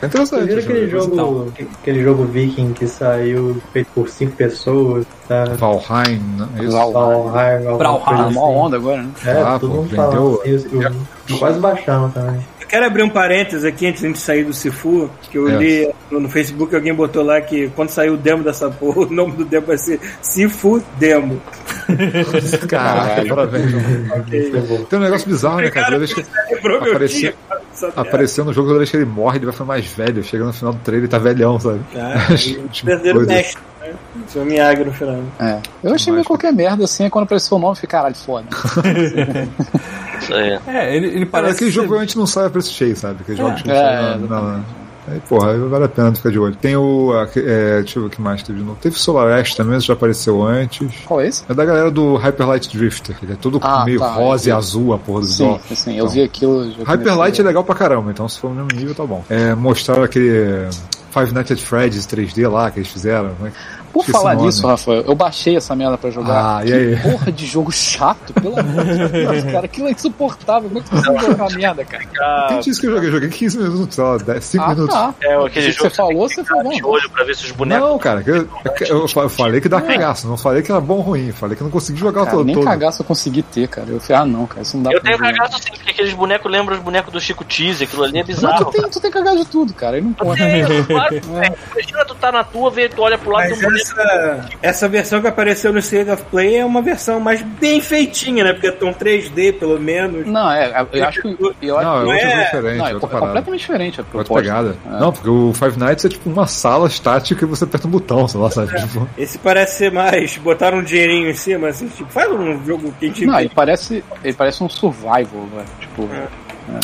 é Vocês interessante. viram aquele esse jogo. jogo, aquele jogo viking que saiu feito por cinco pessoas, tá? Valheim, né? É isso? Valheim. Valheim, alguma Ah, Valheim, tá coisa mó assim. onda agora, né? É, Ah, todo pô, mundo falando vendeu- isso. Quase baixaram também. Eu quero abrir um parênteses aqui antes de a gente sair do Sifu, que eu É. li no no Facebook alguém botou lá que quando sair o demo dessa porra, o nome do demo vai ser Sifu Demo. Caraca, parabéns. mano. Isso é bom. Tem um negócio bizarro, né, cara? Toda vez que Lembrou meu Apareceu- dia? Essa apareceu no jogo, toda vez que ele morre, ele vai ficar mais velho. Chega no final do trailer, ele tá velhão, sabe? merda. Tipo, Verdadeiro coisa. mestre, né? Isso é Miyagi no final. É. Eu achei meio qualquer merda assim, aí quando apareceu o nome, eu fiquei, caralho, foda. Isso aí. É, ele, ele Cara, parece. aquele jogo ser- realmente não sai a preço cheio, sabe? Aquele jogo que É, não, não, não. Aí, porra, vale a pena ficar de olho. Tem o. a- É, deixa eu ver o que mais teve de novo. Teve Solar Ash também, isso já apareceu antes. Qual é esse? É da galera do Hyper Light Drifter. Ele é todo Ah, meio tá, rosa e eu vi. azul, a porra do Sim, dó. assim, eu vi Então. aquilo. já comecei- Hyper Light é legal pra caramba, então se for no mesmo é, nível tá bom. É, mostraram aquele. Five Nights at Freddy's 3D lá que eles fizeram, né? Por Esqueci falar o nome. nisso, Rafael, eu baixei essa merda pra jogar. Ah, que e aí? porra de jogo chato, pelo amor de Deus, cara. Aquilo é insuportável. Como é que você consegue jogar uma merda, cara? Ah, Tem dias que eu joguei, eu joguei 15 minutos, sei lá, 10, 5 Ah, minutos. tá. é aquele Se jogo você falou, tem você que ficar falou. de olho pra ver se os bonecos. Não, cara, que eu, eu, eu falei que dá é. cagaço, não falei que era bom ou ruim, falei que não consegui jogar o Cara, todo. nem todo. cagaço eu consegui ter, cara. Eu falei, ah, não, cara, isso não dá Eu pra tenho jogar. cagado sim, porque aqueles bonecos lembram os bonecos do Chico Tease, aquilo ali é Mas tu bizarro. tem, né? É. tu tem cagado de tudo, cara. Aí não pode. Tem, claro que tem. Imagina tu tá na tua, vê, tu olha pro lado do Mas um boneco. essa, essa versão que apareceu no State of Play é uma versão mais bem feitinha, né? Porque estão 3D, pelo menos. Não, é, eu acho que. Eu acho Não, é que- Não outra é- coisa não, diferente, é é outra parada. completamente diferente a Outra proposta. pegada. Não, porque o Five Nights é tipo uma sala estática e você aperta um botão, sei lá, sabe? Tipo, É. Esse parece ser mais. Botaram um dinheirinho em cima, assim, tipo, faz um jogo que a gente. Não, ele parece, ele parece um survival, velho. Tipo,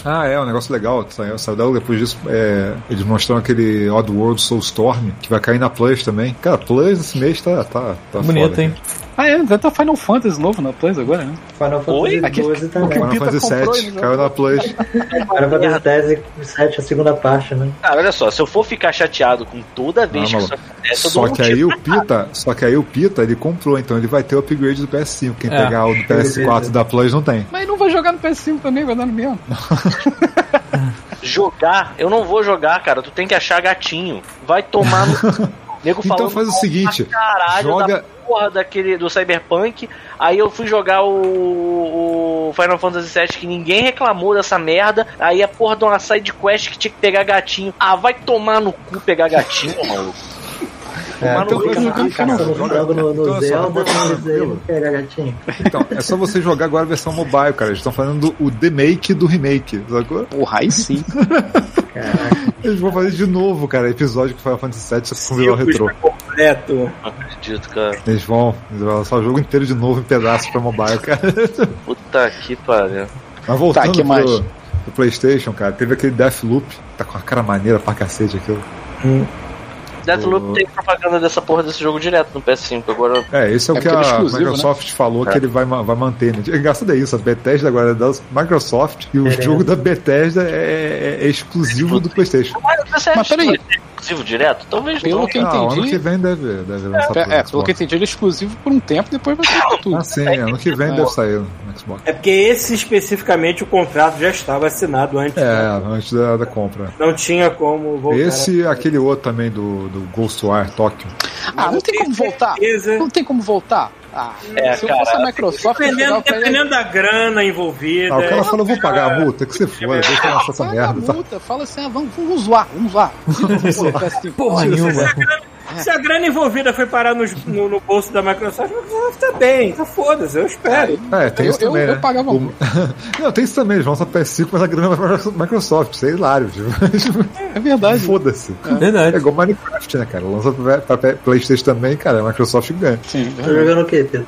ah, é, um negócio legal. Saiu, saiu logo depois disso. é, eles mostraram aquele Oddworld Soulstorm, que vai cair na Plus também. Cara, Plus esse mês tá, tá, tá Bonito, foda, hein? ah, é, vai ter Final Fantasy novo na Plus agora, né? Final Oi? Fantasy Aquele- XII também. Final Pita Fantasy comprou VII, ele, né? caiu na Plus. tá Final Fantasy XVII, a segunda parte, né? Cara, olha só, se eu for ficar chateado com toda vez Ah, que isso maluco. acontece, eu Só dou um que tiro. aí o Pita, só que aí o Pita ele comprou, então ele vai ter o upgrade do PS5. Quem É. pegar o do PS4 e da Plus não tem. Mas não vai jogar no PS5 também, vai dar no mesmo. Jogar, eu não vou jogar, cara. Tu tem que achar gatinho. Vai tomar no. Nego Então falando faz o mal seguinte, pra caralho joga- da porra daquele do Cyberpunk. Aí eu fui jogar o, o Final Fantasy VII que ninguém reclamou dessa merda. Aí a porra de uma side quest que tinha que pegar gatinho. Ah, vai tomar no cu pegar gatinho, maluco. Tomar então no é cu. faz o seguinte, Cara, eu joga- jogo no, então, no só Zelda, bota- mas aí não pega gatinho. Então, é só você jogar agora a versão mobile, cara. Eles estão fazendo o demake do remake, sacou? Porra, aí sim. Eles vão fazer de novo, cara, episódio que Final Fantasy VII só com visual retrô. completo. Não acredito, cara. Eles vão, eles vão lançar o jogo inteiro de novo em pedaço pra mobile, cara. Puta que pariu. Mas voltando Tá, que mais? pro, pro Playstation, cara, teve aquele Deathloop, tá com uma cara maneira pra cacete aquilo. Deathloop O- tem propaganda dessa porra desse jogo direto no PS5. Agora É, esse é o É porque que ele é a exclusivo, Microsoft falou É. que ele vai, ma- vai manter. Né? Engraçado é isso, a Bethesda agora é da Microsoft e o É. jogo da Bethesda é, é- é exclusivo do Playstation. Mas, você Mas acha que peraí. um vai ser exclusivo direto? Talvez Pelo não. que eu Ah, ano entendi. que vem deve, deve lançar É, é, pro pelo que eu Xbox. entendi, ele é exclusivo por um tempo, depois vai ser tudo. Ah, sim, ano que vem É. deve sair no Xbox. É porque esse especificamente o contrato já estava assinado antes. É, antes da, da compra. Não tinha como voltar. Esse e aquele outro também do, do Ghostwire Tokyo. Ah, não tem como voltar. Certeza. Não tem como voltar. Ah, É, se eu fosse a cara, Microsoft, eu Dependendo, chegava pra ele. dependendo da grana envolvida. Ah, o cara falou, vou pagar a multa, que você foda, deixa eu lançar essa Paga a merda. tá? multa, fala assim, ah, vamos, vamos zoar, vamos zoar. PS5. Porra nenhuma. Se a grana envolvida foi parar nos- no, no bolso da Microsoft, a Microsoft tá bem, tá foda-se, eu espero. É, tem Eu- isso eu- também, eu né? pagava O- multa. Não, tem isso também, eles vão lançar PS5, mas a grana vai pra Microsoft, isso é hilário. Tipo, É verdade. foda-se. É Verdade. igual Minecraft, né, cara? Lança pra, pra- pra Playstation também, cara. A Microsoft ganha. Sim, é Tá jogando o quê, Pedro?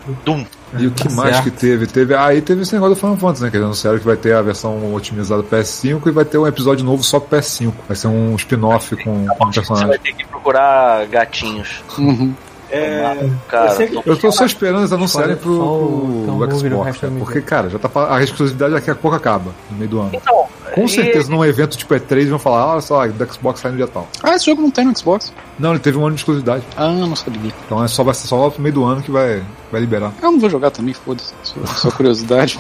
E o que mais Tá certo. que teve? Teve. Aí teve esse negócio do Final Fantasy, né? Que eles anunciaram que vai ter a versão otimizada do PS5 e vai ter um episódio novo só pro PS5. Vai ser um spin-off com, com um Você vai personagem. ter que procurar gatinhos. Uhum. É, Cara, Eu sei que- Eu tô só esperando eles anunciarem pro, Só o- pro então, vou virar o Xbox, resto da né? mídia. Porque, cara, já tá fa- a exclusividade daqui a pouco acaba, no meio do ano. Então, Com e- certeza, num evento tipo E3, eles vão falar, ah, olha só, do Xbox sai no dia tal. Ah, esse jogo não tem no Xbox. Não, ele teve um ano de exclusividade. Ah, não sabia. Então é só, vai ser só lá pro meio do ano que vai, vai liberar. Eu não vou jogar também, foda-se. Só, só curiosidade.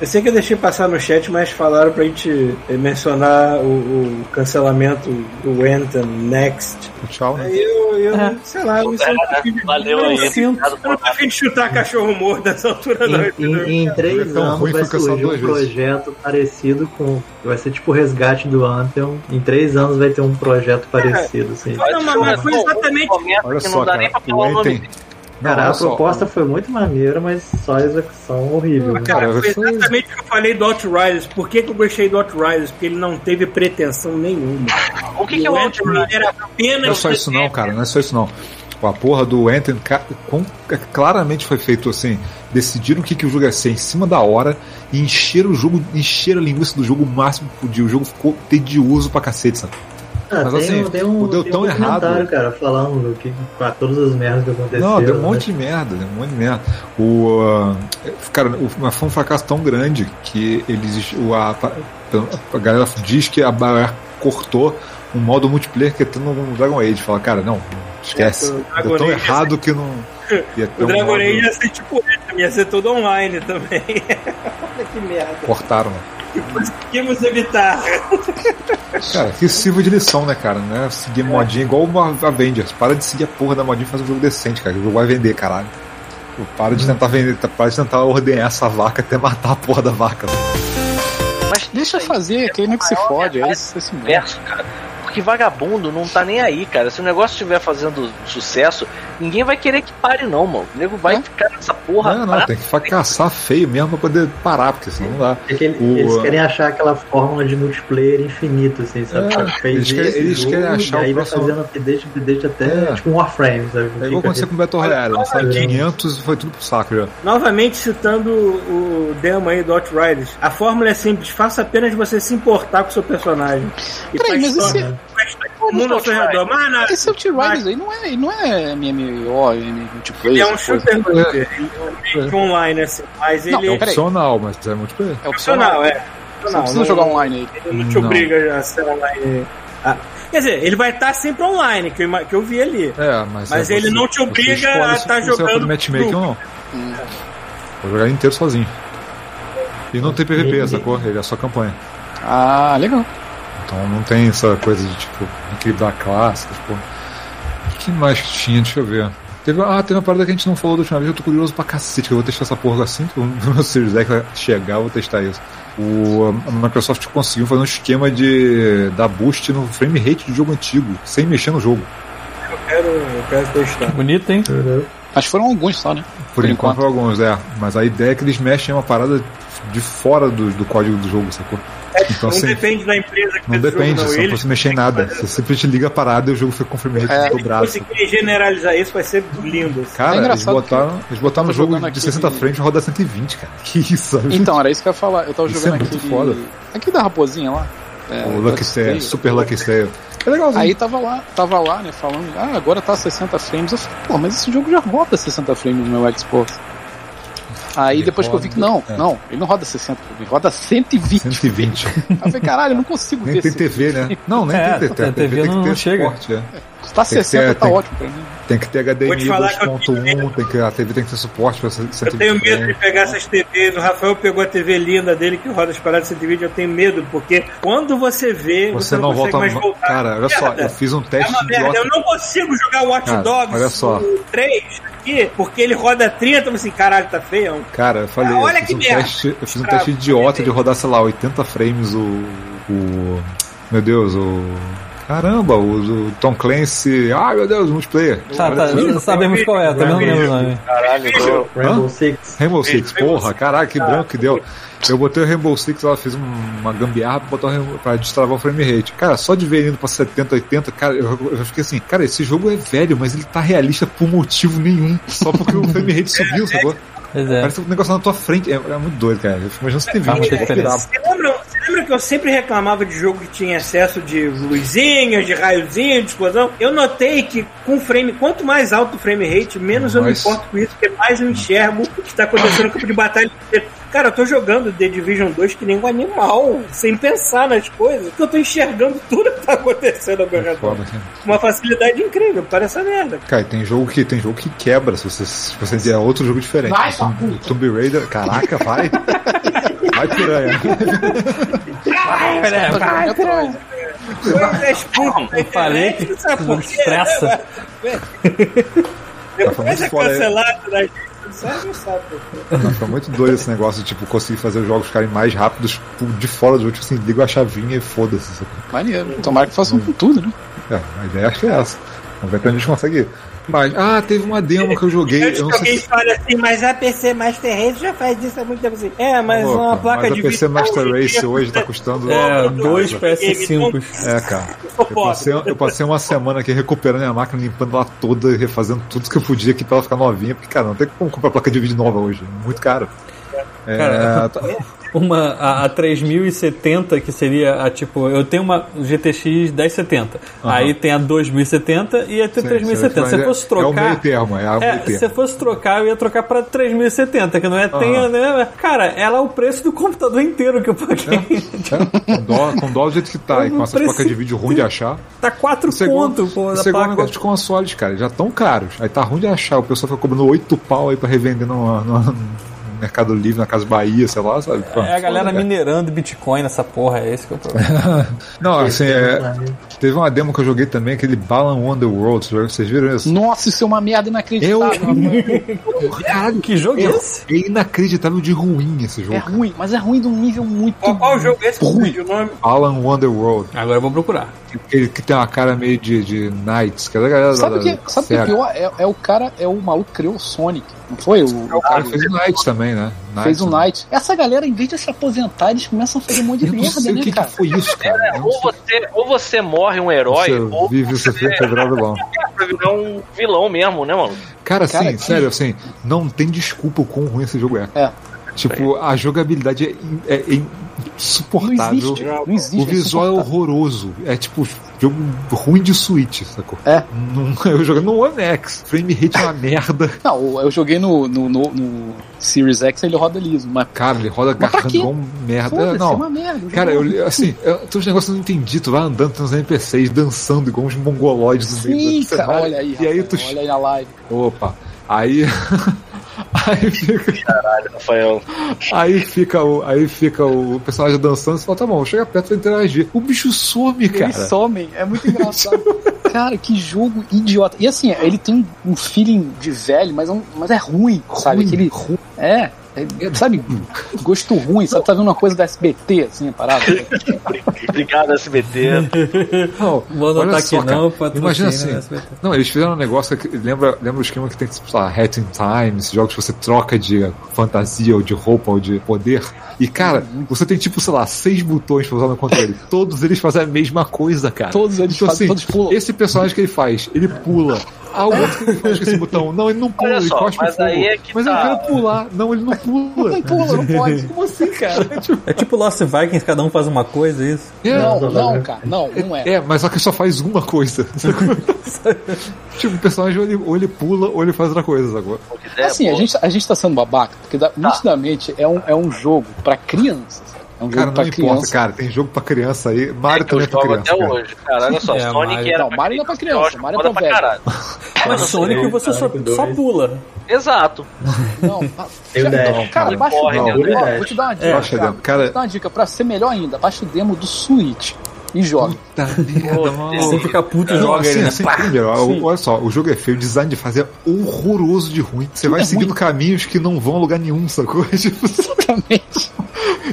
Eu sei que eu deixei passar no chat, mas falaram pra gente eh, mencionar o, o cancelamento do Anthem Next. Tchau, né? Eu, eu sei lá, eu um não sei. Valeu eu aí. não sinto- Obrigado É. Eu não por tô afim de chutar cachorro morto nessa Tá altura, não. Em, entendeu? em- em três Então, ruim anos vai foi caçar surgir um duas vezes. projeto parecido com. Vai ser tipo o resgate do Anthem. Em três anos vai ter um projeto parecido, assim. Não, mas- mas foi exatamente. Olha um que só, não dá nem cara. pra falar o O nome. Anthem. Não, Cara, olha a só, proposta foi muito maneira, mas só a execução horrível. né? Cara, Cara, foi foi- exatamente o que eu falei do Outriders. Por que, que eu gostei do Outriders? Porque ele não teve pretensão nenhuma. O que, que é o Anthem Anthem? Era Não apenas. é só isso não, cara, não é só isso não. A porra do Anthem ca- com- é, claramente foi feito assim. Decidiram o que, que o jogo ia ser em cima da hora e encheram o jogo, encheram a linguiça do jogo o máximo que podia. O jogo ficou tedioso pra cacete, sabe? Ah, Mas tem, assim, um- tem um, deu tem tão um errado. documentário, cara, falando que, com todas as merdas que aconteceram. Não, deu um né? monte de merda, deu um monte de merda. O, ah, cara, o, mas foi um fracasso tão grande que eles. O, a, a galera diz que a Bioware cortou um modo multiplayer que é tendo um Dragon Age. Fala, cara, não, o Esquece. Deu tão Dragon Age errado que não. Ia ter O um Dragon modo- Age ia ser tipo esse também, ia ser todo online também. Olha que merda. Cortaram, né? Conseguimos evitar. Cara, que sirva de lição, né, cara? Né? Seguir modinha igual uma Avengers. Para de seguir a porra da modinha e faz um jogo decente, cara. O jogo vai vender, caralho. Pô, Para de tentar vender, para de tentar ordenhar essa vaca até matar a porra da vaca. Mas Deixa isso aí É fazer, que aí não que se maior fode, é verdade isso, isso do mesmo. universo, cara. Porque vagabundo não tá nem aí, cara. Se o negócio estiver fazendo sucesso, ninguém vai querer que pare, não, mano. O nego vai Não. ficar nessa porra. Não, pra- não, tem que fracassar feio mesmo pra poder parar, porque senão não dá. É que ele- O- eles querem achar aquela fórmula de multiplayer infinito, assim, sabe? É, Fez eles querem- esse eles jogo, querem achar e aí o vai próximo- fazendo update, update até É. tipo um Warframe, sabe? É igual aconteceu com o Battle Royale, lançaram 500 e né? foi tudo pro saco já. É Novamente citando o demo aí do Outriders. A fórmula é simples, faça apenas você se importar com o seu personagem. E Peraí, faz mas só- esse- faz só- O mundo ao seu redor. Mas não, Esse Outriders aí não é, não é MMO, MMO multiplayer. ele é um essa coisa. shooter looter. Ele é meio que online, assim. Mas Não, ele É é peraí. opcional, mas é multiplayer. É opcional. opcional, é. Você não Opcional, precisa não- jogar online aí. Ele não te Não. obriga a ser online. Ah, quer dizer, ele vai estar sempre online, que eu, ima- que eu vi ali. É, mas. Mas é, ele não te obriga escolhe a se tá Você vai fazer jogando matchmaking grupo. ou não. Vou jogar inteiro sozinho. E não tem PVP, sacou? Ele é só campanha. Ah, legal. Então não tem essa coisa de tipo equilibrar clássicas, pô. O que mais que tinha? Deixa eu ver. Teve, ah, teve uma parada que a gente não falou da última vez, eu tô curioso pra cacete, que eu vou testar essa porra assim que o meu Series X vai chegar, eu vou testar isso. O, a Microsoft conseguiu fazer um esquema de dar boost no frame rate do jogo antigo, sem mexer no jogo. Eu quero, eu quero testar. Bonito, hein? Mas foram alguns só, né? Por, enquanto, alguns, é. Mas a ideia é que eles mexem uma parada de fora do, do código do jogo, sacou? Então, É, não assim, depende da empresa que não fez o jogo, depende, não. você não Eles precisa mexer em nada. Você simplesmente liga a parada e o jogo fica com o frame rate É. dobrado. sacou? conseguirem generalizar isso, vai ser lindo. assim. Cara, É eles engraçado botaram, eles botaram eu tô o jogo jogando aqui de 60 de- frames e rodar 120, cara. Que isso, sabe? Então, era isso que eu ia falar. Eu tava Isso jogando é muito aquele. foda. Aqui da raposinha lá. É, o Lucky Sale, Tale. Super Lucky Sale. É legalzinho. Aí tava lá, tava lá, né, falando, ah, agora tá 60 frames. Eu falei, pô, mas esse jogo já roda 60 frames no meu Xbox. Aí Ele depois que eu vi que não, roda, é. não, ele não roda 60, ele roda 120. 120. Aí eu falei, caralho, eu não consigo Nem ver tem isso. TV, né? Não, nem É, tem TV. a TV tem não- que não ter chega. suporte, é. Tá Tem que ter- 60, tá tem- ótimo pra mim. Tem que ter HDMI Vou te falar que eu 2.1, tem que, a TV tem que ter suporte pra 120 Eu tenho medo de frames. pegar essas TVs. O Rafael pegou a TV linda dele que roda as paradas de vídeo. Eu tenho medo, porque quando você vê, Você não consegue volta mais ma- voltar. Cara, olha só, Merda. eu fiz um É teste uma merda, eu idiota. não consigo jogar Watch Cara, Dogs olha só. o 3 aqui, porque ele roda 30, eu assim, caralho, tá feião. Cara, eu falei, Ah, olha eu, que fiz um merda. teste, eu fiz um Cara, teste idiota de rodar, sei lá, 80 frames o. o meu Deus, o. Caramba, o, o Tom Clancy. Ai meu Deus, multiplayer. Tá, tá, sabemos qual é, também não lembro o nome. Caralho, tô- Rainbow Six. Rainbow Six, porra, caraca, Tá. que branco que deu. Eu botei o Rainbow Six, ela fez um- uma gambiarra pra, botar o Rainbow- pra destravar o frame rate. Cara, só de ver ele indo pra 70, 80, cara, eu, eu fiquei assim, cara, esse jogo é velho, mas ele tá realista por motivo nenhum. Só porque o frame rate É subiu, sacou? Pois é. Parece um negócio na tua frente. É, é muito doido, cara. Eu fico imaginando se tem Faz muita 20. é diferença. Você lembra, você lembra que eu sempre reclamava de jogo que tinha excesso de luzinhas, de raiozinhos, de explosão? Eu notei que com frame, quanto mais alto o frame rate, menos eu me Mas- importo com isso, porque mais eu enxergo o que tá acontecendo no campo de batalha. inteiro. Cara, eu tô jogando The Division 2 que nem um animal, sem pensar nas coisas, porque eu tô enxergando tudo que tá acontecendo ao meu redor. Foda, cara. Com Uma facilidade incrível, parece essa merda. Cara, tem jogo que tem jogo que quebra se você, se você é outro jogo diferente. Vai, Tomb- Tomb Raider, caraca, vai. Vai piranha. Vai, vai, É escuro, Eu falei que sabe por quê, né? estressa. Tá falando Depois é fora aí. cancelado da gente, não sabe, não sabe. pô. Foi muito doido esse negócio de tipo, conseguir fazer os jogos ficarem mais rápidos tipo, de fora do jogo, tipo assim, liga a chavinha e foda-se. sacou? Maneiro. Tomara que façam com tudo, né? É, a ideia acho que é essa. Vamos ver quando a gente consegue. Mas, ah, teve uma demo que eu joguei. Antes Eu não que alguém sei se... fale assim, mas a PC Master Race já faz isso há muito tempo assim. É, mas Pô, uma cara, placa mas de a PC vídeo Master em Race dia hoje tá custa- custando. É, Não, dois não. PS5. É, cara. Eu sou Eu pobre. passei, eu passei uma semana aqui recuperando minha máquina, limpando ela toda, refazendo tudo que eu podia aqui pra ela ficar novinha, porque, cara, não tem como comprar placa de vídeo nova hoje. é Muito caro. É, Cara, tá- uma a, a 3070, que seria a tipo, eu tenho uma GTX 1070, aí tem a 2070 e a Sim, sim, 3070. mas Se é- fosse É o trocar. meio termo, é o É, meio se eu termo. fosse trocar, eu ia trocar pra 3070, que não é, tem, Aham. né? Cara, ela é o preço do computador inteiro que eu paguei. É, com, dó, com dó do jeito que tá, e não com essas preciso placas de vídeo ruim de achar. Tá 4 Segundo, ponto, pô, da segundo o placa. negócio de consoles, cara, já tão caros. Aí tá ruim de achar. O pessoal fica cobrando 8 pau aí pra revender no, no- no Mercado Livre, na Casa Bahia, sei lá, sabe? Pô, É a galera foda, cara. minerando Bitcoin nessa porra, é esse que eu problema. Não, assim, é, Sabe? teve uma demo que eu joguei também, aquele Balan Wonderworld. Vocês viram isso? Nossa, isso é uma merda Eu. inacreditável. Caralho, Que jogo é esse? é inacreditável de ruim esse jogo. É cara. ruim, mas é ruim de um nível muito. Qual, qual jogo é esse? Ruim. O nome? Balan Wonderworld. Agora eu vou procurar. Aquele que tem uma cara meio de, de Knights, que é da galera Sabe o da- que, sabe o que é Sega. pior? É, é o cara, é o maluco que criou o Sonic. Não foi? O, o O cara cara fez o Knights também, né? fez o né? Knight. Essa galera, em vez de se aposentar, eles começam a fazer um monte de Eu não sei merda, o que, né, que cara? foi isso, cara. Eu não Ou você, ou você morre um É herói, sei, ou você vive, você fica virado vilão. pra virar um vilão mesmo, né, mano? Cara, assim, Cara, que- sério, assim, não tem desculpa o quão ruim esse jogo é. É. Tipo, a jogabilidade é, in- é Não insuportável. existe, não existe. O visual é horroroso. É tipo jogo ruim de Switch, sacou? É. Não, eu jogo no One X. Frame rate é uma merda. Não, eu joguei no, no, no- no Series X, ele roda liso, mas Cara, ele roda pra agarrando quê? igual um merda. foda-se, é Não, uma merda. Cara, eu, assim, eu, todos os negócios eu não entendi. Tu vai andando, tem uns NPCs dançando igual uns mongoloides do meio Sim, do cara, cenário. olha aí, E aí Rafael, tu. olha aí a live. Opa! Aí. aí fica, Rafael. aí fica, o, aí fica o personagem dançando e fala: tá bom, chega perto pra interagir. O bicho some, cara. Eles somem, é muito engraçado. cara, que jogo idiota. E assim, ele tem um feeling de velho, mas é, um- mas é ruim, sabe? Ruim, Aquele, É, é, sabe? Gosto ruim, sabe? Tá vendo uma coisa da SBT, assim, a parada? Obrigado, SBT. Não, Vou anotar olha aqui só, cara. não, patrocínio, Imagina né, assim. SBT. Não, eles fizeram um negócio que lembra, lembra o esquema que tem, sei lá, Hat in Time, esses jogos que você troca de fantasia ou de roupa ou de poder. E, cara, você tem tipo, sei lá, seis botões pra usar no controle. Todos eles fazem a mesma coisa, cara. Todos eles então, fazem- assim, todos pulam. Esse personagem que ele faz, ele pula. Ah, o outro que ele faz com esse botão. Não, ele não pula, Olha ele só, cospe mas fogo. aí é que mas tá. eu quero pular. Não, ele não pula. Não pula, não pode. Como assim, cara? É tipo Lost Vikings, cada um faz uma coisa, isso. É, Não, não, cara, não, não é. É, mas só que só faz uma coisa. tipo, o personagem ou ele, ou ele pula ou ele faz outra coisa agora. Assim, a gente, a gente tá sendo babaca, porque da, nitidamente é um, é um jogo pra crianças. É um jogo Cara, não pra importa, criança. cara. Tem jogo pra criança aí. Mario que eu também é pra criança. jogo até cara. hoje. Cara, olha só, É, Sonic Mario- era não, Mario não é pra criança, eu acho Mario é foda pra velho. caralho. É, Mas Sonic você só, Sonic só dois. pula. Exato. Não, ah, Tem o Dash. cara, Não, baixa o corre, demo. não, Ó, não. Vou te dar uma dica. É, Baixa cara. demo. Cara, Vou te dar uma dica pra ser melhor ainda. Baixa o demo do Switch e joga. Puta merda, mano. Você fica puto e Não, joga assim, ele, né? assim, Pá! primeiro, Sim. olha só, o jogo é feio, o design de fazer é horroroso de ruim. Você vai seguindo caminhos que não vão a lugar nenhum, sacou? Tipo, Exatamente.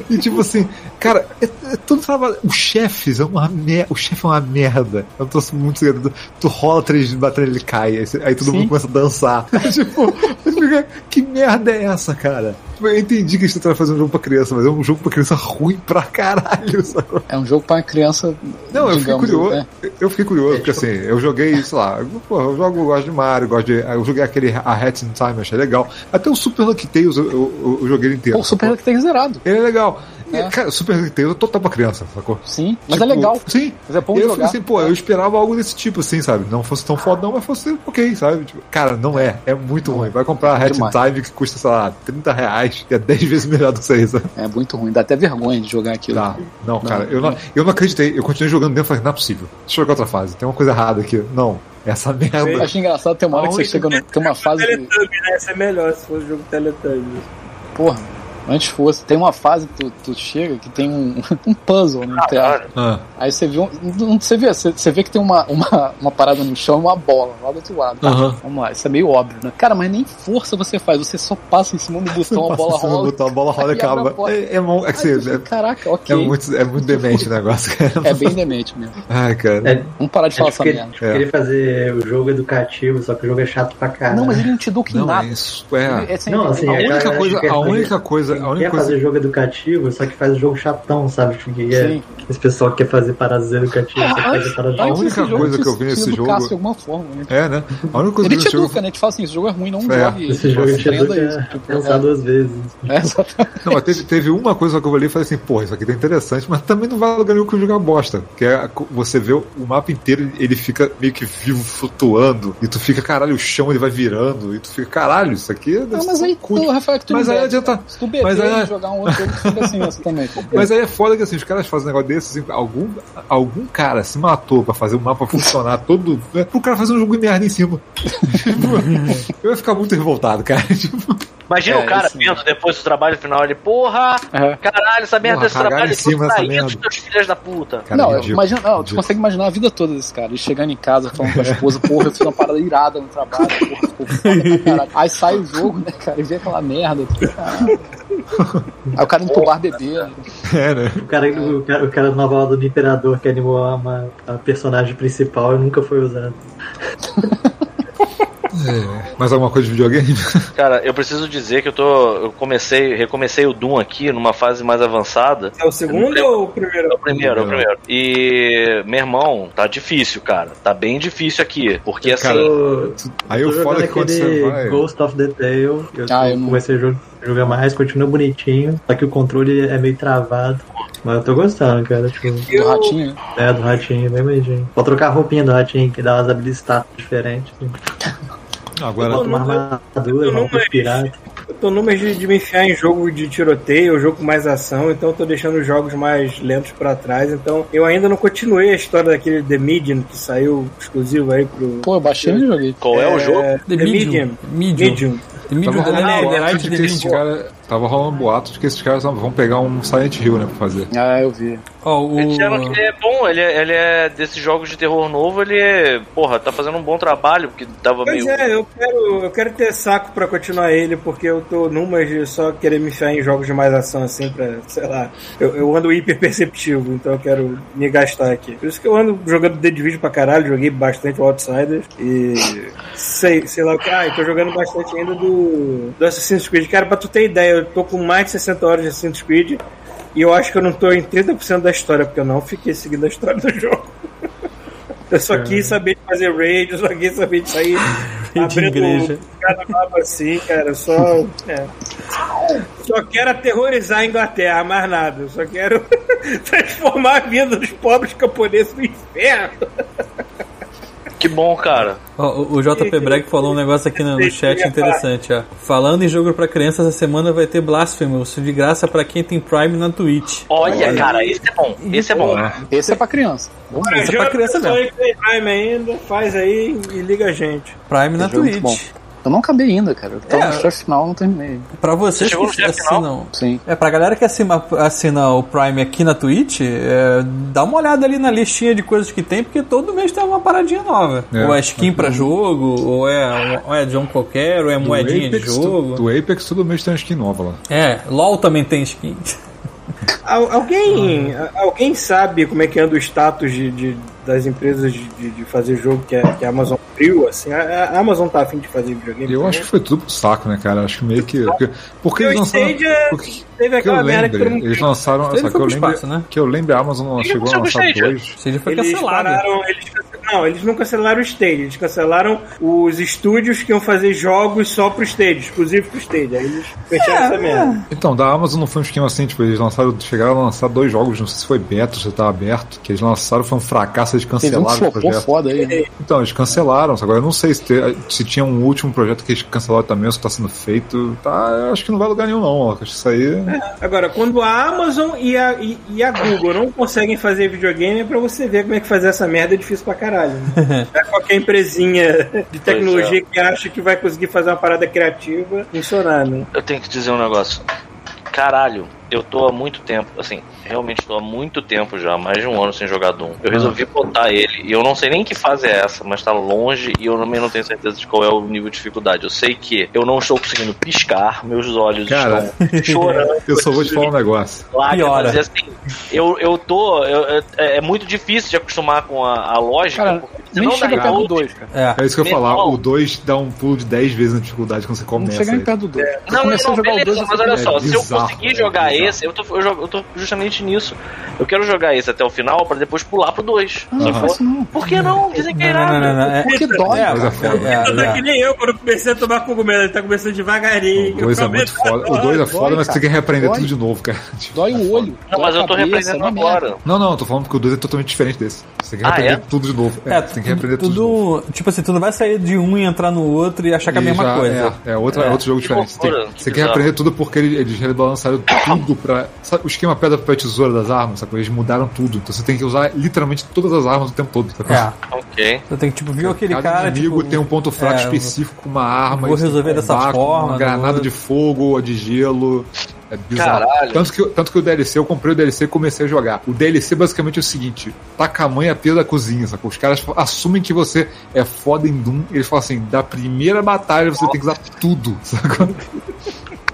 E tipo assim, cara, é, é todo trabalho. Os chefes é uma merda. O chefe é uma merda. Eu tô muito segredo. Tu rola três de batalha, ele cai. Aí, cê- aí todo Sim. mundo começa a dançar. tipo, eu fico, que merda é essa, cara? Tipo, Eu entendi que eles tentaram fazer um jogo pra criança, mas é um jogo pra criança ruim pra caralho, sacou? É um jogo pra criança. Não, eu fiquei digamos, curioso. né? Eu fiquei curioso, porque assim, eu joguei, sei lá, porra, eu jogo, eu gosto de Mario, gosto de. Eu joguei aquele A Hat in Time, achei legal. Até o Super Lucky Tales eu, eu, eu joguei ele inteiro. Pô, o Super sacou? Hero que tem zerado. Ele é legal. E, É. cara, Super Hero Tales é total pra criança, sacou? Sim, mas Tipo, é legal. Sim. Mas é bom e eu jogar. fico assim, pô, eu esperava algo desse tipo, assim, sabe? Não fosse tão fodão, mas fosse ok, sabe? Tipo, cara, não é. É muito ruim. Vai comprar a Hat in Demais. Time que custa, sei lá, 30 reais e é 10 vezes melhor do que isso. aí, sabe? É muito ruim, dá até vergonha de jogar aquilo. Tá. Não, cara, eu não, eu não acreditei. Eu continuei jogando dentro e falei, não é possível. Deixa eu jogar outra fase. Tem uma coisa errada aqui. Não. Essa Eu merda. acho engraçado ter uma hora que você Aonde chega no, tem uma fase que, Teletubbies, né? Essa é melhor se fosse o jogo Teletubbies. porra, antes fosse, tem uma fase que tu, tu chega que tem um, um puzzle no teatro. Ah, Aí você vê um, não- você vê, você, você vê que tem uma, uma, uma parada no chão e uma bola lá do outro lado. Tá, Aham. Vamos lá, isso é meio óbvio, né? Cara, mas nem força você faz, você só passa em cima do botão, a passa bola em cima do rola. botão, a bola rola e aí abre a acaba. porta. É, é, mó- é, que Aí tu você- fica, é, Caraca, é ok. muito, é muito demente o negócio, cara. É bem demente mesmo. Ai, cara. É, Vamos parar de falar acho essa que merda. ele, queria fazer o jogo educativo, só que o jogo é chato pra caralho. Não, mas ele não te educa em Não, nada. é isso. É. Ele- é sem- Não, assim, A É, única cara, coisa, acho que é a única coisa, a única quer coisa- fazer jogo educativo, só que faz o jogo chatão, sabe? Tipo, que é, Sim. esse pessoal que quer fazer paradas educativas, só que faz paradas a única coisa que eu vi nesse jogo- de alguma forma, né? É, né? A única coisa Ele que te eu educa, né? Te fala assim, esse jogo é ruim, não É, jogue. Esse jogo é, eu tinha aprenda que tipo, pensar duas vezes. é, é, exatamente. Não, mas teve, teve uma coisa que eu olhei e falei assim, pô, isso aqui tá interessante, mas também não vale lugar nenhum que o jogo é uma bosta. Que é a co- você vê o o mapa inteiro, ele fica meio que vivo, flutuando, e tu fica, caralho, o chão ele vai virando, e tu fica, caralho, isso aqui deve Ah, ser mas um aí, cu de- tu, Rafael, que tu Mas aí bebe. adianta. Se tu beber mas aí- e jogar um outro jogo, tu fica assim, assim também. Mas aí é foda que assim, os caras fazem um negócio desse, assim, algum, algum cara se matou pra fazer o mapa funcionar todo. Né, pro cara fazer um jogo de merda em cima. Tipo, eu ia ficar muito revoltado, cara. Tipo, Imagina É, o cara isso vendo depois do trabalho final, ele, porra, Aham. caralho, essa merda Porra, desse cagaram trabalho é em cima eu tô dessa saindo merda. dos teus filhos da puta. cara não, ridículo, imagina, não, tipo, tu ridículo. consegue imaginar a vida toda desse cara. Ele chegando em casa, falando com a esposa, porra, eu fiz uma parada irada no trabalho, porra, ficou foda pra caralho. Aí sai o jogo, né, cara, e vê aquela merda. tu fica, caralho. Aí o cara indo pro bar beber. É, né? O cara, o cara, o cara na balada do Imperador que é animou a, uma- a personagem principal e nunca foi usado. Mais alguma coisa de videogame? Cara, eu preciso dizer que eu tô. Eu comecei, recomecei o Doom aqui numa fase mais avançada. É o segundo ou o primeiro? É o primeiro, é o primeiro. E, meu irmão, tá difícil, cara. Tá bem difícil aqui. Porque assim. Cara, Eu- Aí eu tô falo que jogando quando aquele você vai. Ghost of the Tale. Eu Ah, eu não- comecei a jo- jogar mais, continua bonitinho. Só que o controle é meio travado. Mas eu tô gostando, cara. Tipo, Do ratinho. né? é do ratinho, bem bonitinho. Vou trocar a roupinha do ratinho, que dá umas habilidades diferentes. Assim. Agora, Eu Bota uma não- armadura, eu não uma roupa de pirata. Eu tô no mês de, de me enfiar em jogo de tiroteio, jogo com mais ação, então eu tô deixando os jogos mais lentos pra trás. Então eu ainda não continuei a história daquele The Medium que saiu exclusivo aí pro. Pô, eu baixei e joguei. Qual é, o jogo? The, Medium. Medium. The Medium. Tava The rolando Night- um The boato Night de The que esses Medium. caras. Tava rolando um boato de que esses caras vão pegar um Silent Hill, né, pra fazer. Ah, eu vi. Ó, Eles disseram que o... ele é bom, ele é, ele é desses jogos de terror novo, ele é. Porra, tá fazendo um bom trabalho, porque tava Pois meio. é, eu quero, eu quero ter saco pra continuar ele, porque eu tô numa de só querer me enfiar em jogos de mais ação, assim, pra, sei lá. Eu, eu ando hiper perceptivo, então eu quero me gastar aqui. Por isso que eu ando jogando The Division pra caralho, joguei bastante o Outsiders e. sei, sei lá o que. Ah, eu tô jogando bastante ainda do, do Assassin's Creed. Cara, pra tu ter ideia, eu tô com mais de 60 horas de Assassin's Creed. E eu acho que eu não tô em 30% da história, porque eu não fiquei seguindo a história do jogo. Eu só quis saber de fazer raid, eu só quis saber de sair abrindo igreja. cada mapa assim, cara. eu Só, é. só quero aterrorizar a Inglaterra, mais nada. Eu só quero transformar a vida dos pobres camponeses no inferno. Que bom, cara. Ó, o- o JP Breck falou um negócio aqui no, no chat interessante, ó. Falando em jogo pra criança, essa semana vai ter Blasphemous de graça pra quem tem Prime na Twitch. Olha, cara, esse é bom. Esse é bom. Esse é pra criança. Esse é pra criança mesmo. Sonho Playtime ainda, faz aí e liga a gente. Prime na jogo muito bom. Twitch. Eu não acabei ainda, cara. Eu tava É. no chefe final, não terminei. Pra vocês Chegou no que chefe final? assinam. Sim. É, pra galera que assina, assina o Prime aqui na Twitch, é, dá uma olhada ali na listinha de coisas que tem, porque todo mês tem uma paradinha nova. É. ou é skin pra jogo, ou é, ou é John qualquer, ou é Do moedinha de Apex, tu- jogo. Do Apex todo mês tem uma skin nova lá. É, LOL também tem skin. Al- alguém, a- alguém sabe como é que anda o status de, de- das empresas de, de- de fazer jogo que a, que a Amazon abriu? Assim, a, a Amazon tá afim de fazer videogame? Eu também? acho que foi tudo pro saco, né, cara? Acho que meio que. Porque, porque Eu eles lançaram. sei de- Porque, Teve que eu É aquela merda que todo lembre, mundo eles lançaram. Ele Só que foi eu pro lembre, espaço, né? que eu lembre, a Amazon chegou a aconteceu com lançar o Stadia? dois. Seja foi Eles cancelado. pararam, eles cance- não, eles não cancelaram o stage, eles cancelaram os estúdios que iam fazer jogos só pro stage, exclusivo pro stage. Aí eles fecharam essa merda. Então, da Amazon não foi um esquema assim, tipo, eles lançaram, chegaram a lançar dois jogos, não sei se foi beta, se tava aberto, que eles lançaram, foi um fracasso, eles Teve um que cancelaram o flopou projeto. foda aí. né? Então, eles cancelaram. Agora eu não sei se, te- se tinha um último projeto que eles cancelaram também, ou se tá sendo feito. Tá, eu acho que não vai a lugar nenhum, não. Acho que isso aí. Agora, quando a Amazon e a, e, e a Google não conseguem fazer videogame, é pra você ver como é que fazer essa merda é difícil pra caralho. Né? Não é qualquer empresinha é. de tecnologia que acha que vai conseguir fazer uma parada criativa funcionar, né? Eu tenho que dizer um negócio. Caralho, eu tô há muito tempo, assim, realmente tô há muito tempo já, mais de um ano sem jogar Doom. Eu resolvi botar ele, e eu não sei nem que fase é essa, mas tá longe e eu também não tenho certeza de qual é o nível de dificuldade. Eu sei que eu não estou conseguindo piscar, meus olhos Cara. estão chorando. Eu só vou te falar um negócio. Lágrimas, Piora. e assim, eu, eu tô. eu- eu- é é muito difícil de acostumar com a, a lógica, Cara, porque nem não chega dá perto do igual. 2, cara. É. É isso que eu ia falar, Metal. o 2 dá um pulo de 10 vezes na dificuldade quando você Não começa. chega nem aí. perto do 2. Tá Não, não, não, beleza, mas assim. olha só, é se eu bizarro, conseguir é jogar bizarro. esse, eu tô, eu, jogo- eu tô justamente nisso. Eu quero jogar esse até o final pra depois pular pro 2. Não, não faço não. Por que não? Dizem que é Não, não, irado. não, não, é- Porque dói. É, Mas é foda. é, Eu tô é. Tá que nem eu quando comecei a tomar cogumelo, ele tá começando devagarinho. O 2 é muito foda. O 2 é foda, mas você tem que reaprender Dói. tudo de novo, cara. Tipo, Dói é o foda. olho. Não, dói mas a eu tô cabeça, é repreendendo uma merda. agora. Não, não, eu tô falando porque o 2 é totalmente diferente desse. Você tem que Ah, reaprender é? tudo de novo. É, É, você tem que reaprender tudo, de novo. tudo, Tipo assim, tu não vai sair de um e entrar no outro e achar que é a E mesma já- coisa. É, é, outra, é outro jogo Que diferente. loucura, Tem- que você quer bizarro. aprender tudo porque eles, eles rebalançaram tudo pra. Sabe, o esquema pedra para tesoura das armas, sacou? Eles mudaram tudo. Então você tem que usar literalmente todas as armas o tempo todo, sacou? É. Ok. Tu tem que, tipo, viu aquele Cada cara. inimigo tipo, tem um ponto fraco é, específico com uma arma. vou eles têm resolver dessa combate, com forma, Uma não granada vou- de fogo ou de gelo. É bizarro. Caralho. Tanto que, tanto que o DLC, eu comprei o DLC e comecei a jogar. O DLC basicamente é o seguinte: taca a mãe a pia da cozinha, sacou? Os caras assumem que você é foda em Doom. Eles falam assim: da primeira batalha você tem que usar tudo, sacou?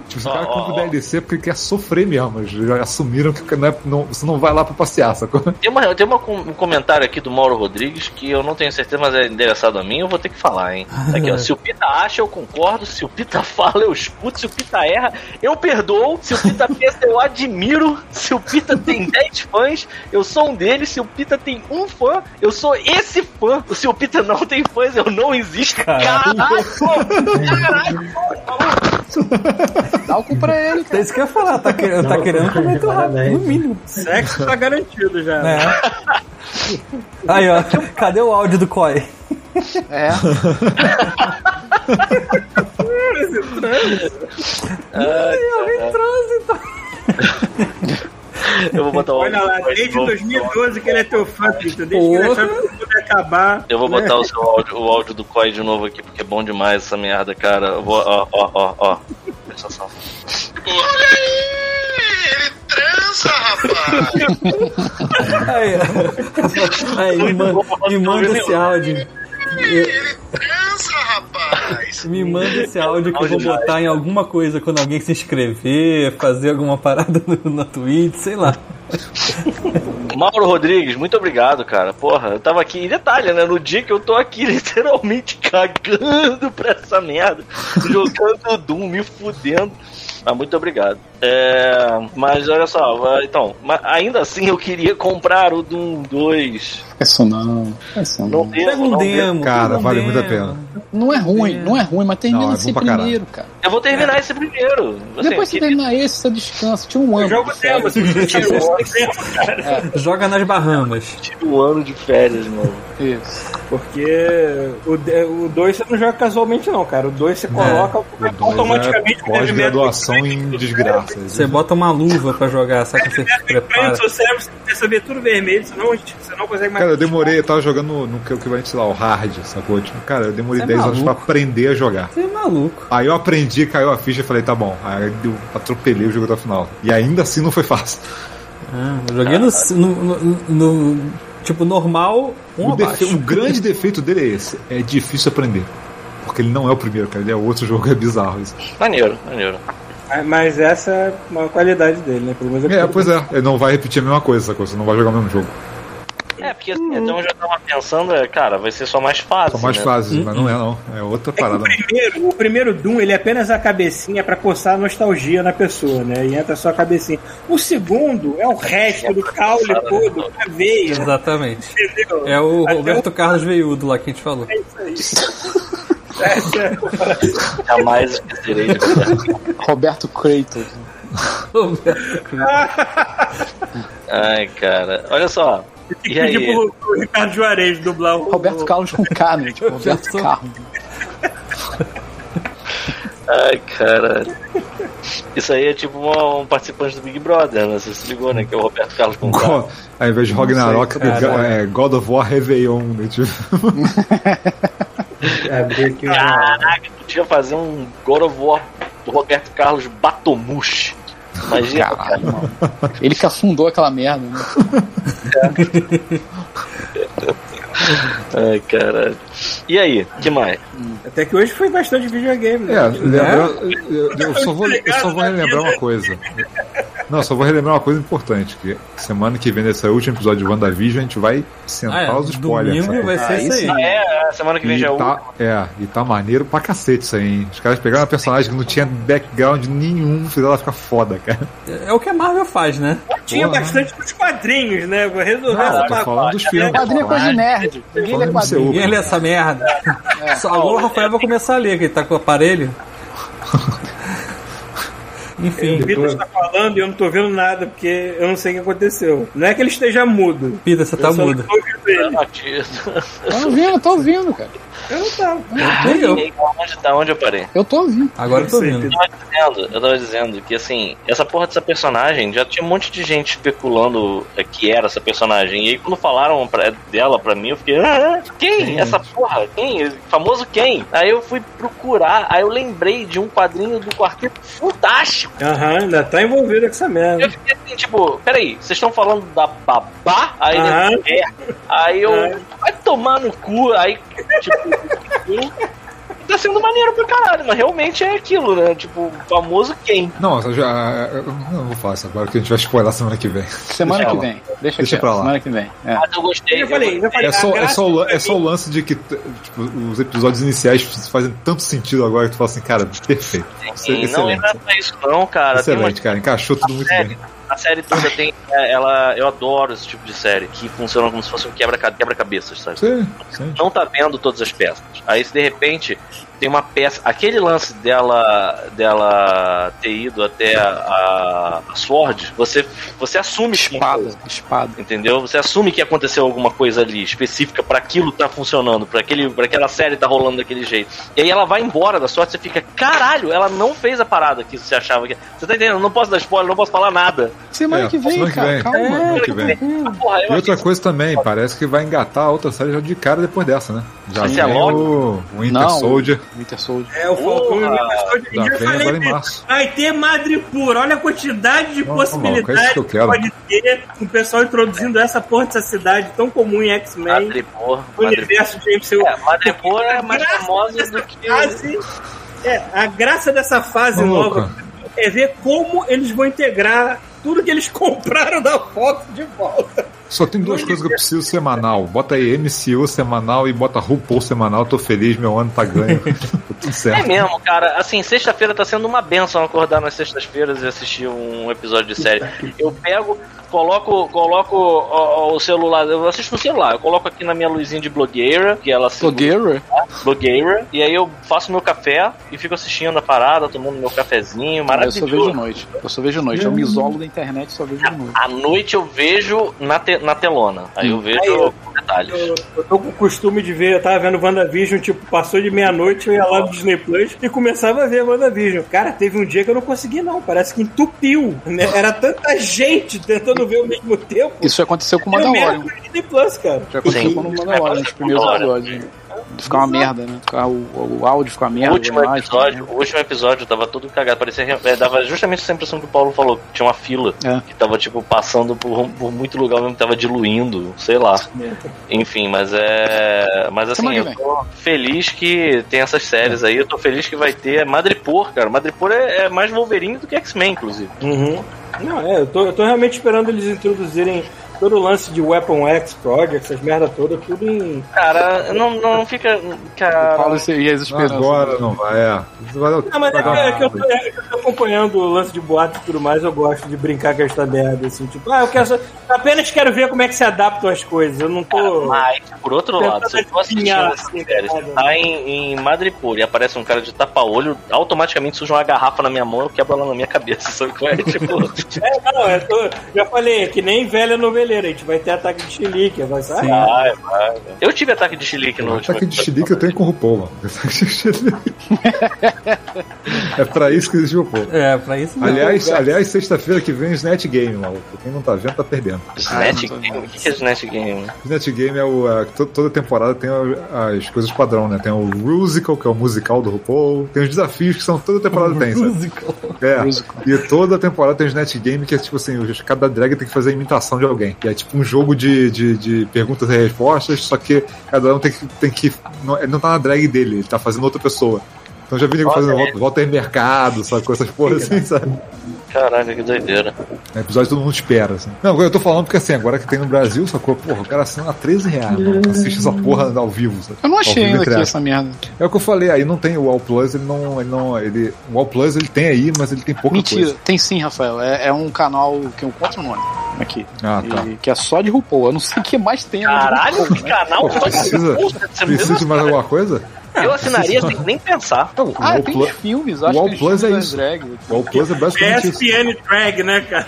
Tipo, os caras Ó, ó, compram o ó. DLC porque quer sofrer mesmo. Eles já assumiram que não é- não- você não vai lá pra passear, sacou? Tem, uma, tem uma com- um comentário aqui do Mauro Rodrigues que eu não tenho certeza, mas é endereçado a mim, eu vou ter que falar, hein? Aqui, ó, se o Pita acha, eu concordo. Se o Pita fala, eu escuto. Se o Pita erra, eu perdoo. Se o Pita pensa, eu admiro. Se o Pita tem 10 fãs, eu sou um deles. Se o Pita tem um fã, eu sou esse fã. Se o Pita não tem fãs, eu não existo. Caralho! Caralho! Dá o cu pra ele, É cara. isso que eu ia falar, tá, que- tá querendo comer teu rabo, Parabéns. no mínimo. Sexo tá garantido já. É. Aí, ó, cadê o áudio do COI? É. Eu vou botar o Olha lá, áudio desde do- 2012 que ele é teu fã, Pita. Desde que ele Porra. achava que tudo ia acabar. Eu vou botar o, seu áudio, o áudio do COI de novo aqui, porque é bom demais essa merda, cara. Eu vou, ó, ó, ó, ó. Presta atenção. Olha aí! Ele transa, rapaz! Aí, ó. Aí, me manda, me manda esse áudio. Ele transa, rapaz! Me manda esse áudio que eu vou Áudio botar em alguma coisa quando alguém se inscrever, fazer alguma parada no, na Twitch, sei lá. Mauro Rodrigues, muito obrigado, cara. Porra, eu tava aqui. E detalhe, né? No dia que eu tô aqui literalmente cagando pra essa merda, jogando Doom, me fudendo. Mas muito obrigado. É, mas olha só, vai- então, mas ainda assim eu queria comprar o Doom 2. Isso não. Isso Não não. devo, Pega um não devo. demo. Cara, pega um vale demo. muito a pena. Não é ruim, não é ruim, mas termina Não, é esse bom pra caralho. primeiro, cara. Eu vou terminar esse primeiro. Assim, Depois que você eu queria- terminar esse, você descansa. Tinha um Eu ano. jogo de demo, férias. Joga nas Bahamas. tive um ano de férias, mano. Isso. Porque o 2 você não joga casualmente, não, cara. O 2 você É, coloca automaticamente Automaticamente. Pós-graduação em desgraça. Você bota uma luva pra jogar, sabe que você se prepara. Prende o seu cérebro, você precisa ver tudo vermelho, senão a gente- você não consegue mais. Cara, eu demorei, eu tava jogando no, no que equivalente, sei lá, o hard, sacou? Tipo, cara, eu demorei Você é 10 anos pra maluco. aprender a jogar. Você é maluco. Aí eu aprendi, caiu a ficha e falei, tá bom. Aí eu atropelei o jogo até o final. E ainda assim não foi fácil. Ah, eu joguei no, no- no- no- Tipo, normal, um o, defe- abaixo. o grande defeito dele é esse: é difícil aprender. Porque ele não é o primeiro, cara. Ele é outro jogo, é bizarro isso. Maneiro, maneiro. Mas- Mas essa é uma qualidade dele, né? Pelo menos É, eu- pois é, ele não vai repetir a mesma coisa, sacou? Você não vai jogar o mesmo jogo. É, porque assim, então eu já tava pensando, é, cara, vai ser só mais fácil. São mais né? fases, mas não é, não. É outra É que o parada. primeiro, o primeiro Doom, ele é apenas a cabecinha pra coçar a nostalgia na pessoa, né? E entra só a cabecinha. O segundo é o resto do caule todo, a veia, Exatamente. entendeu? É o Até um Roberto Carlos Veiudo lá que a gente falou. É isso aí. Jamais esquecerei. Roberto Creighton. Ai, cara. Olha só. Tem E que pedir aí? pro, pro Ricardo Juarez dublar o. Roberto o- Carlos com K, né? Tipo, Roberto sou- Carlos. Ai, cara. Isso aí é tipo uma- um participante do Big Brother, né? Você se ligou, né? Que é o Roberto Carlos com K. Go- Ao invés de Ragnarok, cara. Go- é, God of War Réveillon, né? Tipo, Abri aqui uma. Caraca, podia fazer um God of War do Roberto Carlos Batomush. Imagina, cara. Caralho, mano. Ele que afundou aquela merda, né? Ai, caralho. E aí, que mais? Até que hoje foi bastante videogame, É, né? lembra, eu, eu só vou, eu só vou relembrar uma coisa. Não, só vou relembrar uma coisa importante: que semana que vem, nesse último episódio de WandaVision, a gente vai sentar Ah, é, os spoilers. domingo saca? vai ser um. isso Ah, aí. é, é, semana que vem E já é o. tá, é, e tá maneiro pra cacete isso aí, hein? Os caras pegaram uma personagem que não tinha background nenhum, fizeram ela ficar foda, cara. É o que a Marvel faz, né? Tinha bastante nos quadrinhos, né? Vou resolver Não, essa tô falando pacote. dos filmes. Quadrinho é coisa de Falando- nerd. Ninguém lê falando do quadrinho. MCU, Ninguém lê essa merda. É. Só agora o Rafael vai começar a ler, que ele tá com o aparelho. Enfim, O Vitor está falando e eu não tô vendo nada, porque eu não sei o que aconteceu. Não é que ele esteja mudo. Pita, você tá eu só mudo. não tô ouvindo ele. Tô ouvindo, tô ouvindo, cara. Eu não tava. Nem eu. Onde, da onde eu parei? Eu tô ouvindo. Agora eu tô ouvindo. Eu tava, dizendo, eu tava dizendo que assim, essa porra dessa personagem, já tinha um monte de gente especulando é, que era essa personagem. E aí quando falaram pra- dela pra mim, eu fiquei, ah, quem? Essa porra? Quem? Famoso quem? Aí eu fui procurar, aí eu lembrei de um quadrinho do quarteto fantástico. Aham, ainda tá envolvido com essa merda. Eu fiquei assim, tipo, peraí, vocês estão falando da babá? Aí, Aham. né, é. aí eu. É. Vai tomar no cu, aí, tipo. eu- tá sendo maneiro pra caralho, mas realmente é aquilo, né? Tipo, famoso quem? Não, eu já. Eu não vou falar isso agora, que a gente vai spoiler semana que vem. Semana Deixa que pra vem. Deixa, Deixa aqui, pra ó, lá. Semana que vem. É. Mas eu gostei. Eu falei, eu falei. É a só, é, graça só, o lan- pra é só o lance de que tipo, os episódios iniciais fazem tanto sentido agora que tu fala assim, cara, perfeito. gostei. não é excelente. nada pra isso, não, cara. Tem uma Excelente, cara. Encaixou tudo muito bem. A série toda tem. é, Ela, eu adoro esse tipo de série, que funciona como se fosse um quebra- quebra-cabeças, sabe? Sim, sim. não tá vendo todas as peças. Aí se de repente tem uma peça. Aquele lance dela dela ter ido até a, a Sword, você, você assume que- Espada, espada. Entendeu? Você assume que aconteceu alguma coisa ali específica pra aquilo tá funcionando, pra aquele, pra aquela série tá rolando daquele jeito. E aí ela vai embora da sorte, você fica, caralho, ela não fez a parada que você achava que. Você tá entendendo? Não posso dar spoiler, não posso falar nada. Semana É, que vem, semana que cara. vem. Calma. Semana que vem. Ah, Porra, eu E outra achei- coisa também, parece que vai engatar a outra série já de cara depois dessa, né? Já Esse é vem logo? o Winter Não. Soldier, Winter Soldier. É, o Falcão e o Porra! Winter Soldier. já Eu vem falei agora em mesmo. março. Vai ter Madre Pura, olha a quantidade de Não, maluco, é possibilidades isso que eu que, quero. pode ter com o pessoal introduzindo essa porra dessa cidade tão comum em X-Men, Madripoor, o universo de MCU. É, Madripoor é mais Graças famosa dessa do que. fase- é, a graça dessa fase Maluco. nova é ver como eles vão integrar tudo que eles compraram da Fox de volta. Só tem duas coisas que eu preciso semanal. Bota aí MCU semanal e bota RuPaul semanal. Tô feliz, meu ano tá ganho. tá tudo É certo. mesmo, cara. Assim, sexta-feira tá sendo uma benção acordar nas sextas-feiras e assistir um episódio de série. Eu pego, coloco, coloco ó, ó, o celular, eu assisto no celular, eu coloco aqui na minha luzinha de blogueira, que ela segura- Blogueira. blogueira, e aí eu faço meu café e fico assistindo a parada, tomando meu cafezinho, Ah, Eu só vejo à maravilhoso. noite. Eu só vejo à noite. Eu Hum. me isolo da internet e só vejo à noite. À noite eu vejo na, te- na telona. Aí Hum. eu vejo Aí eu- detalhes. Eu, eu tô com o costume de ver, eu tava vendo WandaVision, tipo, passou de meia-noite, eu ia lá no Disney Plus e começava a ver WandaVision. Cara, teve um dia que eu não consegui, não. Parece que entupiu. né? Era tanta gente tentando ver ao mesmo tempo. Isso é aconteceu com o Deu merda Mandalorian. no Disney Plus, cara. Já aconteceu Sim. com o Mandalorian nos primeiros Mandalorian. episódios. Ficar uma merda, né? Ficar o, o áudio ficar uma merda. né? O último, a imagem ficar uma episódio, o último episódio tava todo cagado, parecia. é, dava justamente essa impressão que o Paulo falou, que tinha uma fila É. que tava, tipo, passando por, por muito lugar mesmo, tava diluindo, sei lá. Enfim, mas é. Mas assim, Semana que eu tô feliz que tem essas É. séries aí, eu tô feliz que vai ter Madripoor, cara. Madripoor é, é mais Wolverine do que X-Men, inclusive. Uhum. Não, é, eu tô, eu tô realmente esperando eles introduzirem todo o lance de Weapon X Project, essas merda toda, tudo em. Cara, não, não fica. merda. Cara. Paulo e as esperanças. Agora não vai, é. Vai dar- Ah, mas é, vai que- dar- é que eu tô, é que eu tô acompanhando o lance de boato e tudo mais, eu gosto de brincar com essa merda, assim, tipo, ah, eu quero só, apenas quero ver como é que se adaptam as coisas, eu não tô. Ah, Mas, por outro Tentando lado, se eu tô assistindo adivinhar, essa assim, série, cara. você tá em, em Madripoor e aparece um cara de tapa-olho, automaticamente surge uma garrafa na minha mão, eu quebro ela na minha cabeça. Sabe qual é? Tipo, É, não, eu tô, já falei, é que nem velha noveleira, a gente vai ter ataque de chilique, vai sair. vai, vai. Eu tive ataque de chilique no último. Ataque de episódio. xilique eu tenho com o RuPaul, mano. Ataque de xilique. É pra isso que existe o RuPaul. É, pra isso mesmo. Aliás, aliás sexta-feira que vem o Snatch Game, maluco. Quem não tá vendo tá perdendo. Snatch Ah, não tô Game? vendo. O que que é Snatch Game? Snatch Game é o. a- to- toda temporada tem a- as coisas padrão, né? Tem o Rusical, que é o musical do RuPaul. Tem os desafios que são toda temporada tem, sabe? Musical. É. Musical. E toda temporada tem Snatch Game que é tipo assim, os- cada drag tem que fazer a imitação de alguém. E é tipo um jogo de, de, de perguntas e respostas, só que cada um tem que. Tem que não, ele não tá na drag dele, ele tá fazendo outra pessoa. Então Então já vi nego Olha fazendo aí. volta, volta em mercado, sabe? Com essas porras assim, sabe? Caralho, que doideira. É episódio que todo mundo espera, assim. Não, eu tô falando porque assim, agora que tem no Brasil, sacou? Porra, o cara assina 13 reais, mano. Uhum. Assiste essa porra ao vivo, sabe? Eu não Ao achei vivo, ainda entre aqui aspas. essa merda. É o que eu falei, aí não tem o All Plus, ele não. Ele não ele, o All Plus ele tem aí, mas ele tem pouca Mentira, coisa. tem sim, Rafael. É, é um canal que é um outro nome aqui. Ah, E- tá. que é só de RuPaul. Eu não sei o que mais tem. além de Caralho, RuPaul, que né? canal Pô, só de precisa, puta, você não precisa de mais alguma coisa? Eu assinaria sem nem pensar. Não, o Ah, All tem Plus, filmes, o acho All que Plus filmes é das isso. drag. o All Plus é basicamente isso. ESPN Drag, né, cara?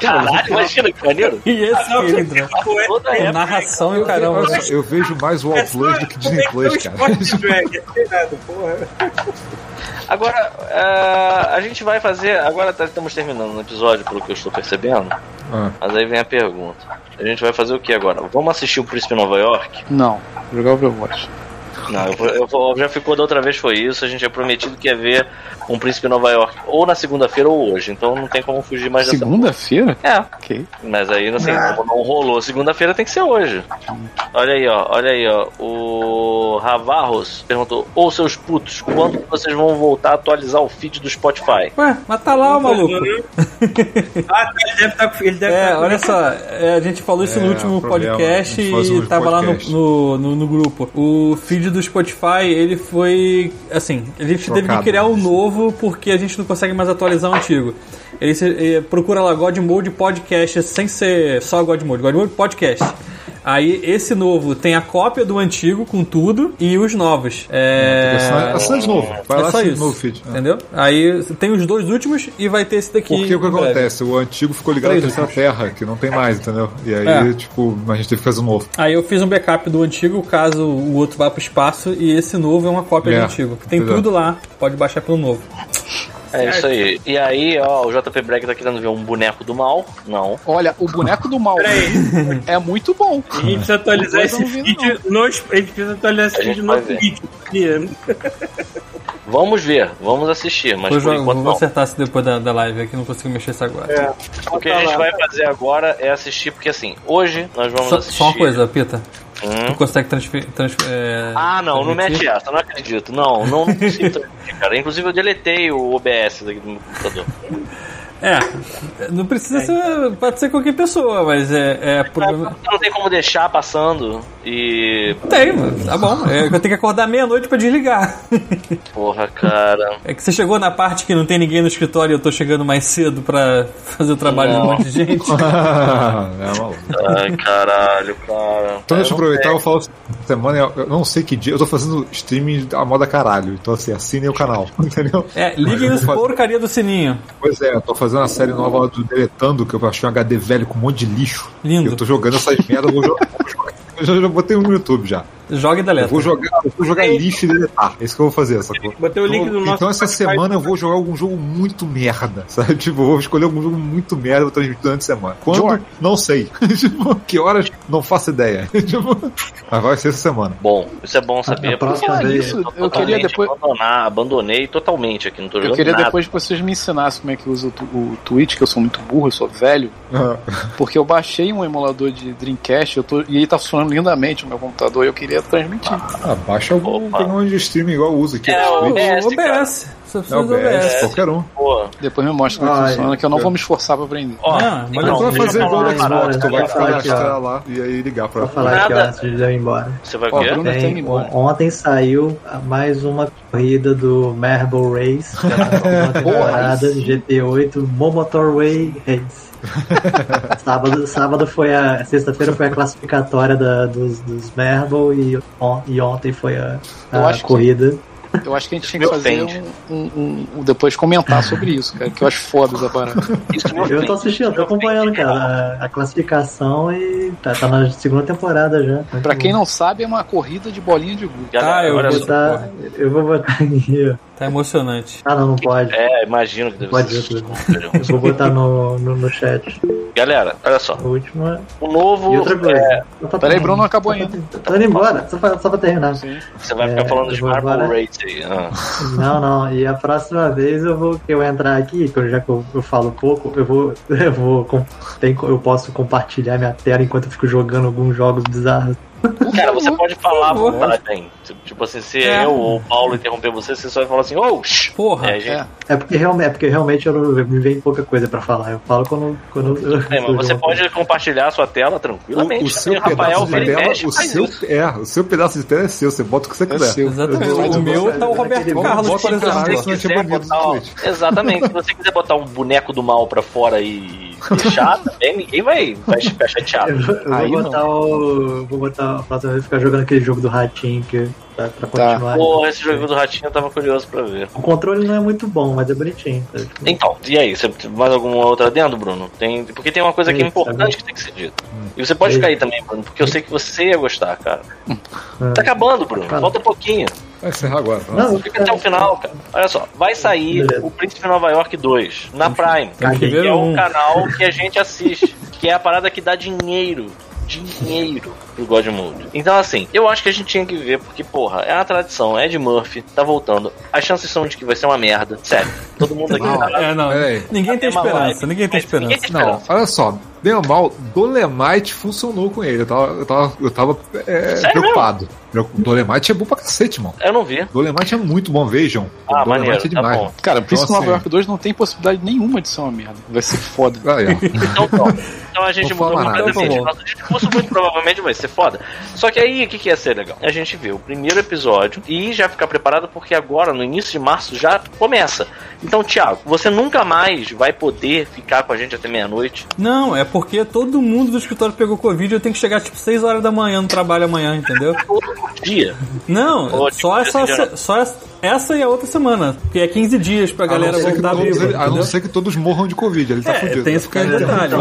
Caralho, imagina que maneiro. E esse entra. Toda é, Com época. narração e o Eu, caramba. eu vejo mais o All Plus do que Disney Plus, cara. é Agora, é, a gente vai fazer. Agora tá- estamos terminando o episódio, pelo que eu estou percebendo. Ah. Mas aí vem a pergunta: A gente vai fazer o que agora? Vamos assistir o Príncipe de Nova York? Não, jogar Overwatch. Não, eu, vou- eu vou- já ficou da outra vez, foi isso. A gente é prometido que ia ver um Príncipe de Nova York ou na segunda-feira ou hoje. Então não tem como fugir mais dessa. Segunda-feira? É, Ok. mas aí não sei como não rolou. Segunda-feira tem que ser hoje. Olha aí, ó, olha aí, ó. O Ravarros perguntou: Ô seus putos, quando vocês vão voltar a atualizar o feed do Spotify? Ué, mas tá lá o maluco. Uhum. Ah, tá, ele deve estar com. Ele deve É, tá com- olha só, é, a gente falou isso É, no último problema, podcast a gente faz um e tava podcast. lá no, no, no- no grupo. O feed do Spotify, ele foi. Assim, a gente teve Trocado. que criar um novo porque a gente não consegue mais atualizar o antigo. Ele se- eh, procura lá God Mode Podcast sem ser só God Mode, God Mode Podcast. Aí esse novo tem a cópia do antigo com tudo e os novos. É, Assina, assina de novo. Vai lá é só assina de isso. novo o feed. Ah. Entendeu? Aí tem os dois últimos e vai ter esse daqui. Porque o que em breve. acontece? O antigo ficou ligado à Três terceira terra, que não tem mais, entendeu? E aí, É. tipo, a gente teve que fazer um novo. Aí eu fiz um backup do antigo, caso o outro vá pro espaço, e esse novo é uma cópia É, do antigo. Tem exato. tudo lá, pode baixar pelo novo. É isso aí. E aí, ó, o JP Black tá querendo ver um boneco do mal. Não. Olha, o boneco do mal Peraí, é muito bom. a gente precisa Não atualizar tô esse ouvindo, vídeo no. A gente precisa atualizar A esse gente vídeo vai no ver. vídeo. Vamos ver, vamos assistir, Vou, mas por jogar- enquanto é, vou não. acertar isso depois da, da live aqui, não consigo mexer isso agora. O que a gente vai fazer agora é assistir, porque assim, hoje nós vamos só, assistir. só uma coisa, Pita. Hum? Tu consegue transferir. Trans, é, Ah, não, não transmitir? mete essa, não acredito. Não, não, não consigo transmitir, cara. Inclusive eu deletei o OBS daqui do meu computador. É, não precisa ser. Pode ser qualquer pessoa, mas é, é problema. Não tem como deixar passando e. Tem, mano, tá bom. É que eu tenho que acordar meia-noite pra desligar. Porra, cara. É que você chegou na parte que não tem ninguém no escritório e eu tô chegando mais cedo pra fazer o trabalho de um monte de gente. é maluco. Ai, caralho, cara. É Então É, deixa eu não aproveitar e falar essa semana, eu eu não sei que dia, eu tô fazendo streaming a moda caralho. Então assim, assinem o canal, entendeu? É, liguem Mas os eu vou fa- porcaria do sininho. Pois é, eu tô fazendo uma série nova lá do Deletando, que eu achei um HD velho com um monte de lixo. Lindo. E Eu tô jogando essas merdas, eu vou jogar. vou jogar- Eu já, já botei um no YouTube já. Joga e Eu deleta. vou jogar, eu vou jogar lixo e deletar. É isso que eu vou fazer, sacou? Botei o link do então, nosso então essa Spotify. semana eu vou jogar algum jogo muito merda, sabe? Tipo, eu vou escolher algum jogo muito merda e vou transmitir durante a semana. Quando? Jorge. Não sei. tipo, que horas? Não faço ideia. tipo, mas vai ser essa semana. Bom, isso é bom saber. A próxima porque vez- Isso, tô eu totalmente queria depois- Abandonar, abandonei totalmente aqui, não tô jogando Eu queria nada. depois que vocês me ensinassem como é que usa o, tu- o Twitch, que eu sou muito burro, eu sou velho. Ah, Porque eu baixei um emulador de Dreamcast eu tô, e ele tá funcionando lindamente o meu computador e eu queria transmitir. ah, baixa algum Opa. programa de streaming igual eu uso aqui. É, o o Twitch. OBS, cara. OBS. Só precisa É o do OBS. BS, qualquer um. Pô, Depois me mostra como é que Ai, funciona, que eu não vou me esforçar pra aprender. ó, Ah, mas Tu não, vai deixa fazer eu igual falar o uma parada. Xbox, tu vai Deixa eu falar aqui, cadastrar lá e aí ligar pra. Pra falar aqui, ó, Nada. antes de eu ir embora. Você vai Ó, ver? Bruno tá Tem, indo embora. on- ontem saiu mais uma corrida do Marble Race, que é uma temporada de GT8 Motorway Race. sábado, sábado foi a. Sexta-feira foi a classificatória da- dos, dos Marble e, on- e ontem foi a, a Eu acho que- corrida. Eu acho que a gente tinha que Meu fazer pente. um, um- um- um- Depois comentar sobre isso, cara, que eu acho foda essa parada. Isso é não Eu tô tem. assistindo, tô acompanhando, cara, a, a classificação e tá, tá na segunda temporada já. Pra quem não sabe, é uma corrida de bolinha de gude. Galera, Tá, Ah, eu olha vou Eu vou só. botar, eu vou botar aqui. ó. Tá emocionante. Ah, não, não pode. É, imagino que deve Pode ser. ser tudo. entendeu? Eu vou botar no, no, no chat. Galera, olha só. A última. O novo. E outra coisa. é, Só pra Peraí, terminar. Bruno, não acabou Só pra ainda. ter- Tô indo embora, só pra, só pra terminar. você vai ficar É, falando de eu vou Marble agora- Race aí. ah. Não, não. E a próxima vez eu vou que eu entrar aqui, que eu já que eu, eu falo pouco, eu vou. Eu vou. com- Tem, co- eu posso compartilhar minha tela enquanto eu fico jogando alguns jogos bizarros. Cara, você pode falar à favor. vontade, hein? Tipo assim, se É. eu ou o Paulo interromper você, você só vai falar assim, ô, shh. Porra. É, gente, É. É porque, realmente, é porque realmente eu não, me vem pouca coisa pra falar. Eu falo quando. quando eu- tem, é, mas você pode compartilhar a sua tela tranquilamente. O, o seu E Rafael pedaço de Felipe tela, mexe, o faz seu, isso. é, o seu pedaço de tela é seu, você bota o que você quiser. seu. Exatamente. Eu- O eu- meu tá o eu- Roberto eu- Carlos, por Tá, eu- eu- exemplo. eu- Se tinha quiser banido botar- no Twitch. exatamente. Se você quiser botar um boneco do mal pra fora e deixar também, ninguém vai, vai ficar Eu, chateado. vou- eu Aí vou botar o. Vou botar. A próxima vez ficar jogando aquele jogo do ratinho que, pra, pra continuar. Tá. Porra, esse jogo do ratinho eu tava curioso pra ver. O controle não é muito bom, mas é bonitinho. tá? Tipo, Então, e aí, você tem mais alguma outra adendo, Bruno? Tem, porque tem uma coisa que é Eita, importante que tem que ser dita. E você pode Eita. ficar aí também, Bruno, porque eu sei que você ia gostar, cara. Tá acabando, Bruno. Fala. Falta pouquinho. Vai encerrar agora. Não, Fica até o final, cara. Olha só, vai sair Beleza. o Príncipe de Nova York 2 na Prime, Tem que que ver é um um. canal que a gente assiste, que é a parada que dá dinheiro. Dinheiro pro God Mode. Então, assim, eu acho que a gente tinha que ver, porque, porra, é uma tradição, Ed Murphy, tá voltando. As chances são de que vai ser uma merda. Sério, todo mundo aqui tá É, não. Peraí. Ninguém tem Tem uma esperança. live. Ninguém tem Ninguém esperança. tem Não, esperança. olha só, bem ou mal, Dolemite funcionou com ele. Eu tava, eu tava, eu tava é, Sério preocupado. Dolemite é bom pra cacete, mano. Eu não vi. Dolemite é muito bom, vejam. Ah, Dolemite maneiro, é tá demais. bom. Cara, Então, Príncipe Nova assim- York 2 não tem possibilidade nenhuma de ser uma merda. Vai ser foda. Aí, ó. Então, pronto. Então a gente Não mudou fala nada, completamente. tá bom. Nosso discurso muito provavelmente vai ser foda. Só que aí, o que, que ia ser legal? A gente vê o primeiro episódio e já ficar preparado porque agora, no início de março, já começa. Então, Thiago, você nunca mais vai poder ficar com a gente até meia-noite. Não, é porque todo mundo do escritório pegou Covid e eu tenho que chegar tipo 6 horas da manhã no trabalho amanhã, entendeu? Todo dia. Não, tipo, Ótimo, só essa, esse dia- só essa, essa e a outra semana, porque é 15 dias pra A não galera ser que voltar todos- viva, A não entendeu? ser que todos morram de Covid, ele tá É, fudido. tem esse pequeno detalhe.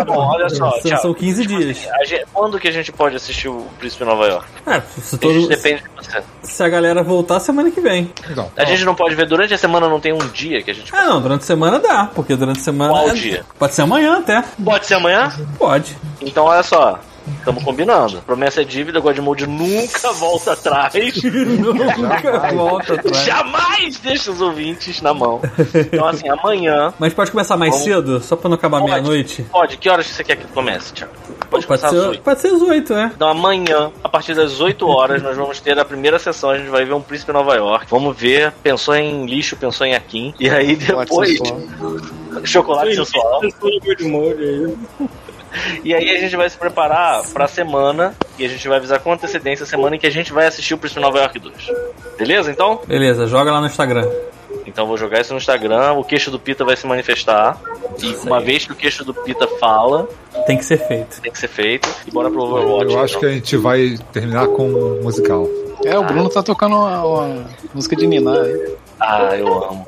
Tá bom, olha só, São, Thiago. são 15 dias. A gente- quando que a gente pode assistir o Príncipe de Nova York? É, se, Isso todo- depende de você. se a galera voltar, semana que vem. Então, A gente não pode ver durante a semana, não tem um dia que a gente. Ah, não, durante a semana dá, porque durante a semana. Qual é- dia? Pode ser amanhã até. Pode ser amanhã? Pode. Então, olha só. Estamos combinando. Promessa é dívida, Godmode nunca volta atrás. Nunca volta atrás. Jamais deixa os ouvintes na mão. Então, assim, amanhã. Mas pode começar mais Vamos. cedo, só pra não acabar Pode. meia-noite? Pode, que horas que você quer que comece, Thiago? Pode Pode começar às ser, 8. pode ser às 8, é. Então amanhã, a partir das 8 horas, nós vamos ter a primeira sessão, a gente vai ver um príncipe em Nova York. Vamos ver, pensou em lixo, pensou em Akin. E aí depois, chocolate sensual. E aí a gente vai se preparar pra semana e a gente vai avisar com antecedência a semana em que a gente vai assistir o Príncipe em Nova York 2. Beleza, então? Beleza, joga lá no Instagram. Então vou jogar isso no Instagram, o queixo do Pita vai se manifestar. E uma vez que o queixo do Pita fala, Tem que ser feito. tem que ser feito. E bora pro Overwatch. eu acho que então. a gente vai terminar com um musical. É, o Bruno tá tocando uma, uma música de Niná. aí. Ah, eu amo.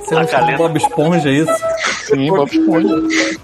Você não chama Ah, galera. Bob Esponja é isso? Sim, Bob Esponja.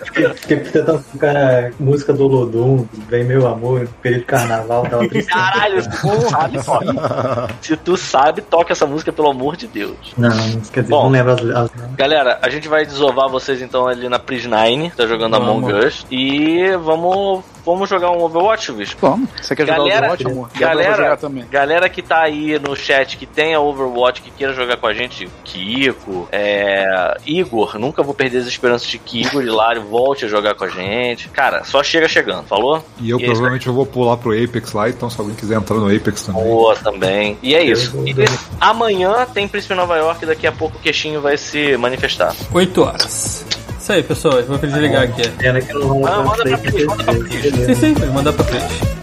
Fiquei, fiquei tentando ficar música do Olodum, Vem Meu Amor, período de carnaval, tava triste. Caralho, se tu sabe, toca. Se tu sabe, toca essa música, pelo amor de Deus. Não, quer dizer, Bom. não lembro as, as Galera, a gente vai desovar vocês então ali na Pris9, tá jogando Vamos. Among Us. E vamos, vamos jogar um Overwatch, bicho. Vamos. Você quer jogar Galera, o ótimo? galera, jogar também. Galera que tá aí no chat, que tenha Overwatch, que queira jogar com a gente, Kiko, é, Igor, nunca vou perder as esperanças de que Igor Hilário volte a jogar com a gente. Cara, só chega chegando, falou? E eu E é isso provavelmente eu vou pular pro Apex lá, então se alguém quiser entrar no Apex também. Boa também. E é isso. E amanhã tem Príncipe em Nova York, daqui a pouco o queixinho vai se manifestar. 8 horas. Isso aí, pessoal. Vou desligar aqui. pena que eu não Ah, manda pra sei Pris, manda pra Pris. Sim, sim, vou mandar pra frente.